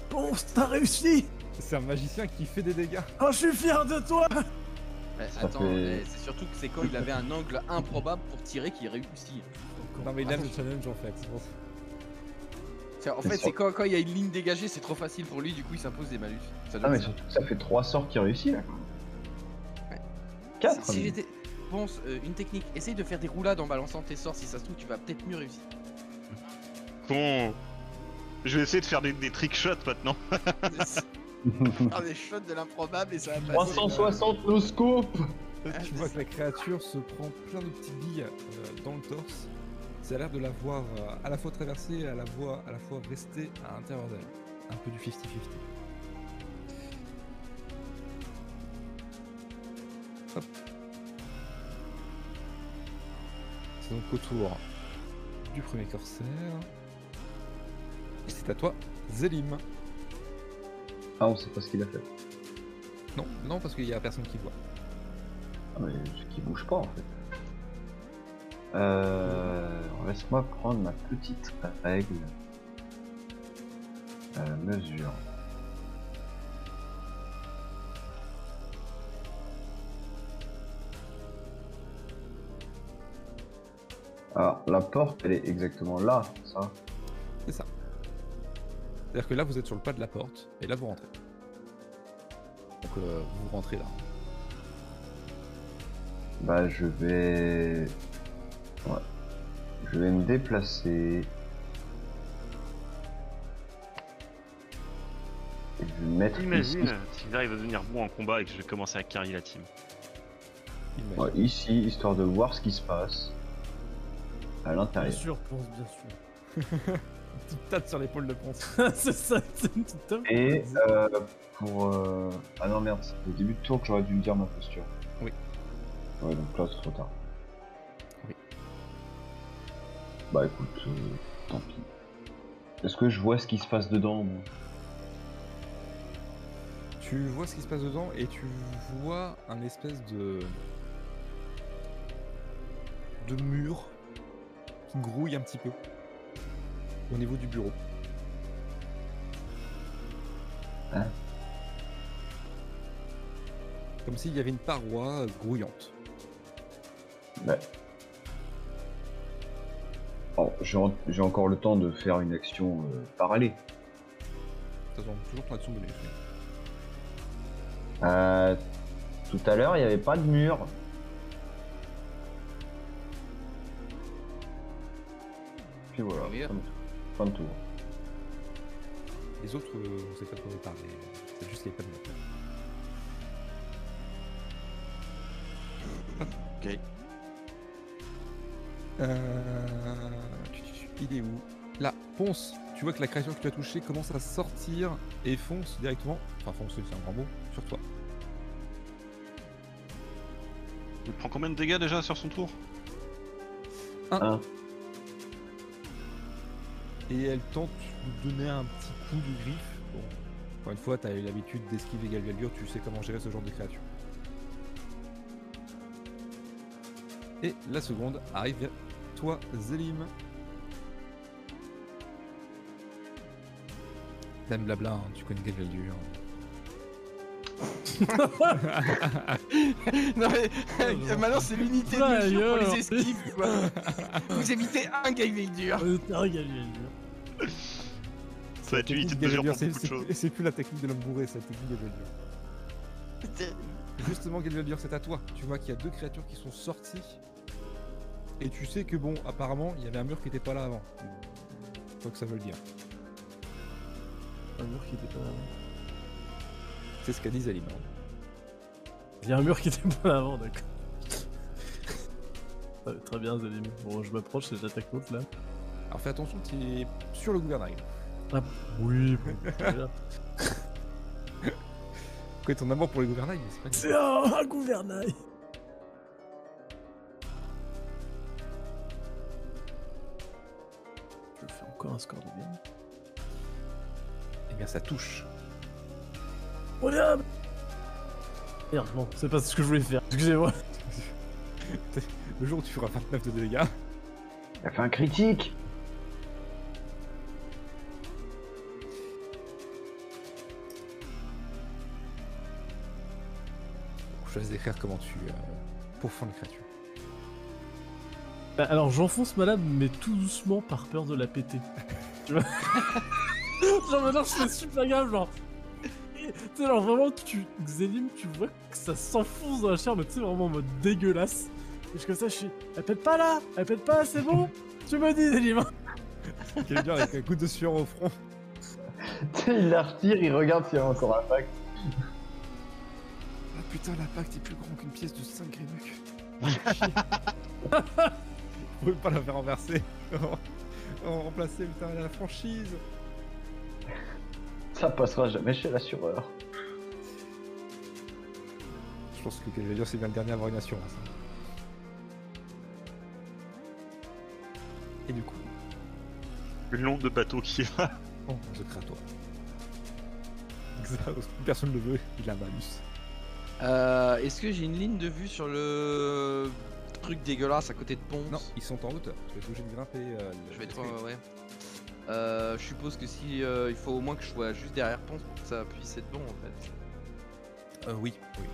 S6: Ponce, t'as réussi
S2: C'est un magicien qui fait des dégâts.
S6: Oh, je suis fier de toi
S4: Ouais,
S1: Ça
S4: attends,
S1: fait-
S4: mais c'est surtout que c'est quand il avait un angle improbable pour tirer qu'il réussit.
S2: Non, mais il a le
S6: là Ah, challenge en fait.
S4: C'est- En
S1: C'est
S4: fait,
S1: sûr.
S4: c'est quand, quand il y a une ligne dégagée, c'est trop facile pour lui, du coup, il s'impose des malus. Ça
S1: Ah,
S4: doit
S1: mais
S4: être ça.
S1: surtout que ça fait 3 sorts qui réussissent là.
S4: Ouais.
S1: 4
S4: Si j'étais. Bon, euh, une technique, essaye de faire des roulades en balançant tes sorts, si ça se trouve, tu vas peut-être mieux réussir.
S7: Con. Je vais essayer de faire des, des trick shots maintenant.
S4: Faire des shots de l'improbable et ça va passer.
S1: 360 nos scopes
S2: Tu vois que la créature se prend plein de petites billes euh, dans le torse. Ça a l'air de la voir euh, à la fois traverser et à la, voir, à la fois rester à l'intérieur d'elle. Un peu du 50-50. Hop. C'est donc au tour du premier corsaire. Et c'est à toi, Zélim.
S1: Ah, on sait pas ce qu'il a fait.
S2: Non, non, parce qu'il y a personne qui voit.
S1: Ah, mais ce qui bouge pas en fait. Euh, Laisse-moi prendre ma petite règle. Euh, mesure. Alors, Ah, la porte, elle est exactement là, ça.
S2: C'est-à-dire que là, vous êtes sur le pas de la porte, et là, vous rentrez. Donc, euh, vous rentrez là.
S1: Bah, je vais. Ouais. Je vais me déplacer. Et je vais me mettre. ici.
S7: Imagine si j'arrive à devenir bon en combat et que je vais commencer à carry la team.
S2: Imagine.
S1: Ouais, ici, histoire de voir ce qui se passe. à
S3: Bien
S1: l'intérieur.
S3: sûr, Ponce, bien sûr.
S2: Tu te tâtes sur l'épaule de Ponce.
S3: c'est ça, c'est une petite tape.
S1: Et euh, pour. euh, Ah non, merde, c'est au début de tour que j'aurais dû me dire ma posture.
S2: Oui.
S1: Ouais, donc là, c'est trop tard.
S2: Oui.
S1: Bah écoute, euh, tant pis. Est-ce que je vois ce qui se passe dedans moi
S2: Tu vois ce qui se passe dedans et tu vois un espèce de. de mur qui grouille un petit peu au niveau du bureau.
S1: Hein
S2: Comme s'il y avait une paroi euh, grouillante.
S1: Alors, Oh, j'ai en- j'ai encore le temps de faire une action euh, parallèle.
S2: Ça demande toujours ton action bonus. mais-
S1: Euh, tout à l'heure, il n'y avait pas de mur. Puis voilà,
S12: Pas de mur.
S1: fin de, fin de tour.
S2: Les autres, euh, on sait pas de quoi vous parlez. C'est juste les pas de mur.
S4: Ok.
S2: Euh, Il est où Là, Ponce, tu vois que la créature que tu as touchée commence à sortir et fonce directement, enfin fonce c'est un grand mot, sur toi.
S7: Il prend combien de dégâts déjà sur son tour
S2: Et elle tente de donner un petit coup de griffe. Bon, encore une fois, t'as eu l'habitude d'esquiver Galgalgur, tu sais comment gérer ce genre de créature. Et la seconde arrive vers toi, Zélim. Même blabla, hein, tu connais Galgalgur.
S4: non mais maintenant c'est l'unité de
S3: Putain,
S4: mesure pour
S3: ailleurs.
S4: les esquives quoi. Vous évitez un game dur.
S3: Euh, T'as régalé.
S7: Ça va être une unité de mesure pour beaucoup de choses.
S2: C'est plus la technique de l'homme bourré, c'est la technique de Galgalgur. Justement, Galvaldur, c'est à toi. Tu vois qu'il y a deux créatures qui sont sorties. Et tu sais que, bon, apparemment, il y avait un mur qui était pas là avant. Quoi que ça veut le dire.
S3: Un mur qui était pas là.
S2: C'est ce qu'a dit Zalim.
S3: Il y a un mur qui était pas là avant, d'accord. Euh, Très bien, Zalim. Bon, je m'approche et j'attaque l'autre là.
S2: Alors fais attention, tu es sur le gouvernail.
S3: Oui, bon, voilà.
S2: Quoi, ton amour pour le gouvernail, mais c'est pas
S3: c'est un, un gouvernail. Je fais encore un score de bien.
S2: Eh bien, ça touche.
S3: On est à- Merde, non, c'est pas ce que je voulais faire. Excusez-moi.
S2: Le jour où tu feras 29 de dégâts,
S1: Il a fait un critique
S2: je te laisse décrire comment tu euh, pourfends les créatures.
S3: Bah, alors j'enfonce ma lame, mais tout doucement par peur de la péter. Tu vois Genre maintenant je fais super gaffe, genre. Tu sais, genre vraiment, tu. Xélim, tu vois que ça s'enfonce dans la chair, mais tu sais, vraiment en mode dégueulasse. Et je suis comme ça, je suis. Elle pète pas là Elle pète pas, c'est bon Tu me dis, hein. Xélim
S2: Quelqu'un avec un coup de sueur au front.
S1: Il la retire, il regarde s'il y a encore un pack.
S2: Ah putain, l'impact est plus grand qu'une pièce de 5 Grémuc. Vous pouvez pas la faire renverser. En remplacer, putain, la franchise.
S1: Ça passera jamais chez l'assureur.
S2: Je pense que je vais dire c'est bien le dernier à avoir une assurance. hein. Et du coup,
S7: Le nombre de bateaux qui va.
S2: oh, je crée à toi. Xaos, personne ne le veut, il a un malus.
S4: Euh, Est-ce que j'ai une ligne de vue sur le truc dégueulasse à côté de Ponce
S2: Non, ils sont en hauteur, tu vas être obligé de grimper. euh, le-
S4: Je vais être
S2: l'escalier.
S4: euh, ouais. Euh, je suppose que si euh, il faut au moins que je sois juste derrière Ponce pour que ça puisse être bon en fait.
S2: Euh, oui, oui.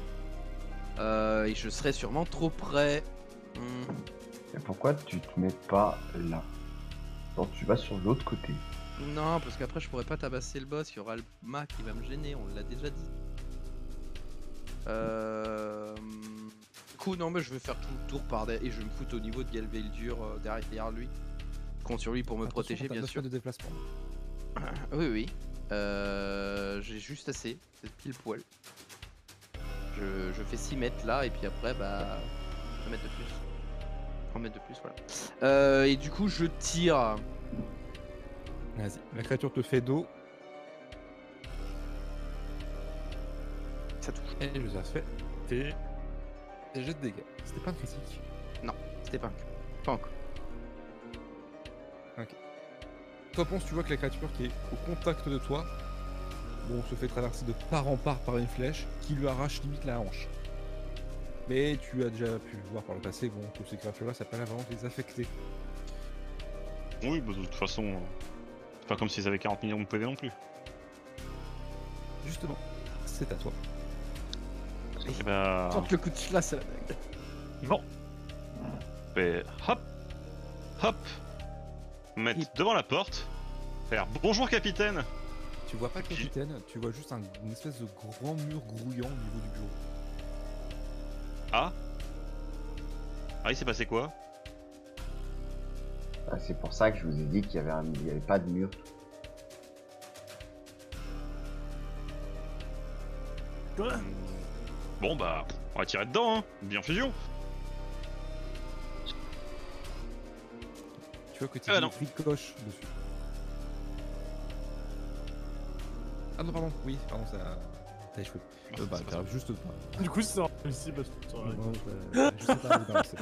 S4: Euh, et je serai sûrement trop près. Hmm.
S1: Et pourquoi tu te mets pas là Quand tu vas sur l'autre côté.
S4: Non, parce qu'après je pourrais pas tabasser le boss, il y aura le mât qui va me gêner, on l'a déjà dit. Euh... Du coup, non, mais je vais faire tout le tour par derrière et je vais me foutre au niveau de Galveldur euh, derrière lui. Je Compte sur lui pour me
S2: Attention,
S4: protéger,
S2: t'as
S4: bien
S2: neuf
S4: sûr.
S2: mètres de déplacement.
S4: Oui, oui. Euh, J'ai juste assez, c'est pile poil. Je, je fais 6 mètres là et puis après, bah. 1 mètre de plus. 3 mètres de plus, voilà. Euh, et du coup, je tire.
S2: Vas-y. La créature te fait dos.
S4: Ça touche.
S2: Et je ça fait tes tes jets de dégâts. C'était pas un critique.
S4: C'était pas un cul. Pas encore.
S2: Toi, Ponce, tu vois que la créature qui est au contact de toi, bon, se fait traverser de part en part par une flèche qui lui arrache limite la hanche. Mais tu as déjà pu voir par le passé, bon, que ces créatures-là, ça peut pas vraiment les affecter.
S5: Oui, bah, de toute façon, euh, c'est pas comme s'ils avaient 40 millions de PV non plus.
S2: Justement, c'est à toi.
S5: Et bah,
S4: Tente le coup de chlasse à la bague.
S5: bon. Ben, hop, hop, me mettre devant la porte, faire bonjour capitaine.
S2: Tu vois pas le
S5: Qui-
S2: capitaine, tu vois juste un- une espèce de grand mur grouillant au niveau du bureau.
S5: Ah, ah, il s'est passé quoi
S1: Ah, c'est pour ça que je vous ai dit qu'il y avait, un... il y avait pas de mur.
S3: Quoi
S5: Bon bah, on va tirer dedans, hein. bien fusion.
S2: Tu vois que tu
S5: Ah,
S2: as
S5: non.
S2: ricoche dessus. Ah non, pardon, oui, pardon, ça. T'as échoué. Euh, bah,
S5: Ah, C'est pas
S2: t'as
S5: ça.
S2: juste pas.
S3: Du coup, c'est réussi parce que.
S2: Non, je- je sais pas, mais non, c'est-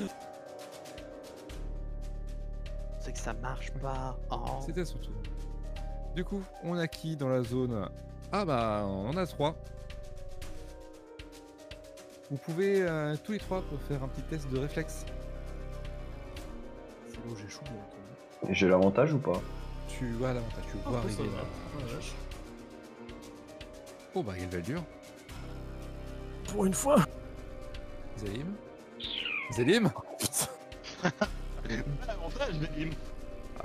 S4: C'est que ça marche pas. Oh.
S2: C'était surtout. Du coup, on a qui dans la zone Ah bah, on en a trois. Vous pouvez euh, tous les trois faire un petit test de réflexe.
S3: C'est là où j'échoue, bien entendu.
S1: Et J'ai l'avantage ou pas
S2: Tu vois l'avantage, tu vois
S3: Après, ça
S2: arriver.
S3: va.
S2: là.
S3: Ah, la vache.
S2: Oh bah, elle va dur.
S3: Pour une fois
S2: Zalim. Zalim
S4: Ah,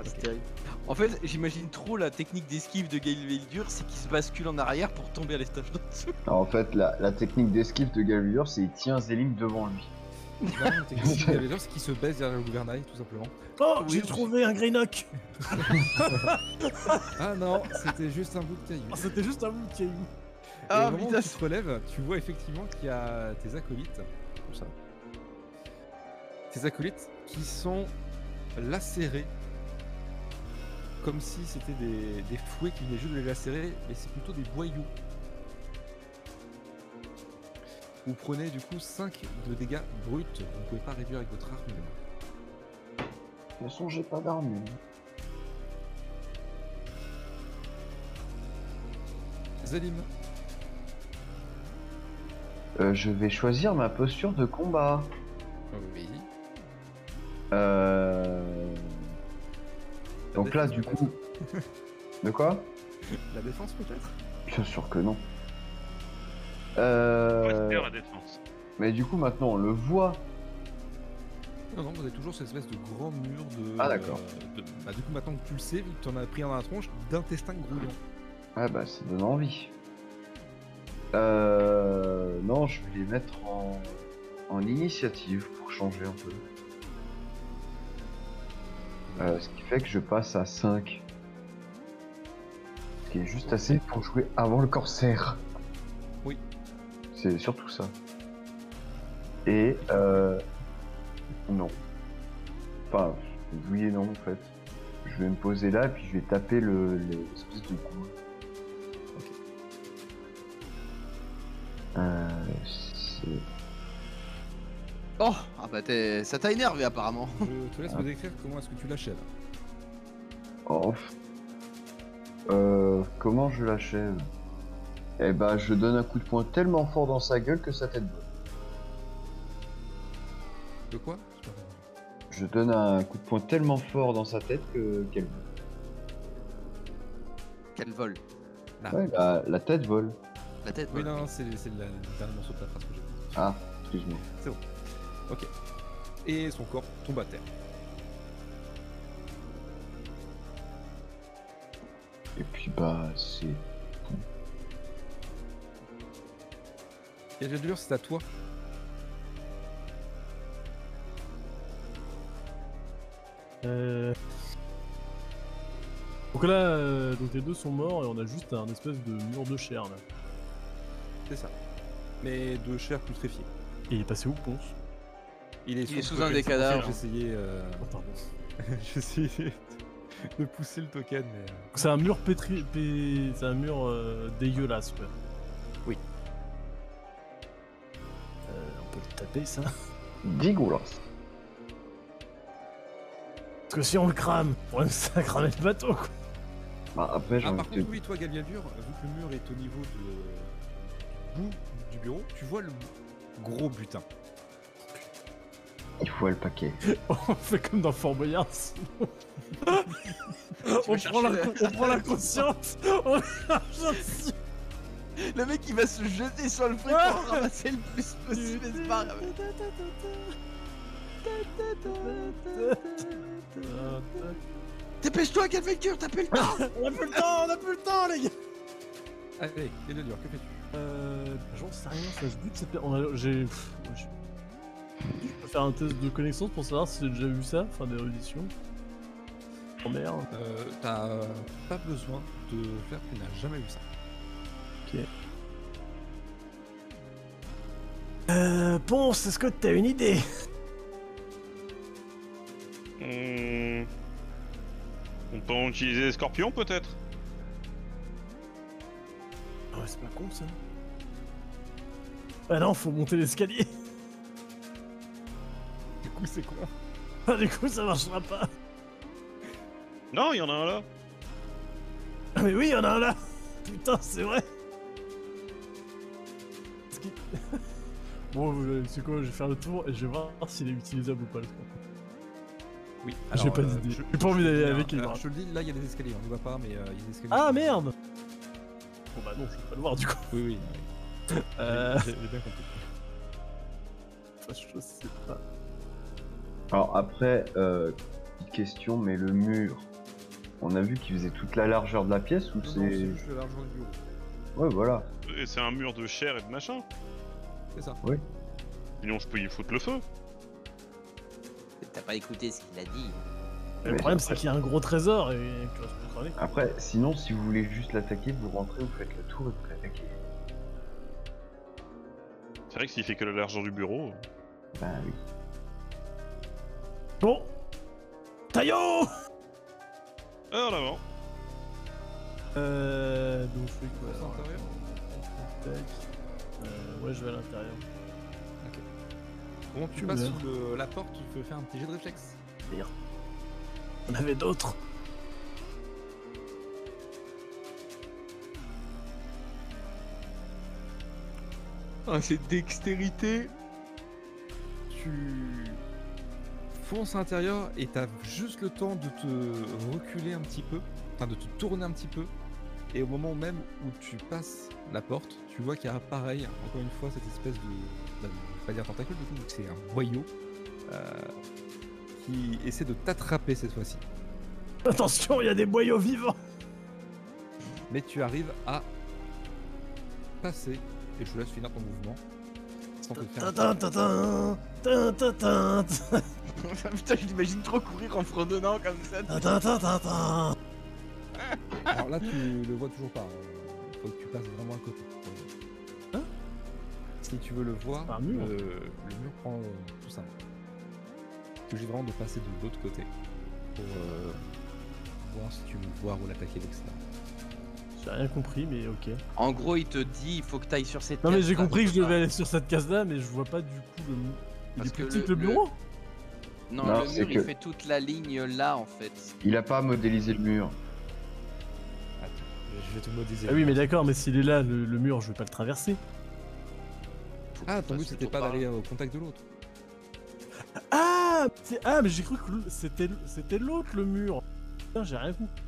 S4: c'est
S2: Ok.
S4: terrible.
S13: En fait, j'imagine trop la technique d'esquive de Gail Veldur, c'est qu'il se bascule en arrière pour tomber à l'estage d'en dessous.
S1: Alors, En fait, la, la technique d'esquive de Galvur, c'est il tient Zélim devant lui.
S2: Non, c'est que si, il y avait qui se baisse derrière le gouvernail, tout simplement.
S3: Oh,
S2: Oui.
S3: j'ai trouvé un Greenock
S2: Ah non, c'était juste un bout de caillou.
S3: Ah, C'était juste un bout de caillou.
S2: Et
S13: Ah,
S2: au moment où
S13: putain,
S2: tu te relèves, tu vois effectivement qu'il y a tes acolytes, comme ça, tes acolytes qui sont lacérés, comme si c'était des, des fouets qui venaient juste de les lacérer, mais c'est plutôt des boyaux. Vous prenez du coup 5 de dégâts bruts, vous ne pouvez pas réduire avec votre arme.
S1: De toute façon, j'ai pas d'armure.
S2: Zalim,
S1: Euh, je vais choisir ma posture de combat.
S2: oui.
S1: Euh... Donc là, du coup. De quoi
S2: la défense peut-être
S1: Bien sûr que non. Euh...
S5: Faire la défense.
S1: Mais du coup, maintenant, on le voit.
S2: Non, non, vous avez toujours cette espèce de grand mur de.
S1: Ah, d'accord.
S2: de- Bah, du coup, maintenant que tu le sais, vu que tu en as pris un dans la tronche, d'intestin grouillant.
S1: Ah bah, ça donne envie. Euh... Non, je vais les mettre en... en initiative pour changer un peu. Euh, ce qui fait que je passe à 5. Ce qui est juste assez pour jouer avant le corsaire.
S2: Oui.
S1: C'est surtout ça. Et euh... non. Enfin, oui et non en fait. Je vais me poser là et puis je vais taper le, le- l'espèce de coup. Ok. Euh, c'est-
S4: Oh, ah bah t'es- ça t'a énervé apparemment.
S2: Je te laisse me décrire comment est-ce que tu l'achèves.
S1: Oh. Euh, comment je l'achève Eh ben, je donne un coup de poing tellement fort dans sa gueule que sa tête brûle.
S2: De quoi
S1: Je donne un coup de poing tellement fort dans sa tête que qu'elle
S4: Quel vol.
S2: Ah.
S1: Ouais, la, la tête vole.
S4: La tête.
S2: Oui,
S4: vole.
S2: non, non, c'est c'est le le dernier morceau de la phrase que j'ai.
S1: Ah, excuse-moi.
S2: Et son corps tombe à terre.
S1: Et puis bah, c'est
S2: Et j'ai c'est à toi.
S3: Euh... Donc là, euh, donc les deux sont morts et on a juste un espèce de mur de chair là.
S2: C'est ça. Mais de chair putréfiée.
S3: Et il est passé où, Ponce
S2: Il est,
S4: Il est
S2: sous
S4: sous un des cadavres.
S2: J'essayais euh,
S3: Oh, pardon.
S2: j'essayais euh, de pousser le token, mais. euh,
S3: C'est un mur pétri... pé- C'est un mur euh, dégueulasse, quoi.
S14: Oui.
S3: Euh, on peut le taper, ça Parce
S1: Dégueulasse.
S3: que si on le crame, le problème, c'est à cramer le bateau, quoi.
S1: Bah, après, j'ai
S2: Ah,
S1: envie
S2: par
S1: de te
S2: contre, oui, toi, Galviadur, vu que le mur est au niveau de... du bout du bureau, tu vois le gros butin.
S1: il faut le paquet.
S3: On fait comme dans Fort Boyard. sinon. on,
S4: vas
S3: prend la...
S4: chercher-
S3: on prend la conscience, on la jette dessus.
S4: Le mec il va se jeter sur le truc pour ramasser le plus possible et se barrer. Dépêche-toi, quelle facture, t'as plus le temps
S3: On a plus le temps, on a plus le temps, les gars
S2: Allez, les deux durs, que fais-tu
S3: Euh. J'en sais rien, ça se bute cette per- on a- J'ai. pff, Je je peux faire un test de connexion pour savoir si j'ai déjà vu ça, enfin d'érudition. Oh merde.
S2: euh, T'as euh, pas besoin de faire, tu n'as jamais vu ça.
S3: Euh. Bon, c'est ce que t'as une idée
S5: Hmm. On peut en utiliser les scorpions peut-être
S3: Ah ouais, c'est pas con ça. Ah non, faut monter l'escalier
S2: Du coup, c'est quoi
S3: Ah, du coup, ça marchera pas
S5: Non, il y en a un là.
S3: Ah, mais oui, y'en a un là Putain, c'est vrai Ce qui- Bon, vous- c'est quoi, je vais faire le tour et je vais voir s'il est utilisable ou pas le truc.
S2: Oui,
S3: J'ai pas d'idée.
S2: euh, je-
S3: J'ai pas envie
S2: je te
S3: d'aller
S2: dis,
S3: avec
S2: hein,
S3: les
S2: alors,
S3: bras.
S2: Je te le dis, là, il y a des escaliers, on ne voit pas, mais euh, il y a des escaliers.
S3: Ah merde Bon bah non, je peux pas le voir du coup.
S2: Oui, oui.
S3: Euh...
S2: J'ai bien compris.
S3: Je sais pas.
S1: Alors après, euh, petite question, mais le mur, on a vu qu'il faisait toute la largeur de la pièce ou
S2: Non, non,
S1: c'est...
S2: c'est juste le largeur du bureau.
S1: Ouais, voilà.
S5: Et c'est un mur de chair et de machin.
S2: C'est ça.
S5: Sinon, je peux y foutre le feu.
S14: T'as pas écouté ce qu'il a dit.
S3: le
S1: Mais
S3: problème
S1: après-
S3: c'est qu'il y a un gros trésor et que je peux crever.
S1: Après, sinon, si vous voulez juste l'attaquer, vous rentrez, vous faites le tour et vous l'attaquez.
S5: C'est vrai que s'il fait que la largeur du bureau.
S1: Bah oui.
S3: Bon Taillot
S5: Ah, en avant.
S3: Euh... Donc je fais quoi
S2: C'est à
S3: alors
S2: l'intérieur
S3: Tac. Euh, Ouais, je vais à l'intérieur.
S2: Bon, tu
S3: Tu
S2: passes
S3: meurs.
S2: sous le- la porte, tu peux faire un petit jet de réflexe.
S3: On avait d'autres
S4: Ah, c'est dextérité
S2: tu fonces à l'intérieur et t'as juste le temps de te reculer un petit peu, enfin de te tourner un petit peu. Et au moment même où tu passes la porte, tu vois qu'il y a pareil, encore une fois, cette espèce de. bah, je vais pas dire tentacule du coup, vu que c'est un boyau euh, qui essaie de t'attraper cette fois-ci.
S3: Attention, il y a des boyaux vivants
S2: Mais tu arrives à passer, et je te laisse finir ton mouvement. Sans te faire.
S3: Tintin, tintin, tintin, tintin,
S4: Putain, je l'imagine trop courir en fredonnant comme ça.
S3: tintin, tintin.
S2: Alors là, tu le vois toujours pas. euh, Faut que tu passes vraiment à côté.
S3: Hein
S2: Si tu veux le voir,
S3: Par mur.
S2: Le, le mur prend euh, tout ça. Tu obligé vraiment de passer de l'autre côté pour euh, voir si tu veux le voir ou l'attaquer, etc.
S3: J'ai rien compris, mais ok.
S4: En gros, il te dit il faut que t'ailles sur cette
S3: Non mais j'ai
S4: case-là,
S3: compris que je
S4: tu peux
S3: devais aller sur cette case là, mais je vois pas du coup le... Il
S4: Parce
S3: est plus
S4: que
S3: petit
S4: le-
S3: que le
S4: le-
S3: bureau
S4: pas. Non,
S1: Non,
S4: le
S1: c'est
S4: mur il
S1: que-
S4: fait toute la ligne là en fait.
S1: Il a pas modélisé le mur.
S2: Attends, je vais te modiser.
S3: Ah oui, mais d'accord, mais s'il est là, le, le mur, je vais pas le traverser.
S2: Ah, ton
S4: Parce
S2: but
S4: que
S2: c'était
S4: pour
S2: pas
S4: pas-
S2: d'aller au contact de l'autre.
S3: Ah c'est- Ah, mais j'ai cru que l- c'était c'était l'autre, le mur Putain, j'ai rien compris.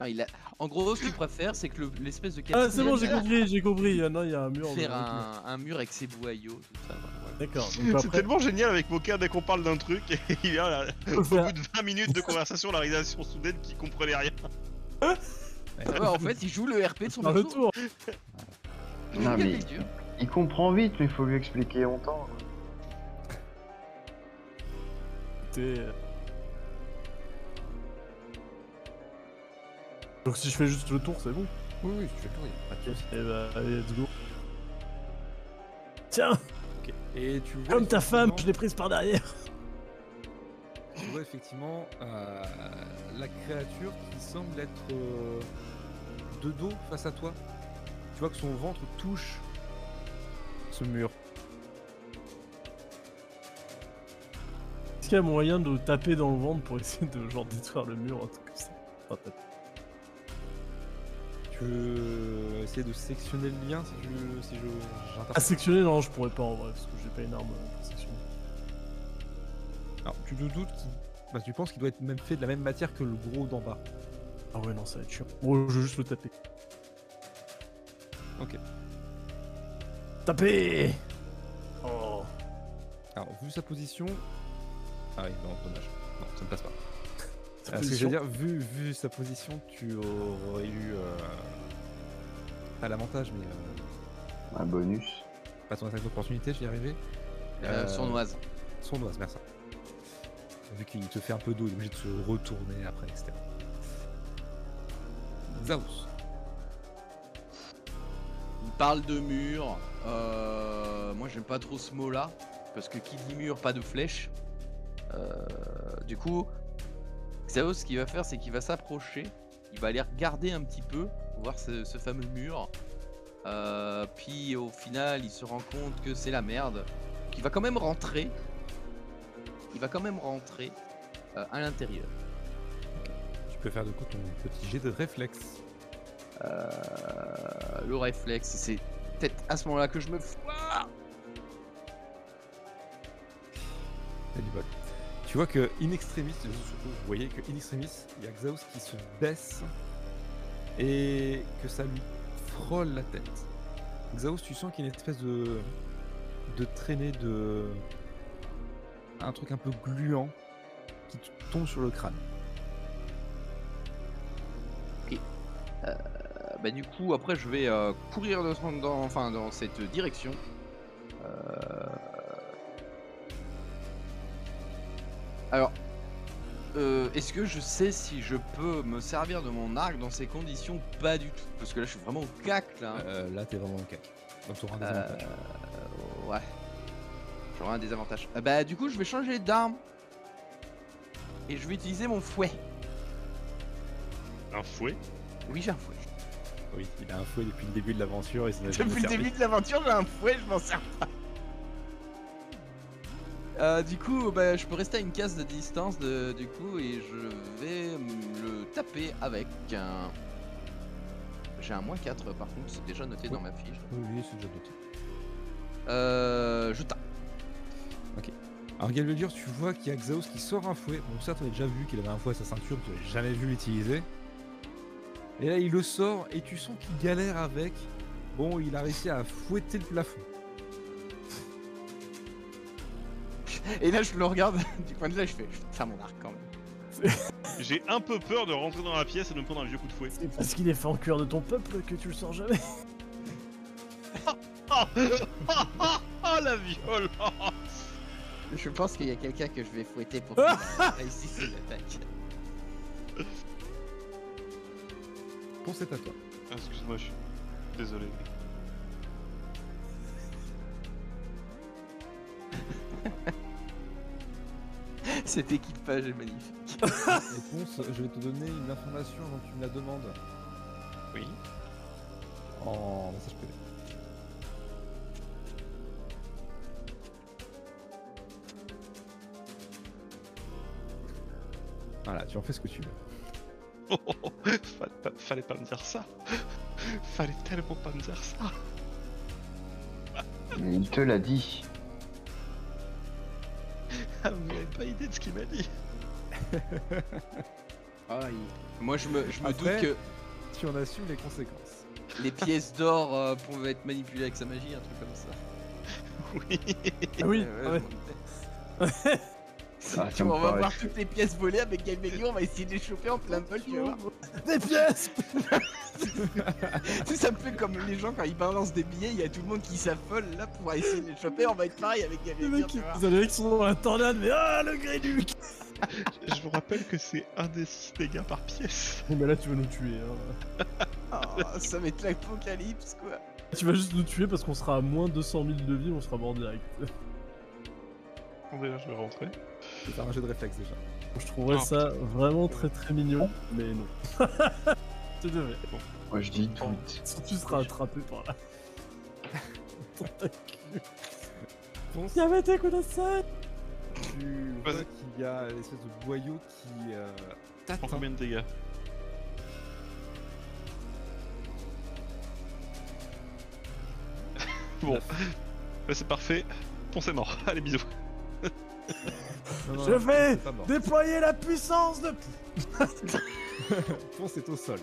S4: Non, il a... En gros, ce qu'il préfère, c'est que le- l'espèce de
S3: Ah, c'est bon, j'ai
S4: capitaine
S3: compris, j'ai compris. Ah non, il y a un mur. on
S4: faire
S3: va retenir.
S4: un, un mur avec ses boyaux, tout ça. voilà, voilà.
S3: D'accord, donc
S5: C'est
S3: après,
S5: tellement génial avec Moka dès qu'on parle d'un truc et il y a là,
S3: on peut le
S5: au
S3: faire.
S5: bout de 20 minutes de conversation la réalisation soudaine qui comprenait rien.
S4: Ah ouais, en fait, il joue le RP de son
S3: Faire le tour.
S4: Il
S1: Non,
S4: joue
S1: mais-
S4: la figure.
S1: Il comprend vite, mais il faut lui expliquer longtemps. hein.
S3: Écoutez, euh. Donc si je fais juste le tour, c'est bon. eh ben,
S2: Oui, oui, tu fais le tour, il y a pas de
S3: Et
S2: souci.
S3: bah, allez, let's go. Tiens
S2: Ok. Et tu vois
S3: Comme ta femme, je
S2: effectivement-
S3: l'ai prise par derrière.
S2: tu vois effectivement euh, la créature qui semble être euh, de dos face à toi. Tu vois que son ventre touche
S15: ce mur.
S3: Est-ce qu'il y a moyen de taper dans le ventre pour essayer de genre détruire le mur, un truc comme ça Enfin, taper.
S2: Tu veux essayer de sectionner le lien si je. Si je
S3: Ah,
S2: j'interprète.
S3: sectionner, non, je pourrais pas en vrai, parce que j'ai pas une arme euh, pour sectionner.
S2: Alors, tu te doutes qu'il. bah, tu penses qu'il doit être même fait de la même matière que le gros d'en bas.
S3: Ah ouais, non, ça va être chiant. Bon, je vais juste le taper.
S2: Ok.
S3: Taper Oh
S2: Alors, vu sa position. Ah oui, non, dommage. Non, ça ne passe pas.
S3: Sa
S2: Ah, ce que je
S3: position.
S2: veux dire, vu, vu sa position, tu aurais eu. euh, Pas l'avantage, mais. euh,
S1: Un bonus.
S2: Pas ton attaque d'opportunité, j'y arrivais.
S4: Euh,
S2: Euh,
S4: sournoise.
S2: Sournoise, merci. Vu qu'il te fait un peu d'eau, il est obligé de se retourner après, etc. Zaus.
S4: Il parle de mur. Euh, moi, j'aime pas trop ce mot-là. Parce que qui dit mur, pas de flèche. Euh, du coup, Xaos, ce qu'il va faire, c'est qu'il va s'approcher. Il va aller regarder un petit peu, voir ce, ce fameux mur. Euh, puis au final, il se rend compte que c'est la merde. Il va quand même rentrer. Il va quand même rentrer euh, à l'intérieur.
S2: Tu peux faire de coup ton petit jet de réflexe.
S4: Euh, le réflexe, c'est peut-être à ce moment-là que je me foire.
S2: T'as du bol. Tu vois que In Extremis, surtout, vous voyez que In Extremis, il y a Xaos qui se baisse et que ça lui frôle la tête. Xaos, tu sens qu'il y a une espèce de, de traînée de. un truc un peu gluant qui te tombe sur le crâne.
S4: Bah du coup après je vais euh, courir dans, son- dans- enfin, dans cette direction. Euh, Alors, euh, est-ce que je sais si je peux me servir de mon arc dans ces conditions Pas du tout. Parce que là je suis vraiment au cac là. hein.
S2: Euh, là, t'es vraiment au cac. Donc, t'auras un désavantage.
S4: Euh, ouais. J'aurai un désavantage. Ah bah du coup je vais changer d'arme. Et je vais utiliser mon fouet.
S5: Un fouet
S4: Oui j'ai un fouet.
S2: Oui, il a un fouet depuis le début de l'aventure et ça n'a jamais
S4: Depuis le
S2: servi.
S4: début de l'aventure, j'ai un fouet, je m'en sers pas. Euh, du coup, bah, je peux rester à une case de distance de, du coup et je vais me le taper avec un. J'ai un moins 4 par contre, c'est déjà noté dans ma fiche.
S2: Oui, oui, c'est déjà noté.
S4: Euh, je tape.
S2: Alors, Galveldur, tu vois qu'il y a Xaos qui sort un fouet. Bon, certes, on a déjà vu qu'il avait un fouet à sa ceinture, mais tu l'avais jamais vu l'utiliser. Et là, il le sort et tu sens qu'il galère avec. Bon, il a réussi à fouetter le plafond.
S4: Et là, je le regarde du coin de là, je fais. Ça mon arc quand même.
S5: J'ai un peu peur de rentrer dans la pièce et de me prendre un vieux coup de fouet.
S3: C'est parce qu'il est fait en cuir de ton peuple que tu le sors jamais.
S5: Ah Ah Ah Ah, la violence
S16: Je pense qu'il y a quelqu'un que je vais fouetter pour
S4: Ah,
S16: qu'il réussisse une attaque.
S2: Bon, c'est à toi.
S5: Ah, Excuse-moi, je suis désolé.
S4: Cet équipage est magnifique.
S2: Réponse, je vais te donner une information avant que tu me la demandes. Oh,
S5: Oui.
S2: En message privé. Voilà, tu en fais ce que tu veux.
S5: Fallait pas, fallait pas me dire ça. Fallait tellement pas me dire ça.
S1: Mais il te l'a dit.
S5: Ah, vous n'avez pas idée de ce qu'il m'a dit.
S4: Moi, je me, je me
S2: Après-
S4: doute
S2: Tu en assumes les conséquences.
S4: que les pièces d'or euh, pouvaient être manipulées avec sa magie, un truc comme ça.
S5: Oui.
S3: Ah oui,
S4: Ouais,
S3: ah
S4: ouais,
S3: ouais.
S4: je m'en doutais.
S1: Ah, ça
S4: on
S1: me
S4: va
S1: paraît
S4: voir toutes les pièces volées avec Galvelio, on va essayer de les choper en plein vol, tu vas voir.
S3: Des pièces
S4: Tu sais, ça me fait comme les gens quand ils balancent des billets, il y a tout le monde qui s'affole là pour essayer de les choper, on va être pareil avec
S3: Les
S4: Galvelio,
S3: mecs,
S5: Ah.
S4: tu vois.
S3: ils les mecs sont dans la tornade, mais ah, le Gréduc
S5: Je vous rappelle que c'est un des six dégâts par pièce.
S3: Bon, bah là, tu vas nous tuer, hein.
S4: Oh, ça va être l'apocalypse quoi.
S3: Tu vas juste nous tuer parce qu'on sera à moins 200 000 de vie, on sera mort direct.
S5: Attendez, là, je vais rentrer.
S2: Je vais faire un jeu de réflexe déjà.
S3: Je trouverais
S5: Ah,
S3: ça vraiment très très mignon, mais non. tu devais.
S1: Moi je dis tweet.
S3: Si tu seras attrapé par là.
S2: Ponce, tu vois
S5: Vas-y.
S2: qu'il y a l'espèce de boyau qui euh,
S5: Prends
S2: t'atteint.
S5: combien de dégâts Bon, Bah, c'est parfait. Poncez mort. Allez, bisous.
S2: Non, non,
S3: Je
S2: non,
S3: vais
S2: c'est pas mort.
S3: Déployez la puissance de.
S2: Ponce est au sol.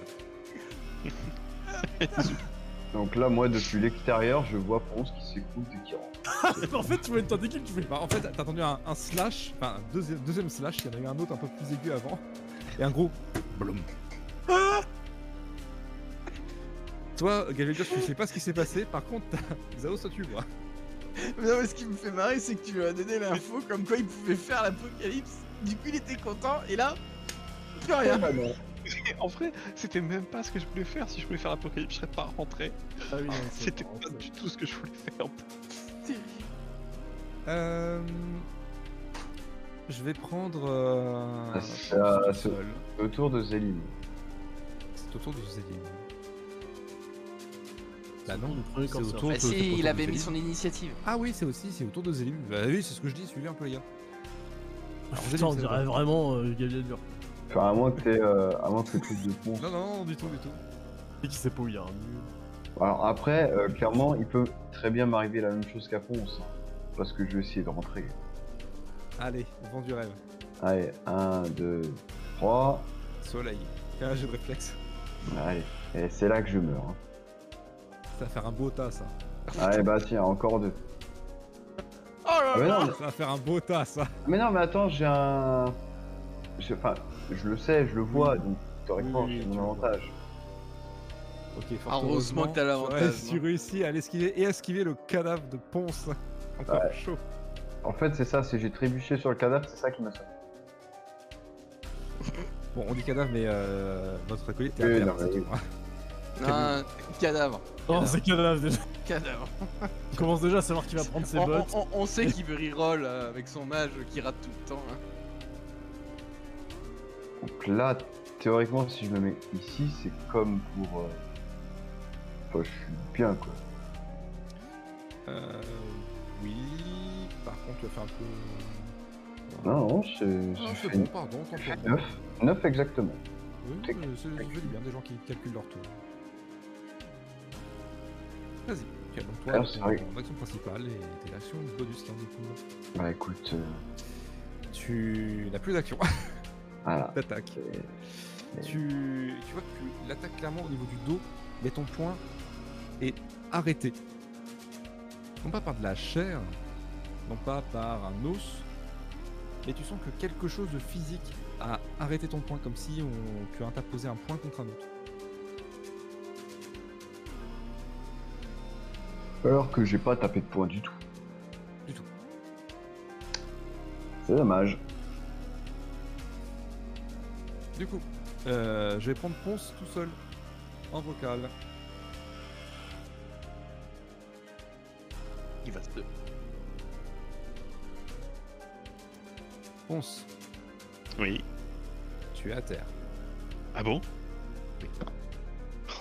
S1: Donc là, moi depuis l'extérieur, je vois Ponce qui s'écoute et qui rentre.
S3: ben, en fait, tu vois une tentacule, tu fais.
S2: Bah, en fait, t'as entendu un, un slash, enfin un deuxième, deuxième slash, il y en a eu un autre un peu plus aigu avant, et un gros blum. Toi, Gagelgos, tu sais pas ce qui s'est passé, par contre, t'as- Xaos, toi tu vois.
S4: Mais non, mais ce qui me fait marrer, c'est que tu lui as donné l'info comme quoi il pouvait faire l'apocalypse. Du coup, il était content, et là, plus rien.
S1: Ah, bah,
S5: En vrai, c'était même pas ce que je voulais faire. Si je voulais faire Apocalypse, je serais pas rentré. C'était pas du tout ce que je voulais faire.
S2: Euh... Je vais prendre. Euh...
S1: Ah, c'est, euh,
S2: tout
S1: c'est-
S2: seul.
S1: Le tour de Zélim.
S2: C'est autour de Zéline. Bah non,
S3: le premier
S2: c'est
S3: cancer.
S2: autour
S4: Bah
S2: de- c'est
S4: si,
S2: autour
S4: il
S2: de
S4: avait mis
S2: Zélim.
S4: son initiative.
S2: Ah oui, c'est aussi, c'est autour de Zélim. Bah oui, c'est ce que je dis, suivez un peu les gars. Alors, j'ai
S3: Putain, Ah, on
S2: dit-
S3: dirait vraiment euh, Gabriel Dur.
S1: Enfin, à moins que t'aies, euh, à moins que le truc de Ponce.
S2: Non, non, non, du tout, du tout.
S3: Et qui sait pas où il y a un mur.
S1: Alors après, euh, clairement, il peut très bien m'arriver la même chose qu'à Ponce. hein, Parce que je vais essayer de rentrer.
S2: Allez, vent du rêve.
S1: Allez, 1, 2, 3.
S2: Soleil. Fais un jeu de réflexe.
S1: Allez. Et c'est là que je meurs. hein.
S2: Ça va faire un beau tas, ça.
S1: Allez, bah tiens, encore deux.
S4: Oh là
S1: Ah, mais
S4: là
S1: non,
S2: Ça va faire un beau tas, ça.
S1: mais non, mais attends, j'ai un. je- Enfin, je le sais, je le vois, donc théoriquement,
S2: Oui, oui,
S1: j'ai
S2: tu
S1: mon
S2: le vois.
S1: avantage.
S2: Ok, fort
S4: Ah, heureusement que t'as l'avantage,
S2: heureusement, Tu
S4: non
S2: réussis à l'esquiver et à esquiver le cadavre de Ponce. Encore chaud.
S1: En fait, c'est ça, c'est j'ai trébuché sur le cadavre, c'est ça qui m'a sauvé.
S2: Bon, on dit cadavre, mais euh, votre acolyte est
S1: Oui, non,
S2: à terre,
S1: mais
S2: c'est tout.
S1: oui.
S2: hein.
S4: Un cadavre.
S3: Oh, c'est cadavre déjà.
S4: Cadavre.
S3: On commence déjà à savoir qui va prendre ses
S4: On, on-
S3: bottes.
S4: on- on sait qu'il veut reroll euh, avec son mage qui rate tout le temps. hein.
S1: Donc là, théoriquement, si je me mets ici, c'est comme pour. euh, Enfin, je suis bien, quoi.
S2: Euh, oui. Par contre, tu vas faire un peu.
S1: Non, non, c'est.
S2: Ah,
S1: je
S2: c'est
S1: fais
S2: bon, pardon, tant pis.
S1: 9. 9 exactement.
S2: Oui,
S1: Tic,
S2: euh, c'est c'est joli, bien des gens qui calculent leur tour. Vas-y. Ok, donc
S1: Alors, Ah, c'est
S2: toi,
S1: vrai.
S2: ton action principale et tes actions bonus qui en découlent.
S1: Bah écoute, euh,
S2: Tu n'as plus d'action.
S1: voilà.
S2: T'attaques.
S1: Et-
S2: Tu, tu vois que tu l'attaques clairement au niveau du dos, mais ton poing est arrêté. Non pas par de la chair, non pas par un os, mais tu sens que quelque chose de physique a arrêté ton poing, comme si on, tu interposais un point contre un autre.
S1: Alors que j'ai pas tapé de poing du tout.
S2: Du tout.
S1: C'est dommage.
S2: Du coup, euh, je vais prendre Ponce tout seul, en vocal.
S4: Il va se.
S2: Ponce,
S5: Oui.
S2: tu es à terre.
S5: Ah bon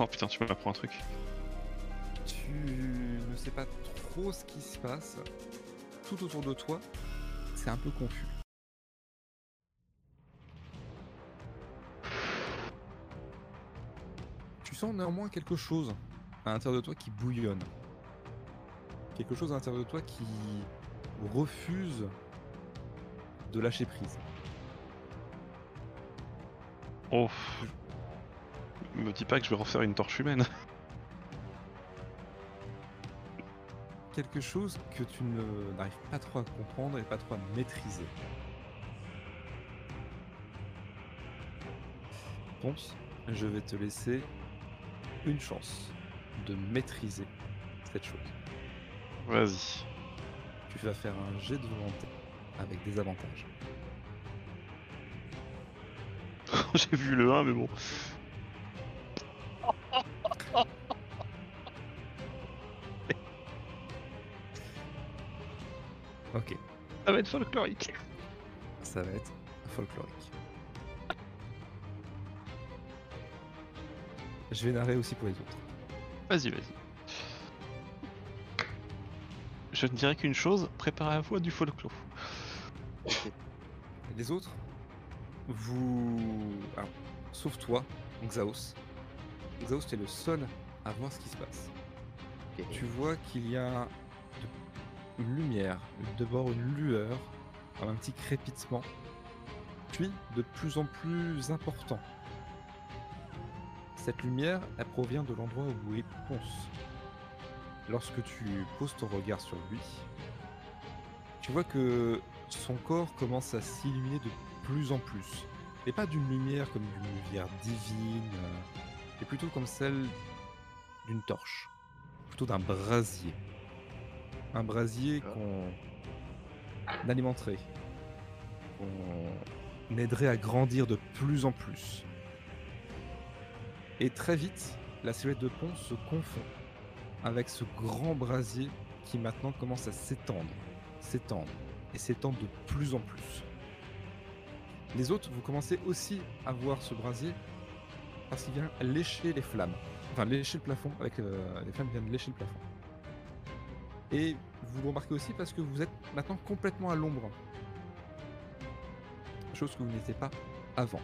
S5: Oh putain, tu m'apprends un truc.
S2: Tu ne sais pas trop ce qui se passe. Tout autour de toi, c'est un peu confus. Tu sens néanmoins quelque chose à l'intérieur de toi qui bouillonne. Quelque chose à l'intérieur de toi qui refuse de lâcher prise.
S5: Oh. Me dis pas que je vais refaire une torche humaine.
S2: Quelque chose que tu ne- n'arrives pas trop à comprendre et pas trop à maîtriser. Ponce, je vais te laisser une chance de maîtriser cette chose.
S5: Vas-y.
S2: Tu vas faire un jet de volonté avec des avantages.
S5: J'ai vu le 1, mais bon. va être folklorique.
S2: Ça va être folklorique. Je vais narrer aussi pour les autres.
S5: Vas-y, vas-y. Je ne dirais qu'une chose, préparez-vous à du folklore.
S2: Les autres, vous. alors, sauf toi, Xaos. Xaos, t'es le seul à voir ce qui se passe.
S4: Ok.
S2: Tu vois qu'il y a de- une lumière, d'abord une lueur, un petit crépitement, puis de plus en plus important. Cette lumière, elle provient de l'endroit où il ponce. Lorsque tu poses ton regard sur lui, tu vois que son corps commence à s'illuminer de plus en plus. Et pas d'une lumière comme d'une lumière divine, euh, mais plutôt comme celle d'une torche, plutôt d'un brasier. Un brasier qu'on alimenterait, qu'on aiderait à grandir de plus en plus. Et très vite, la silhouette de pont se confond avec ce grand brasier qui maintenant commence à s'étendre, s'étendre et s'étend de plus en plus. Les autres, vous commencez aussi à voir ce brasier parce qu'il vient lécher les flammes. Enfin, lécher le plafond, avec euh, les flammes viennent lécher le plafond. Et vous le remarquez aussi parce que vous êtes maintenant complètement à l'ombre. Chose que vous n'étiez pas avant.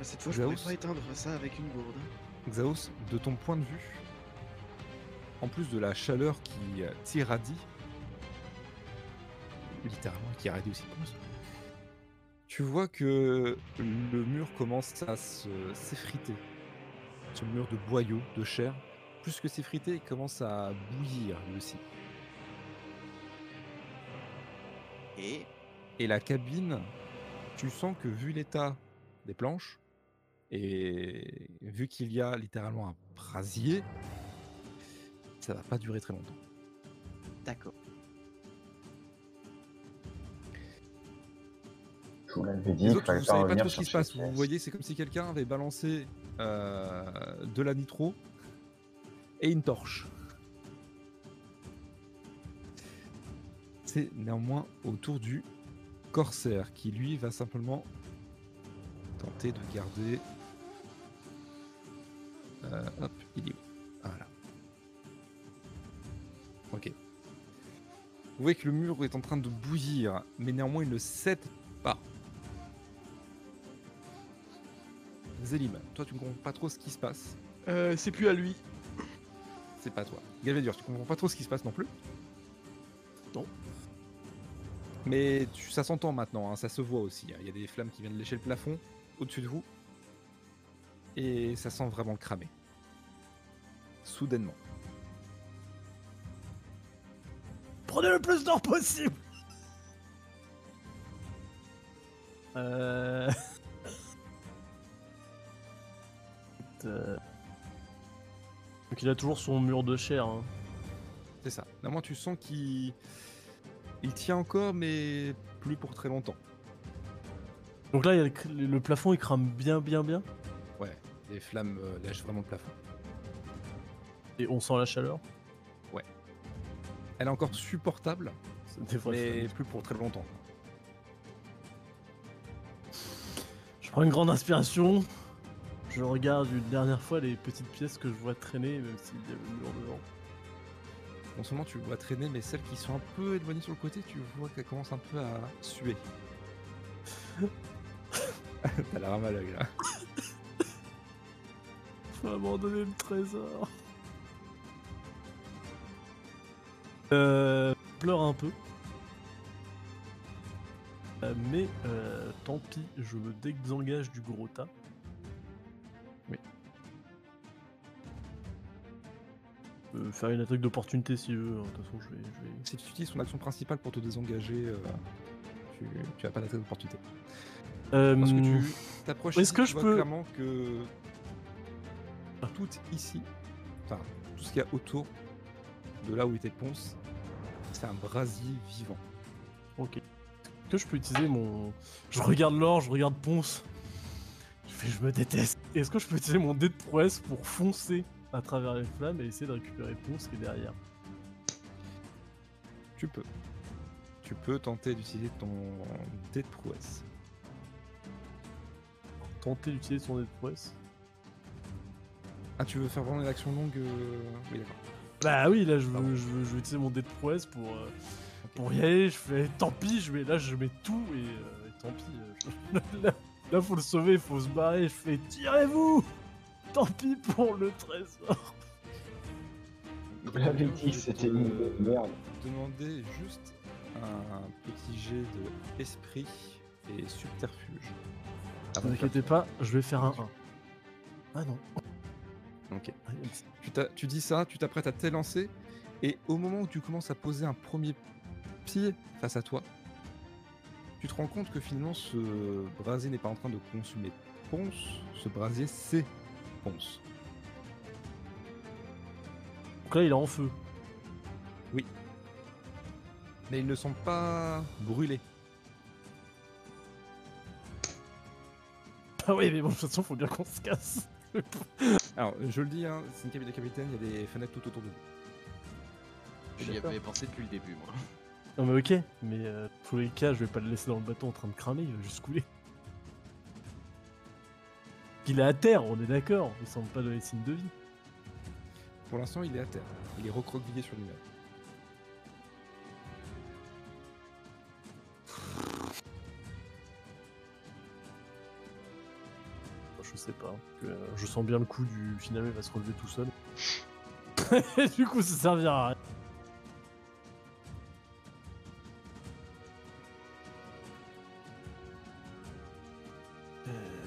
S4: Ah, Cette fois,
S2: je pourrais Xaos. pas
S4: éteindre ça avec une gourde. hein.
S2: Xaos, de ton point de vue, en plus de la chaleur qui euh, t'irradie, littéralement qui irradie aussi pour nous, tu vois que le mur commence à se- s'effriter. Ce mur de boyaux, de chair, plus que s'effriter, il commence à bouillir lui aussi.
S4: Et
S2: Et la cabine, tu sens que vu l'état des planches, et vu qu'il y a littéralement un brasier, ça va pas durer très longtemps.
S4: d'accord.
S1: Je vous l'avais dit,
S2: Les
S1: il
S2: autres,
S1: fallait
S2: vous
S1: pas
S2: savez pas
S1: revenir
S2: trop ce qui se
S1: chercher
S2: passe.
S1: les
S2: Vous
S1: pièces.
S2: voyez, c'est comme si quelqu'un avait balancé euh, de la nitro et une torche. C'est néanmoins au tour du corsaire qui lui va simplement tenter de garder. Euh, hop, il est où Voilà. Ok. Vous voyez que le mur est en train de bouillir, mais néanmoins il ne cède pas. Zélim, toi tu ne comprends pas trop ce qui se passe.
S17: Euh, c'est plus à lui.
S2: C'est pas toi. Galvadur, tu comprends pas trop ce qui se passe non plus.
S17: Non.
S2: Mais tu- ça s'entend maintenant, hein, ça se voit aussi. hein. Il y a des flammes qui viennent lécher le plafond au-dessus de vous. Et ça sent vraiment le cramer. Soudainement.
S3: Prenez le plus d'or possible Euh... Euh. Donc il a toujours son mur de chair. hein.
S2: C'est ça. Néanmoins, tu sens qu'il il tient encore, mais plus pour très longtemps.
S3: Donc là, il y a le, cr- le plafond, il crame bien, bien, bien.
S2: Ouais, les flammes euh, lèchent vraiment le plafond.
S3: Et on sent la chaleur.
S2: Elle est encore supportable,
S3: C'est des vraies
S2: mais
S3: flammes.
S2: plus pour très longtemps.
S3: Je prends une grande inspiration. Je regarde une dernière fois les petites pièces que je vois traîner, même s'il y a le mur devant.
S2: En ce moment, tu le vois traîner, mais celles qui sont un peu éloignées sur le côté, tu vois qu'elles commencent un peu à suer. T'as l'air mal à l'œil, là.
S3: Faut abandonner le trésor. Euh, pleure un peu. Euh, mais euh, tant pis, je me désengage du gros tas.
S2: Oui.
S3: Euh, faire une attaque d'opportunité si je veux. hein. De toute façon, je vais. je vais-
S2: Si tu utilises ton action principale pour te désengager, euh, tu, tu as pas d'attaque d'opportunité. Parce que
S3: Euh,
S2: tu t'approches
S3: est-ce
S2: ici,
S3: que
S2: tu
S3: je
S2: vois
S3: peux-
S2: clairement que tout ici, enfin, tout ce qu'il y a autour de là où était Ponce, c'est un brasier vivant.
S3: Ok. Est-ce Que je peux utiliser mon. Je regarde l'or, je regarde Ponce. Je fais, je me déteste. Est-ce que je peux utiliser mon dé de prouesse pour foncer à travers les flammes et essayer de récupérer Ponce qui est derrière
S2: Tu peux. Tu peux tenter d'utiliser ton dé de prouesse.
S3: Tenter d'utiliser son nez de prouesse.
S2: Ah, tu veux faire vraiment une action longue euh, Oui, d'accord.
S3: Bah oui, là je
S2: Pardon.
S3: veux, je veux, je veux utiliser mon dé de prouesse pour, euh, pour y aller. Je fais tant pis, je mets, là je mets tout et, euh, et tant pis. euh, je- là, là, faut le sauver, faut se barrer. Je fais tirez-vous Tant pis pour le trésor.
S1: J'avais
S2: Je vais
S1: dit que c'était
S2: te
S1: une bonne merde.
S2: Demander juste un petit jet de esprit et subterfuge. Avant
S3: Ne
S2: de faire
S3: inquiétez
S2: ça.
S3: pas, je vais faire un 1. Ah non.
S2: Ok. Tu, t'a- tu dis ça, tu t'apprêtes à t'élancer, et au moment où tu commences à poser un premier pied face à toi, tu te rends compte que finalement ce brasier n'est pas en train de consumer Ponce, ce brasier c'est Ponce.
S3: Donc là il est en feu.
S2: Mais ils ne sont pas brûlés.
S3: Ah oui, mais bon, de toute façon, faut bien qu'on se casse.
S2: Alors je le dis, hein, c'est une cabine de capitaine, il y a des fenêtres tout autour de vous.
S4: J'y
S3: D'accord.
S4: avais pensé depuis le début, moi.
S3: Non, mais ok, mais euh, dans tous les cas, je vais pas le laisser dans le bateau en train de cramer, il va juste couler. Il est à terre, on est d'accord, il semble pas donner de signe de vie.
S2: Pour l'instant il est à terre, il est recroquevillé sur lui-même.
S3: Je sais pas, euh, je sens bien le coup du final, il va se relever tout seul. Et du coup, ça servira à rien. Euh.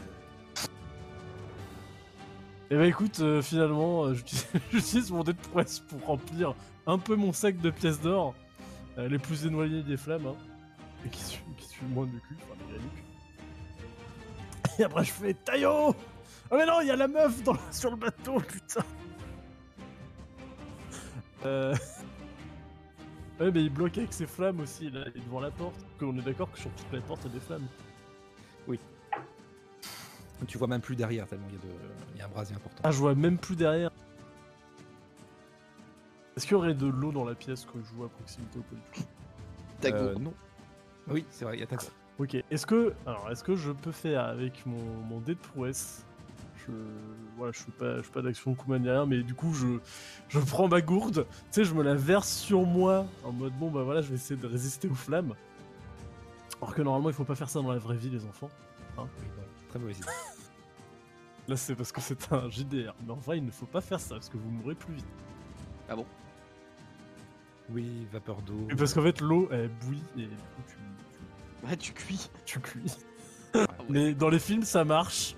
S3: Et bah écoute, euh, finalement, euh, j'utilise- j'utilise mon dé de prouesse pour remplir un peu mon sac de pièces d'or, euh, les plus éloignées des flammes, hein, et qui suivent qui suivent moins du cul, enfin de la nuque. Et après, je fais Taillot Ah, mais non, il y a la meuf dans le- sur le bateau, putain Euh. Ouais, mais il bloque avec ses flammes aussi, là, il est devant la porte. Donc, On est d'accord que sur toutes les portes, il y a des flammes.
S2: Tu vois même plus derrière tellement il y a, de... il y a un brasier important.
S3: Ah, je vois même plus derrière. Est-ce qu'il y aurait de l'eau dans la pièce que je vois à proximité ou pas du tout
S18: Tago.
S2: Euh, non. Oui c'est vrai, il y a ta
S3: Ok, est-ce que, alors, est-ce que je peux faire avec mon, mon dé de prouesse je, voilà, je fais pas, je fais pas d'action Kuman derrière, mais du coup, je, je prends ma gourde, tu sais, je me la verse sur moi, en mode bon, bah voilà, je vais essayer de résister aux flammes. Alors que normalement, il faut pas faire ça dans la vraie vie, les enfants.
S2: Oui, non, Très mauvaise idée.
S3: Là, c'est parce que c'est un JDR, mais en vrai, il ne faut pas faire ça, parce que vous mourrez plus vite.
S4: Ah bon
S2: Oui, vapeur d'eau.
S3: Et parce qu'en fait, l'eau, elle bouillit, et du coup, tu,
S4: Bah, tu cuis.
S3: tu- tu cuis.
S4: Ah ouais.
S3: Mais dans les films, ça marche.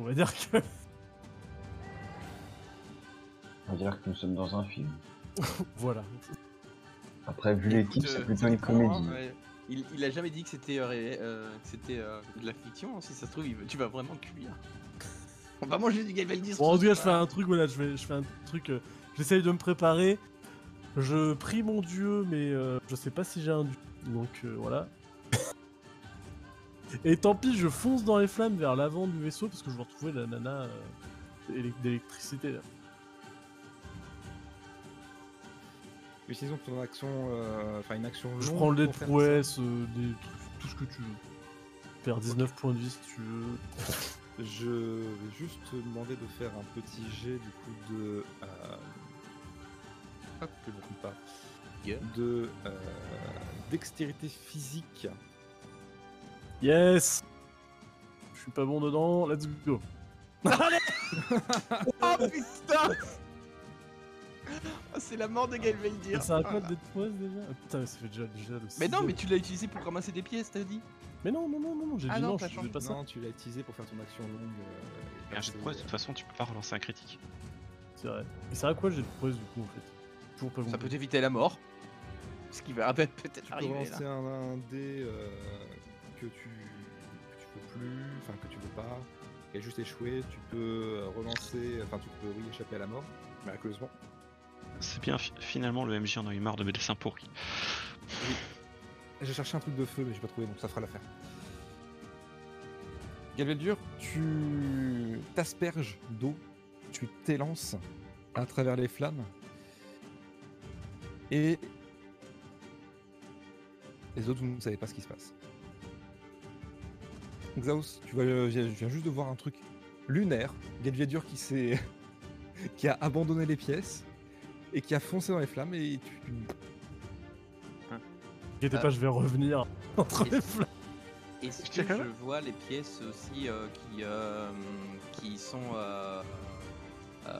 S3: On va dire que.
S1: On dirait que nous sommes dans un film.
S3: Voilà.
S1: Après, vu les
S4: Écoute,
S1: titres, c'est
S4: euh,
S1: plutôt une
S4: ça dépend,
S1: comédie.
S4: hein, ouais. Il, il a jamais dit que c'était euh, ré- euh, que c'était euh, de la fiction. hein. Si ça se trouve, il veut- tu vas vraiment cuire. On va manger du Galvaldis.
S3: Bon, en tout cas, je fais
S4: soir.
S3: un truc, voilà, je, vais, je fais un truc. euh, J'essaye de me préparer. Je prie mon dieu, mais euh, je sais pas si j'ai un dieu. Donc euh, voilà. Et tant pis, je fonce dans les flammes vers l'avant du vaisseau parce que je veux retrouver la nana euh, éle- d'électricité. là.
S2: Utilisons ton action, euh, enfin une action.
S3: Je
S2: longue
S3: prends le dé de
S2: pour faire
S3: prouesse, euh, des trucs, tout ce que tu veux. Faire 19 points de vie si tu veux.
S2: ça. Je vais juste te demander de faire un petit jet du coup de. Euh... Hop, que je me trompe pas.
S4: Yeah.
S2: De euh, dextérité physique.
S3: Yes Je suis pas bon dedans, let's go.
S4: Oh putain Oh, C'est la mort de Galveldir.
S3: Ça a pas de dé de prouesse déjà Ah putain, mais ça fait déjà, déjà le
S4: Mais non,
S3: sixième.
S4: mais tu l'as utilisé pour ramasser des pièces, t'as dit
S3: Mais non, non, non, non, non, j'ai
S4: Ah
S3: dit
S4: non,
S3: non,
S4: t'as
S3: je faisais
S4: changé.
S3: pas ça.
S2: non, tu l'as utilisé pour faire ton action longue. euh, et
S7: Mais un jet de
S2: passer,
S7: prouesse, de toute façon, tu peux pas relancer un critique.
S3: C'est vrai. Et c'est à quoi j'ai de prouesse du coup en fait Toujours pas
S4: Ça peut
S3: compris.
S4: éviter la mort. Ce qui va peut-
S2: Tu
S4: peut-être
S2: peux
S4: arriver là.
S2: lancer un, un dé euh, que tu que tu peux plus, enfin que tu veux pas, qui a juste échoué. Tu peux euh, relancer, enfin tu peux oui échapper à la mort, miraculeusement.
S7: C'est bien, fi- finalement, le MJ en a eu marre de mes dessins pourris.
S2: J'ai cherché un truc de feu, mais j'ai pas trouvé, donc ça fera l'affaire. Galveldur, tu t'asperges d'eau, tu t'élances à travers les flammes, et Les autres, vous ne savez pas ce qui se passe. Xaos, tu vas, euh, je viens juste de voir un truc lunaire. Galviadur qui s'est. qui a abandonné les pièces et qui a foncé dans les flammes et tu- tu-
S3: T'inquiète pas, je vais revenir entre
S4: Et-
S3: les flammes.
S4: Est-ce
S7: Tiens,
S4: que
S7: quand
S4: je vois les pièces aussi euh, qui, euh, qui sont euh, euh,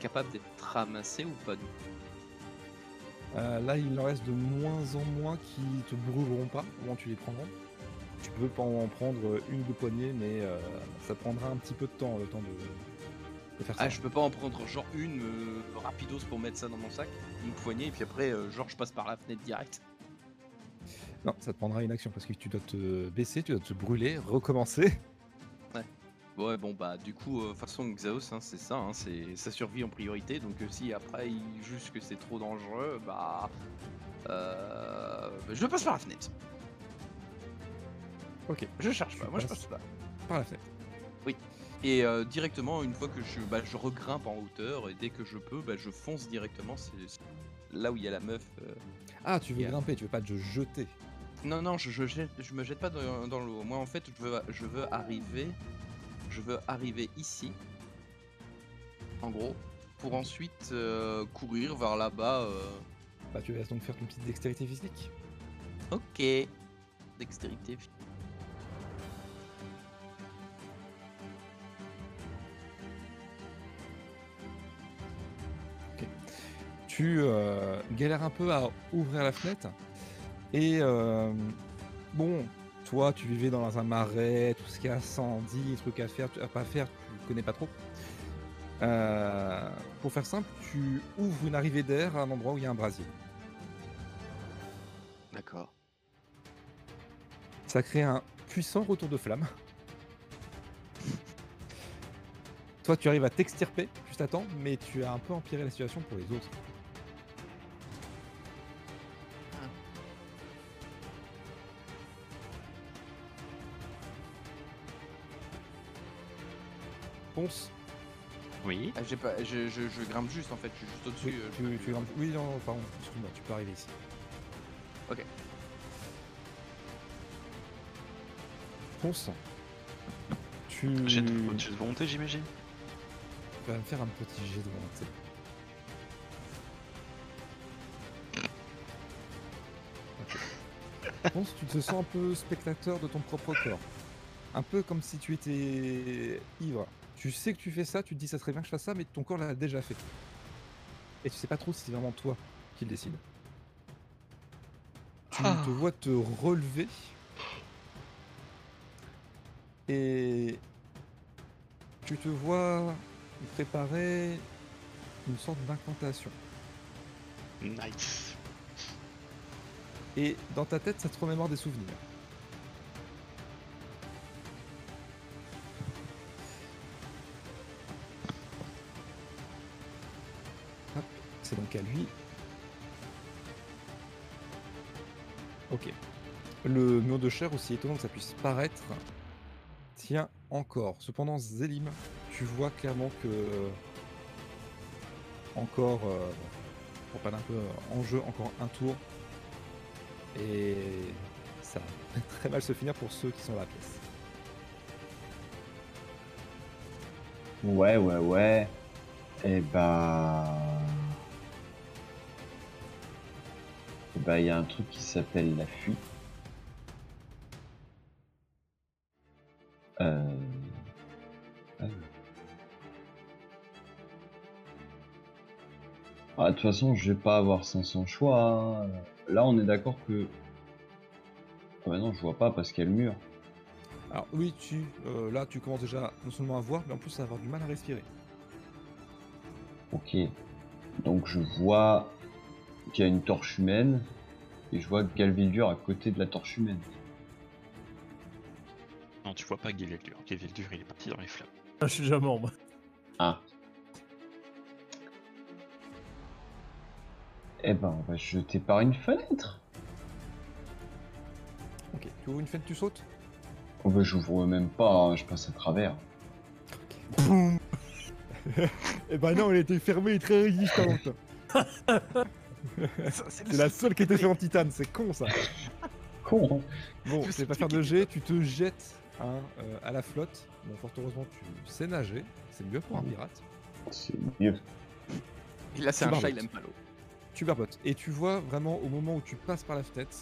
S4: capables d'être ramassées ou pas du tout
S2: Euh, là, il en reste de moins en moins qui te brûleront pas, au moins tu les prendras. Tu peux pas en prendre une ou deux poignées, mais euh, ça prendra un petit peu de temps, le temps de, de faire ça.
S4: Ah, je peux pas en prendre genre une euh, rapidos pour mettre ça dans mon sac, une poignée, et puis après, euh, genre, je passe par la fenêtre direct.
S2: Non, ça te prendra une action parce que tu dois te baisser, tu dois te brûler, recommencer.
S4: Ouais, bon, bah, du coup, euh, façon Xaos, hein, c'est ça, hein, c'est sa survie en priorité, donc euh, si après il juge que c'est trop dangereux, bah. euh, je passe par la fenêtre.
S2: Ok.
S4: Je cherche
S2: Tu
S4: pas, moi je
S2: passes.
S4: passe pas.
S2: Par la fenêtre.
S4: Et euh, directement, une fois que je, bah, je regrimpe en hauteur, et dès que je peux, bah, je fonce directement. C'est c'est là où il y a la meuf. euh.
S2: Ah, tu veux
S4: Yeah.
S2: grimper, tu veux pas te jeter.
S4: Non, non, je, je, jette- je me jette pas dans, dans l'eau. Moi, en fait, je veux, je veux arriver. Je veux arriver ici. En gros. Pour ensuite euh, courir vers là-bas. euh.
S2: Bah, tu vas donc faire ton petite dextérité physique.
S4: Ok. Dextérité.
S2: Tu euh, galères un peu à ouvrir la fenêtre. Et euh, bon, toi, tu vivais dans un marais, tout ce qui est incendie, trucs à faire, à pas faire, tu connais pas trop. Euh, pour faire simple, tu ouvres une arrivée d'air à un endroit où il y a un brasier.
S4: D'accord.
S2: Ça crée un puissant retour de flamme. Toi, tu arrives à t'extirper juste à temps, mais tu as un peu empiré la situation pour les autres. Ponce,
S7: Oui.
S4: Ah, j'ai pas, je, je- je grimpe juste en fait, je suis juste au-dessus.
S2: oui,
S4: euh,
S2: tu, tu grimpes- oui, non, pardon, excuse-moi, tu peux arriver ici.
S4: Ok.
S2: Ponce, tu
S7: J'ai de, j'ai de volonté, j'imagine.
S2: tu vas me faire un petit jet de volonté. Je pense que tu te sens un peu spectateur de ton propre corps. Un peu comme si tu étais ivre. Tu sais que tu fais ça, tu te dis ça serait bien que je fasse ça, mais ton corps l'a déjà fait. Et tu sais pas trop si c'est vraiment toi qui le décide. Tu te vois te relever. Et tu te vois préparer une sorte d'incantation.
S7: Nice.
S2: Et dans ta tête, ça te remémore des souvenirs. Hop, C'est donc à lui. Ok. Le mur de chair, aussi étonnant que ça puisse paraître, tient encore. Cependant, Zélim, tu vois clairement que euh, encore, euh, pour parler un peu en jeu, encore un tour, et ça va très mal se finir pour ceux qui sont dans la pièce.
S19: Ouais, ouais, ouais.
S1: Eh
S19: Et
S1: ben,
S19: bah.
S1: eh
S19: Et
S1: ben,
S19: bah, il y a un truc qui s'appelle la fuite. Euh... ah. Ah, de toute façon, je vais pas avoir 500 choix. hein. Là, on est d'accord que. Ah, bah non, je vois pas parce qu'il y a le mur.
S2: Alors oui, tu, euh, là tu commences déjà non seulement à voir, mais en plus à avoir du mal à respirer.
S19: Ok. Donc je vois qu'il y a une torche humaine et je vois Galvildur à côté de la torche humaine.
S7: Non, tu vois pas Gavildur. Gavildur, il est parti dans les flammes.
S3: Ah, je suis déjà mort, moi.
S19: Ah. Eh ben, on va se jeter par une fenêtre.
S2: Ok, tu ouvres une fenêtre, tu sautes
S19: Oh bah j'ouvre même pas, hein, je passe à travers.
S2: Eh ben non, elle était fermée et très résistante.
S4: C'est
S2: C'est la seule qui était faite en titane, c'est con ça.
S19: con.
S2: Bon,
S20: Tout
S2: tu
S20: ce
S2: vas pas
S20: truc
S2: faire de
S20: était
S2: jet, tu te jettes hein, euh, à la flotte. Bon, fort heureusement, tu sais nager. C'est mieux pour un pirate.
S19: hein. C'est mieux.
S20: Et là, c'est
S2: Tu
S20: un chat,
S2: barbotes.
S20: il aime pas l'eau.
S2: Tu barbotes. Et tu vois vraiment au moment où tu passes par la fenêtre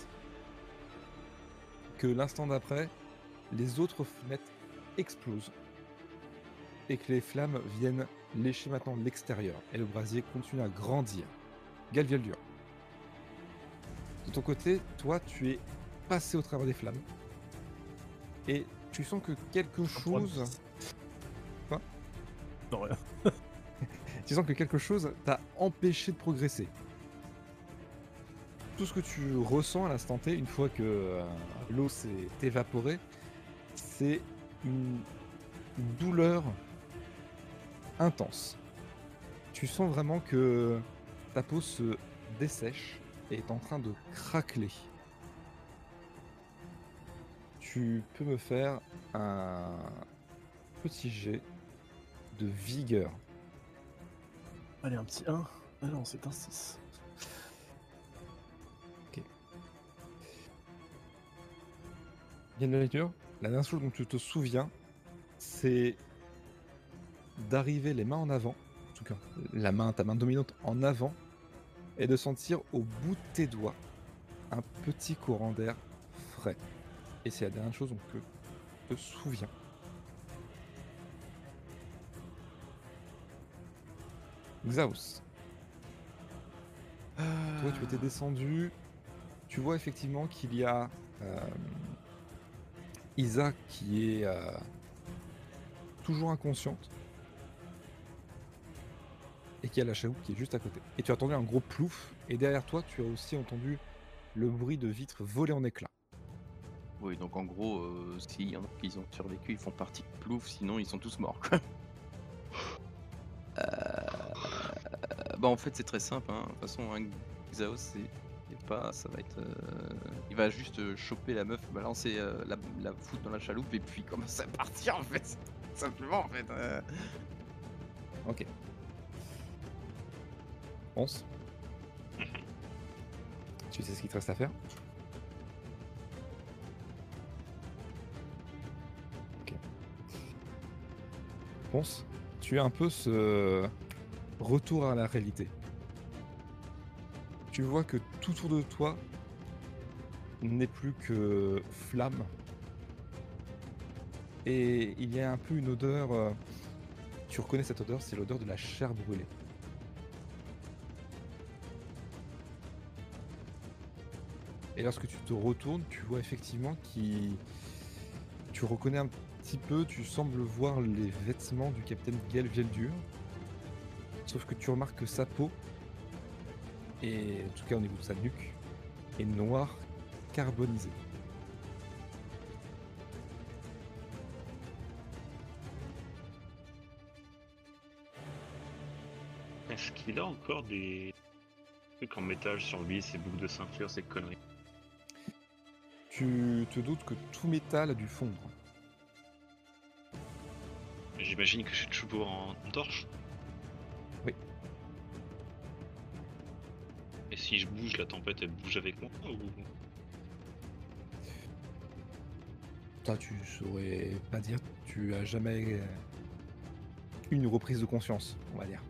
S2: que l'instant d'après, les autres fenêtres explosent. Et que les flammes viennent lécher maintenant l'extérieur. Et le brasier continue à grandir. Galvialdur. De ton côté, toi, tu es passé au travers des flammes. Et tu sens que quelque chose. Quoi
S6: Non, rien.
S2: Tu sens que quelque chose t'a empêché de progresser. Tout ce que tu ressens à l'instant T, une fois que euh, l'eau s'est évaporée, c'est une douleur intense. Tu sens vraiment que ta peau se dessèche et est en train de craquer. Tu peux me faire un petit jet de vigueur.
S6: Allez, un petit 1. Ah non, c'est un 6.
S2: Bien de la lecture. La dernière chose dont tu te souviens, c'est d'arriver les mains en avant, en tout cas la main, ta main dominante en avant, et de sentir au bout de tes doigts un petit courant d'air frais. Et c'est la dernière chose dont tu te souviens. Xaos,
S4: Euh,
S2: toi tu étais descendu, tu vois effectivement qu'il y a euh, Isa qui est euh, toujours inconsciente et qui a la chaloupe qui est juste à côté. Et tu as entendu un gros plouf et derrière toi tu as aussi entendu le bruit de vitres voler en éclats.
S4: Oui, donc en gros, euh, s'il y en a qui ont survécu, ils font partie de plouf, sinon ils sont tous morts. quoi. Euh, Bah en fait c'est très simple, hein. de toute façon un Xaos c'est c'est pas, ça va être, euh, il va juste euh, choper la meuf, balancer euh, la, la foutre dans la chaloupe et puis commencer à partir en fait, Tout simplement en fait. euh.
S2: Pense. Tu sais ce qu'il te reste à faire Ok. Ponce, tu as un peu ce retour à la réalité. Tu vois que tout autour de toi n'est plus que flamme. Et il y a un peu une odeur. euh, Tu reconnais cette odeur, c'est l'odeur de la chair brûlée. Et lorsque tu te retournes, tu vois effectivement qui. Tu reconnais un petit peu, tu sembles voir les vêtements du capitaine Galvieldur. Sauf que tu remarques que sa peau, et en tout cas au niveau de sa nuque, est noire carbonisée.
S7: Est-ce qu'il a encore des trucs en métal sur lui, ses boucles de ceinture, ces conneries
S2: Tu te doutes que tout métal a dû fondre.
S7: J'imagine que je suis toujours en torche.
S2: Oui.
S7: Et si je bouge, la tempête, elle bouge avec moi ou...
S2: Ça, tu saurais pas dire, tu as jamais euh, une reprise de conscience, on va dire.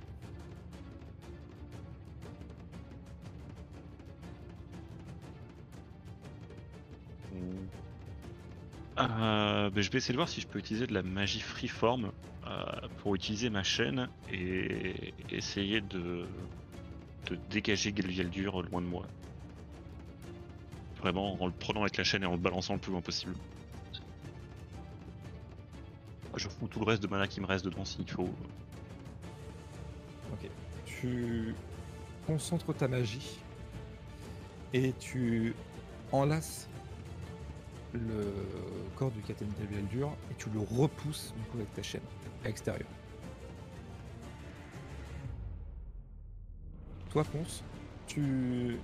S7: Euh, ben, je vais essayer de voir si je peux utiliser de la magie freeform euh, pour utiliser ma chaîne et essayer de, de dégager Galvieldur loin de moi. Vraiment en le prenant avec la chaîne et en le balançant le plus loin possible. Je fous tout le reste de mana qui me reste dedans s'il faut.
S2: tu concentres ta magie et tu enlaces le corps du capitaine Galvieldur et tu le repousses du coup avec ta chaîne à l'extérieur. Toi Ponce, tu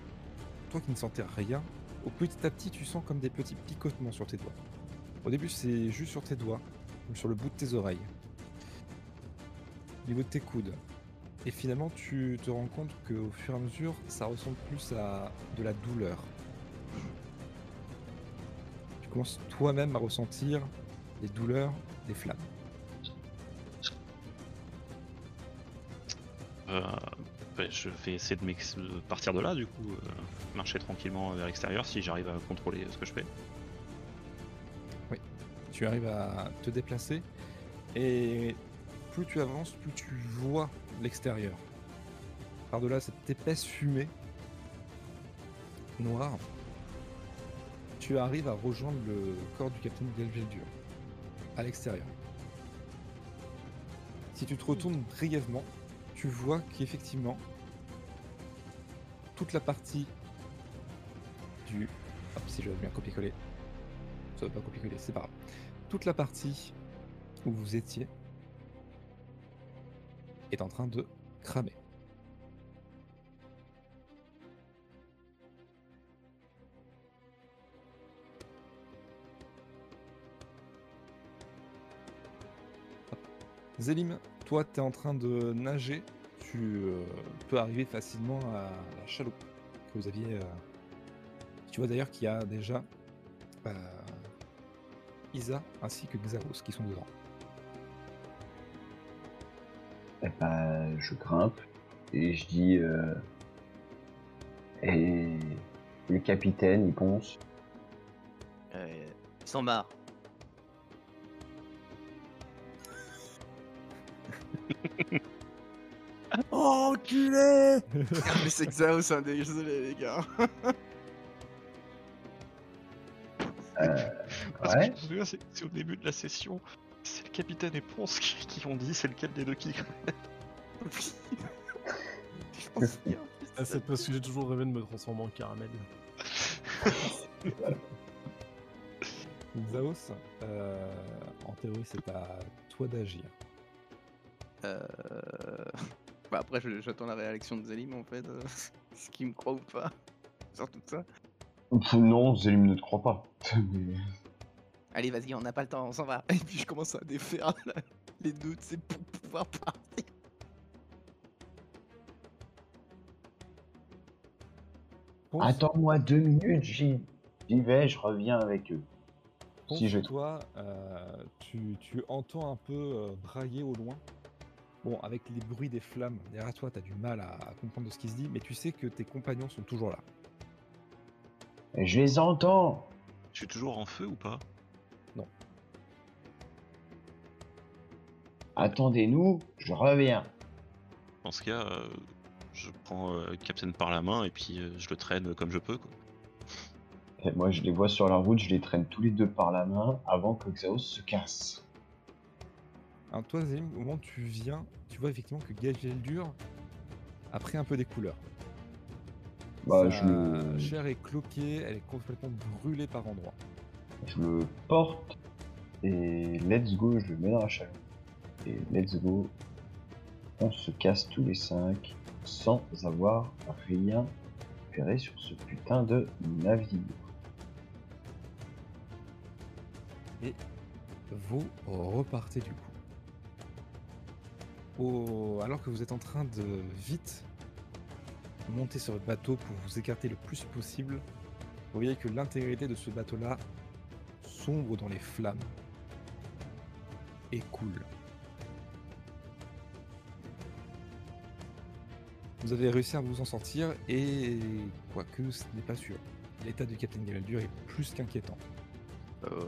S2: toi qui ne sentais rien, au petit à petit tu sens comme des petits picotements sur tes doigts. Au début c'est juste sur tes doigts, comme sur le bout de tes oreilles, au niveau de tes coudes. Et finalement, tu te rends compte qu'au fur et à mesure, ça ressemble plus à de la douleur. commences toi-même à ressentir les douleurs des flammes.
S7: Euh, bah, je vais essayer de, m'ex- de partir de là, du coup, euh, marcher tranquillement vers l'extérieur si j'arrive à contrôler ce que je fais.
S2: tu arrives à te déplacer et plus tu avances, plus tu vois l'extérieur. Par-delà cette épaisse fumée noire, tu arrives à rejoindre le corps du capitaine Galveldur à l'extérieur. Si tu te retournes brièvement, tu vois qu'effectivement, toute la partie du. Hop, si je veux bien copier-coller. Ça veut pas copier-coller, c'est pas grave toute la partie où vous étiez est en train de cramer. Zélim, toi t'es en train de nager, tu euh, peux arriver facilement à la chaloupe que vous aviez. euh, Tu vois d'ailleurs qu'il y a déjà euh, Isa ainsi que Xaros qui sont dedans.
S19: Eh ben, je grimpe et je dis. euh, Et le capitaine, il pense.
S21: Euh, ils sont marre.
S6: Oh, enculé
S4: Ah, mais c'est Xaos, hein, désolé les gars.
S19: euh,
S7: Parce que
S19: Ouais.
S7: je me souviens, c'est c'est au début de la session, c'est le capitaine et Ponce qui, qui l'ont dit, c'est lequel des deux qui
S4: Je pense bien.
S6: Ah, C'est parce que j'ai toujours rêvé de me transformer en caramel.
S2: Xaos, euh, en théorie, c'est à toi d'agir.
S4: Euh... Bah après, je- j'attends la réaction de Zélim en fait, euh, ce qu'il me croit ou pas sur tout ça.
S19: Pff, Non, Zélim ne te croit pas. Mais-
S4: Allez, vas-y, on n'a pas le temps, on s'en va. Et puis je commence à défaire la- les doutes, c'est pour pouvoir partir.
S2: Ponce,
S19: Attends-moi deux minutes, j'y j'y vais, je reviens avec eux.
S2: Ponce,
S19: si je-
S2: toi, euh, tu, tu entends un peu euh, brailler au loin. Bon, avec les bruits des flammes derrière toi, t'as du mal à, à comprendre de ce qui se dit, mais tu sais que tes compagnons sont toujours là.
S19: Je les entends.
S7: Je suis toujours en feu ou pas
S19: Attendez-nous, je reviens.
S7: Dans ce cas, euh, je prends euh, le capitaine par la main et puis euh, je le traîne comme je peux. Quoi.
S19: Et moi, je les vois sur la route, je les traîne tous les deux par la main avant que Xaos se casse.
S2: Hein, toi, Zélim, au moment où tu viens, tu vois effectivement que Gageldur a pris un peu des couleurs.
S19: Bah,
S2: Sa
S19: je, le,
S2: chair est cloquée, elle est complètement brûlée par endroits.
S19: je le porte et let's go, je le mets dans la chaloupe. Et let's go, on se casse tous les cinq sans avoir rien repéré sur ce putain de navire.
S2: vous repartez du coup. Au- Alors que vous êtes en train de vite monter sur le bateau pour vous écarter le plus possible, vous voyez que l'intégrité de ce bateau-là sombre dans les flammes et coule. Vous avez réussi à vous en sortir et quoique ce n'est pas sûr, l'état du capitaine Gavaldur est plus qu'inquiétant.
S4: Euh,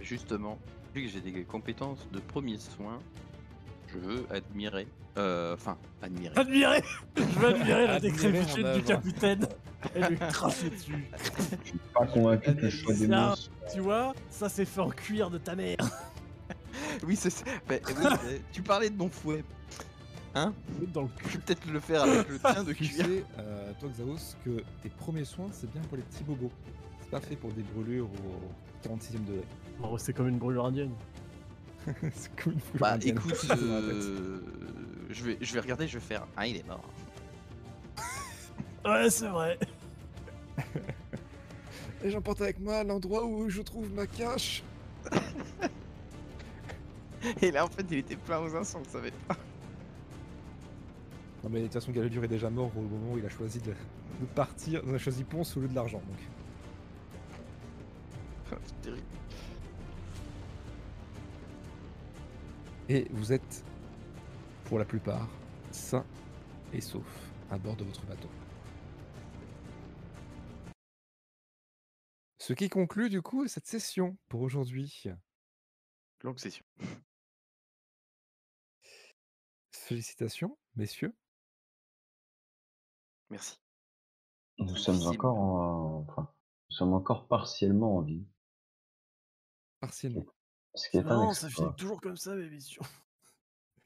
S4: justement, vu que j'ai des compétences de premier soin, je veux admirer. euh, Enfin, admirer.
S6: Admirer Je vais admirer la
S2: Admirer en
S6: décrépitude du
S2: œuvre.
S6: capitaine et lui cracher dessus.
S19: Je suis pas convaincu que le choix des
S3: Ah,
S19: mots
S6: Ça. Tu vois, ça c'est fait en cuir de ta mère.
S4: Oui, c'est ça. Bah, oui, euh, tu parlais de mon fouet.
S6: Dans le
S4: Je
S6: cul.
S4: vais peut-être le faire avec le tien de
S2: Tu
S4: cuir.
S2: sais, euh, toi Xaos, que tes premiers soins, c'est bien pour les petits bobos. C'est pas fait pour des brûlures au 46e degré.
S6: Oh, c'est comme une brûlure indienne.
S2: c'est comme une brûlure
S4: Bah
S2: indienne.
S4: écoute,
S2: Ça me rappelle ça.
S4: euh, je, vais, je vais regarder, je vais faire. Ah, il est mort.
S6: Ouais, c'est vrai.
S2: Et j'emporte avec moi l'endroit où je trouve ma cache.
S4: Et là, en fait, il était plein aux incendies, ça va être.
S2: Non mais de toute façon, Galadur est déjà mort au moment où il a choisi de, de partir. On a choisi Ponce au lieu de l'argent. Donc.
S4: C'est terrible.
S2: Et vous êtes, pour la plupart, sains et saufs à bord de votre bateau. Ce qui conclut du coup cette session pour aujourd'hui.
S4: Longue session.
S2: Félicitations, messieurs.
S4: Merci.
S19: Nous sommes
S4: Impossible.
S19: encore en- enfin, nous sommes encore partiellement en vie.
S2: Partiellement.
S19: Ce qui est un
S3: Non, ça
S19: exploit.
S3: finit toujours comme ça, mes missions.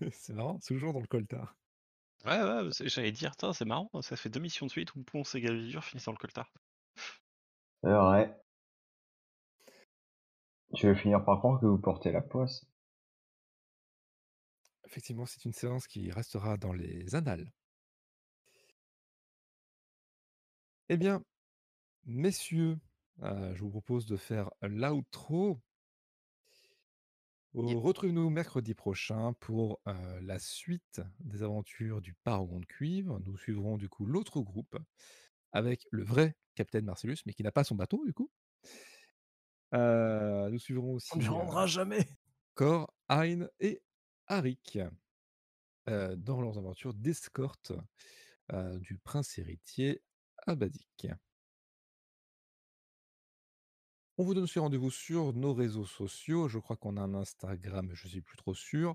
S2: C'est marrant, toujours dans le coltard.
S7: Ouais, ouais, c'est- j'allais dire, Tain, c'est marrant, ça fait deux missions de suite où Ponce et Gavidur finissent dans le coltard.
S19: C'est vrai. Euh, Je vais finir par croire que vous portez la poisse.
S2: Effectivement, c'est une séance qui restera dans les annales. Eh bien, messieurs, euh, je vous propose de faire l'outro. Oh, Retrouvez-nous mercredi prochain pour euh, la suite des aventures du Paramount de Cuivre. Nous suivrons du coup l'autre groupe avec le vrai Capitaine Marcellus, mais qui n'a pas son bateau du coup. Euh, nous suivrons aussi.
S3: On ne
S2: euh,
S3: rendra jamais.
S2: Cor, Hein et Arik euh, dans leurs aventures d'escorte euh, du prince héritier Abadik. On vous donne aussi rendez-vous sur nos réseaux sociaux. Je crois qu'on a un Instagram, je ne suis plus trop sûr.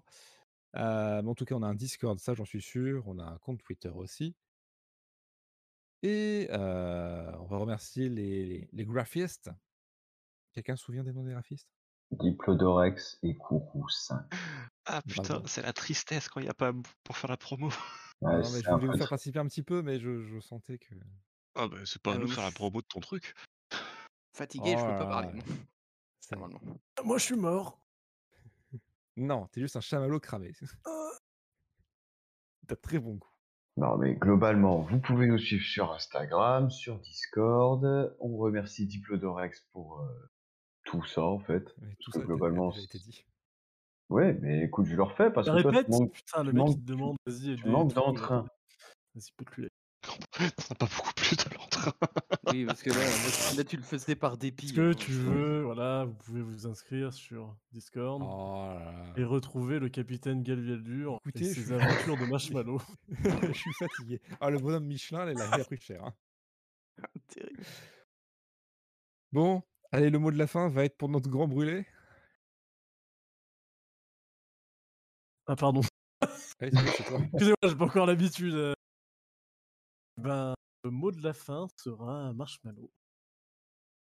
S2: Euh, mais en tout cas, on a un Discord, ça j'en suis sûr. On a un compte Twitter aussi. Et euh, on va remercier les, les- les graphistes. Quelqu'un se souvient des noms des graphistes
S19: Diplodorex et Kourou 5.
S7: Ah putain,
S2: Bravo.
S7: c'est la tristesse quand il n'y a pas Abou pour faire la promo.
S19: Ah
S2: Non,
S19: Ouais,
S2: Hein, mais
S19: c'est
S2: je
S19: un
S2: voulais vous
S19: peu
S2: faire participer un petit peu, mais je, je sentais que.
S7: Ah bah c'est pas
S4: Ah,
S7: à nous
S4: oui.
S7: de faire la promo de ton truc.
S4: Fatigué, je
S2: Oh
S4: peux
S2: là
S4: pas
S2: là
S4: parler.
S2: là. ça-
S4: Normalement.
S3: Moi, je suis mort.
S2: Non, t'es juste un chamallow cramé. T'as très bon goût.
S19: Non, mais globalement, vous pouvez nous suivre sur Instagram, sur Discord. On remercie Diplodorex pour euh, tout ça, en fait.
S2: Mais tout ça,
S19: que
S2: t'as- t'as
S19: globalement,
S2: déjà été dit.
S19: Ouais, mais écoute, je leur fais parce
S3: Je
S19: que toi,
S3: répète.
S19: tu manques,
S3: Putain, le
S19: tu
S3: mec,
S19: manques-
S3: il te demande, vas-y.
S19: tu
S3: des
S19: manques
S3: trucs,
S19: d'entrain.
S3: Vas-y, peux-tu
S7: T'en as pas beaucoup plus de l'entrain.
S4: Oui, parce que là, là, là, tu le faisais par dépit.
S3: Ce que
S4: hein.
S3: tu veux, voilà, vous pouvez vous inscrire sur Discord
S2: Oh là
S3: et
S2: là.
S3: retrouver le capitaine Galvialdur et
S2: Écoutez, je
S3: ses
S2: suis-
S3: aventures de marshmallow.
S2: je suis fatigué. Ah, le bonhomme Michelin, là, il a bien pris cher. hein.
S4: Terrible.
S2: Bon, allez, le mot de la fin va être pour notre grand brûlé.
S3: Ah, pardon.
S2: Allez, c'est bon, c'est toi.
S3: Excusez-moi, j'ai pas encore l'habitude. euh. Ben, le mot de la fin sera marshmallow.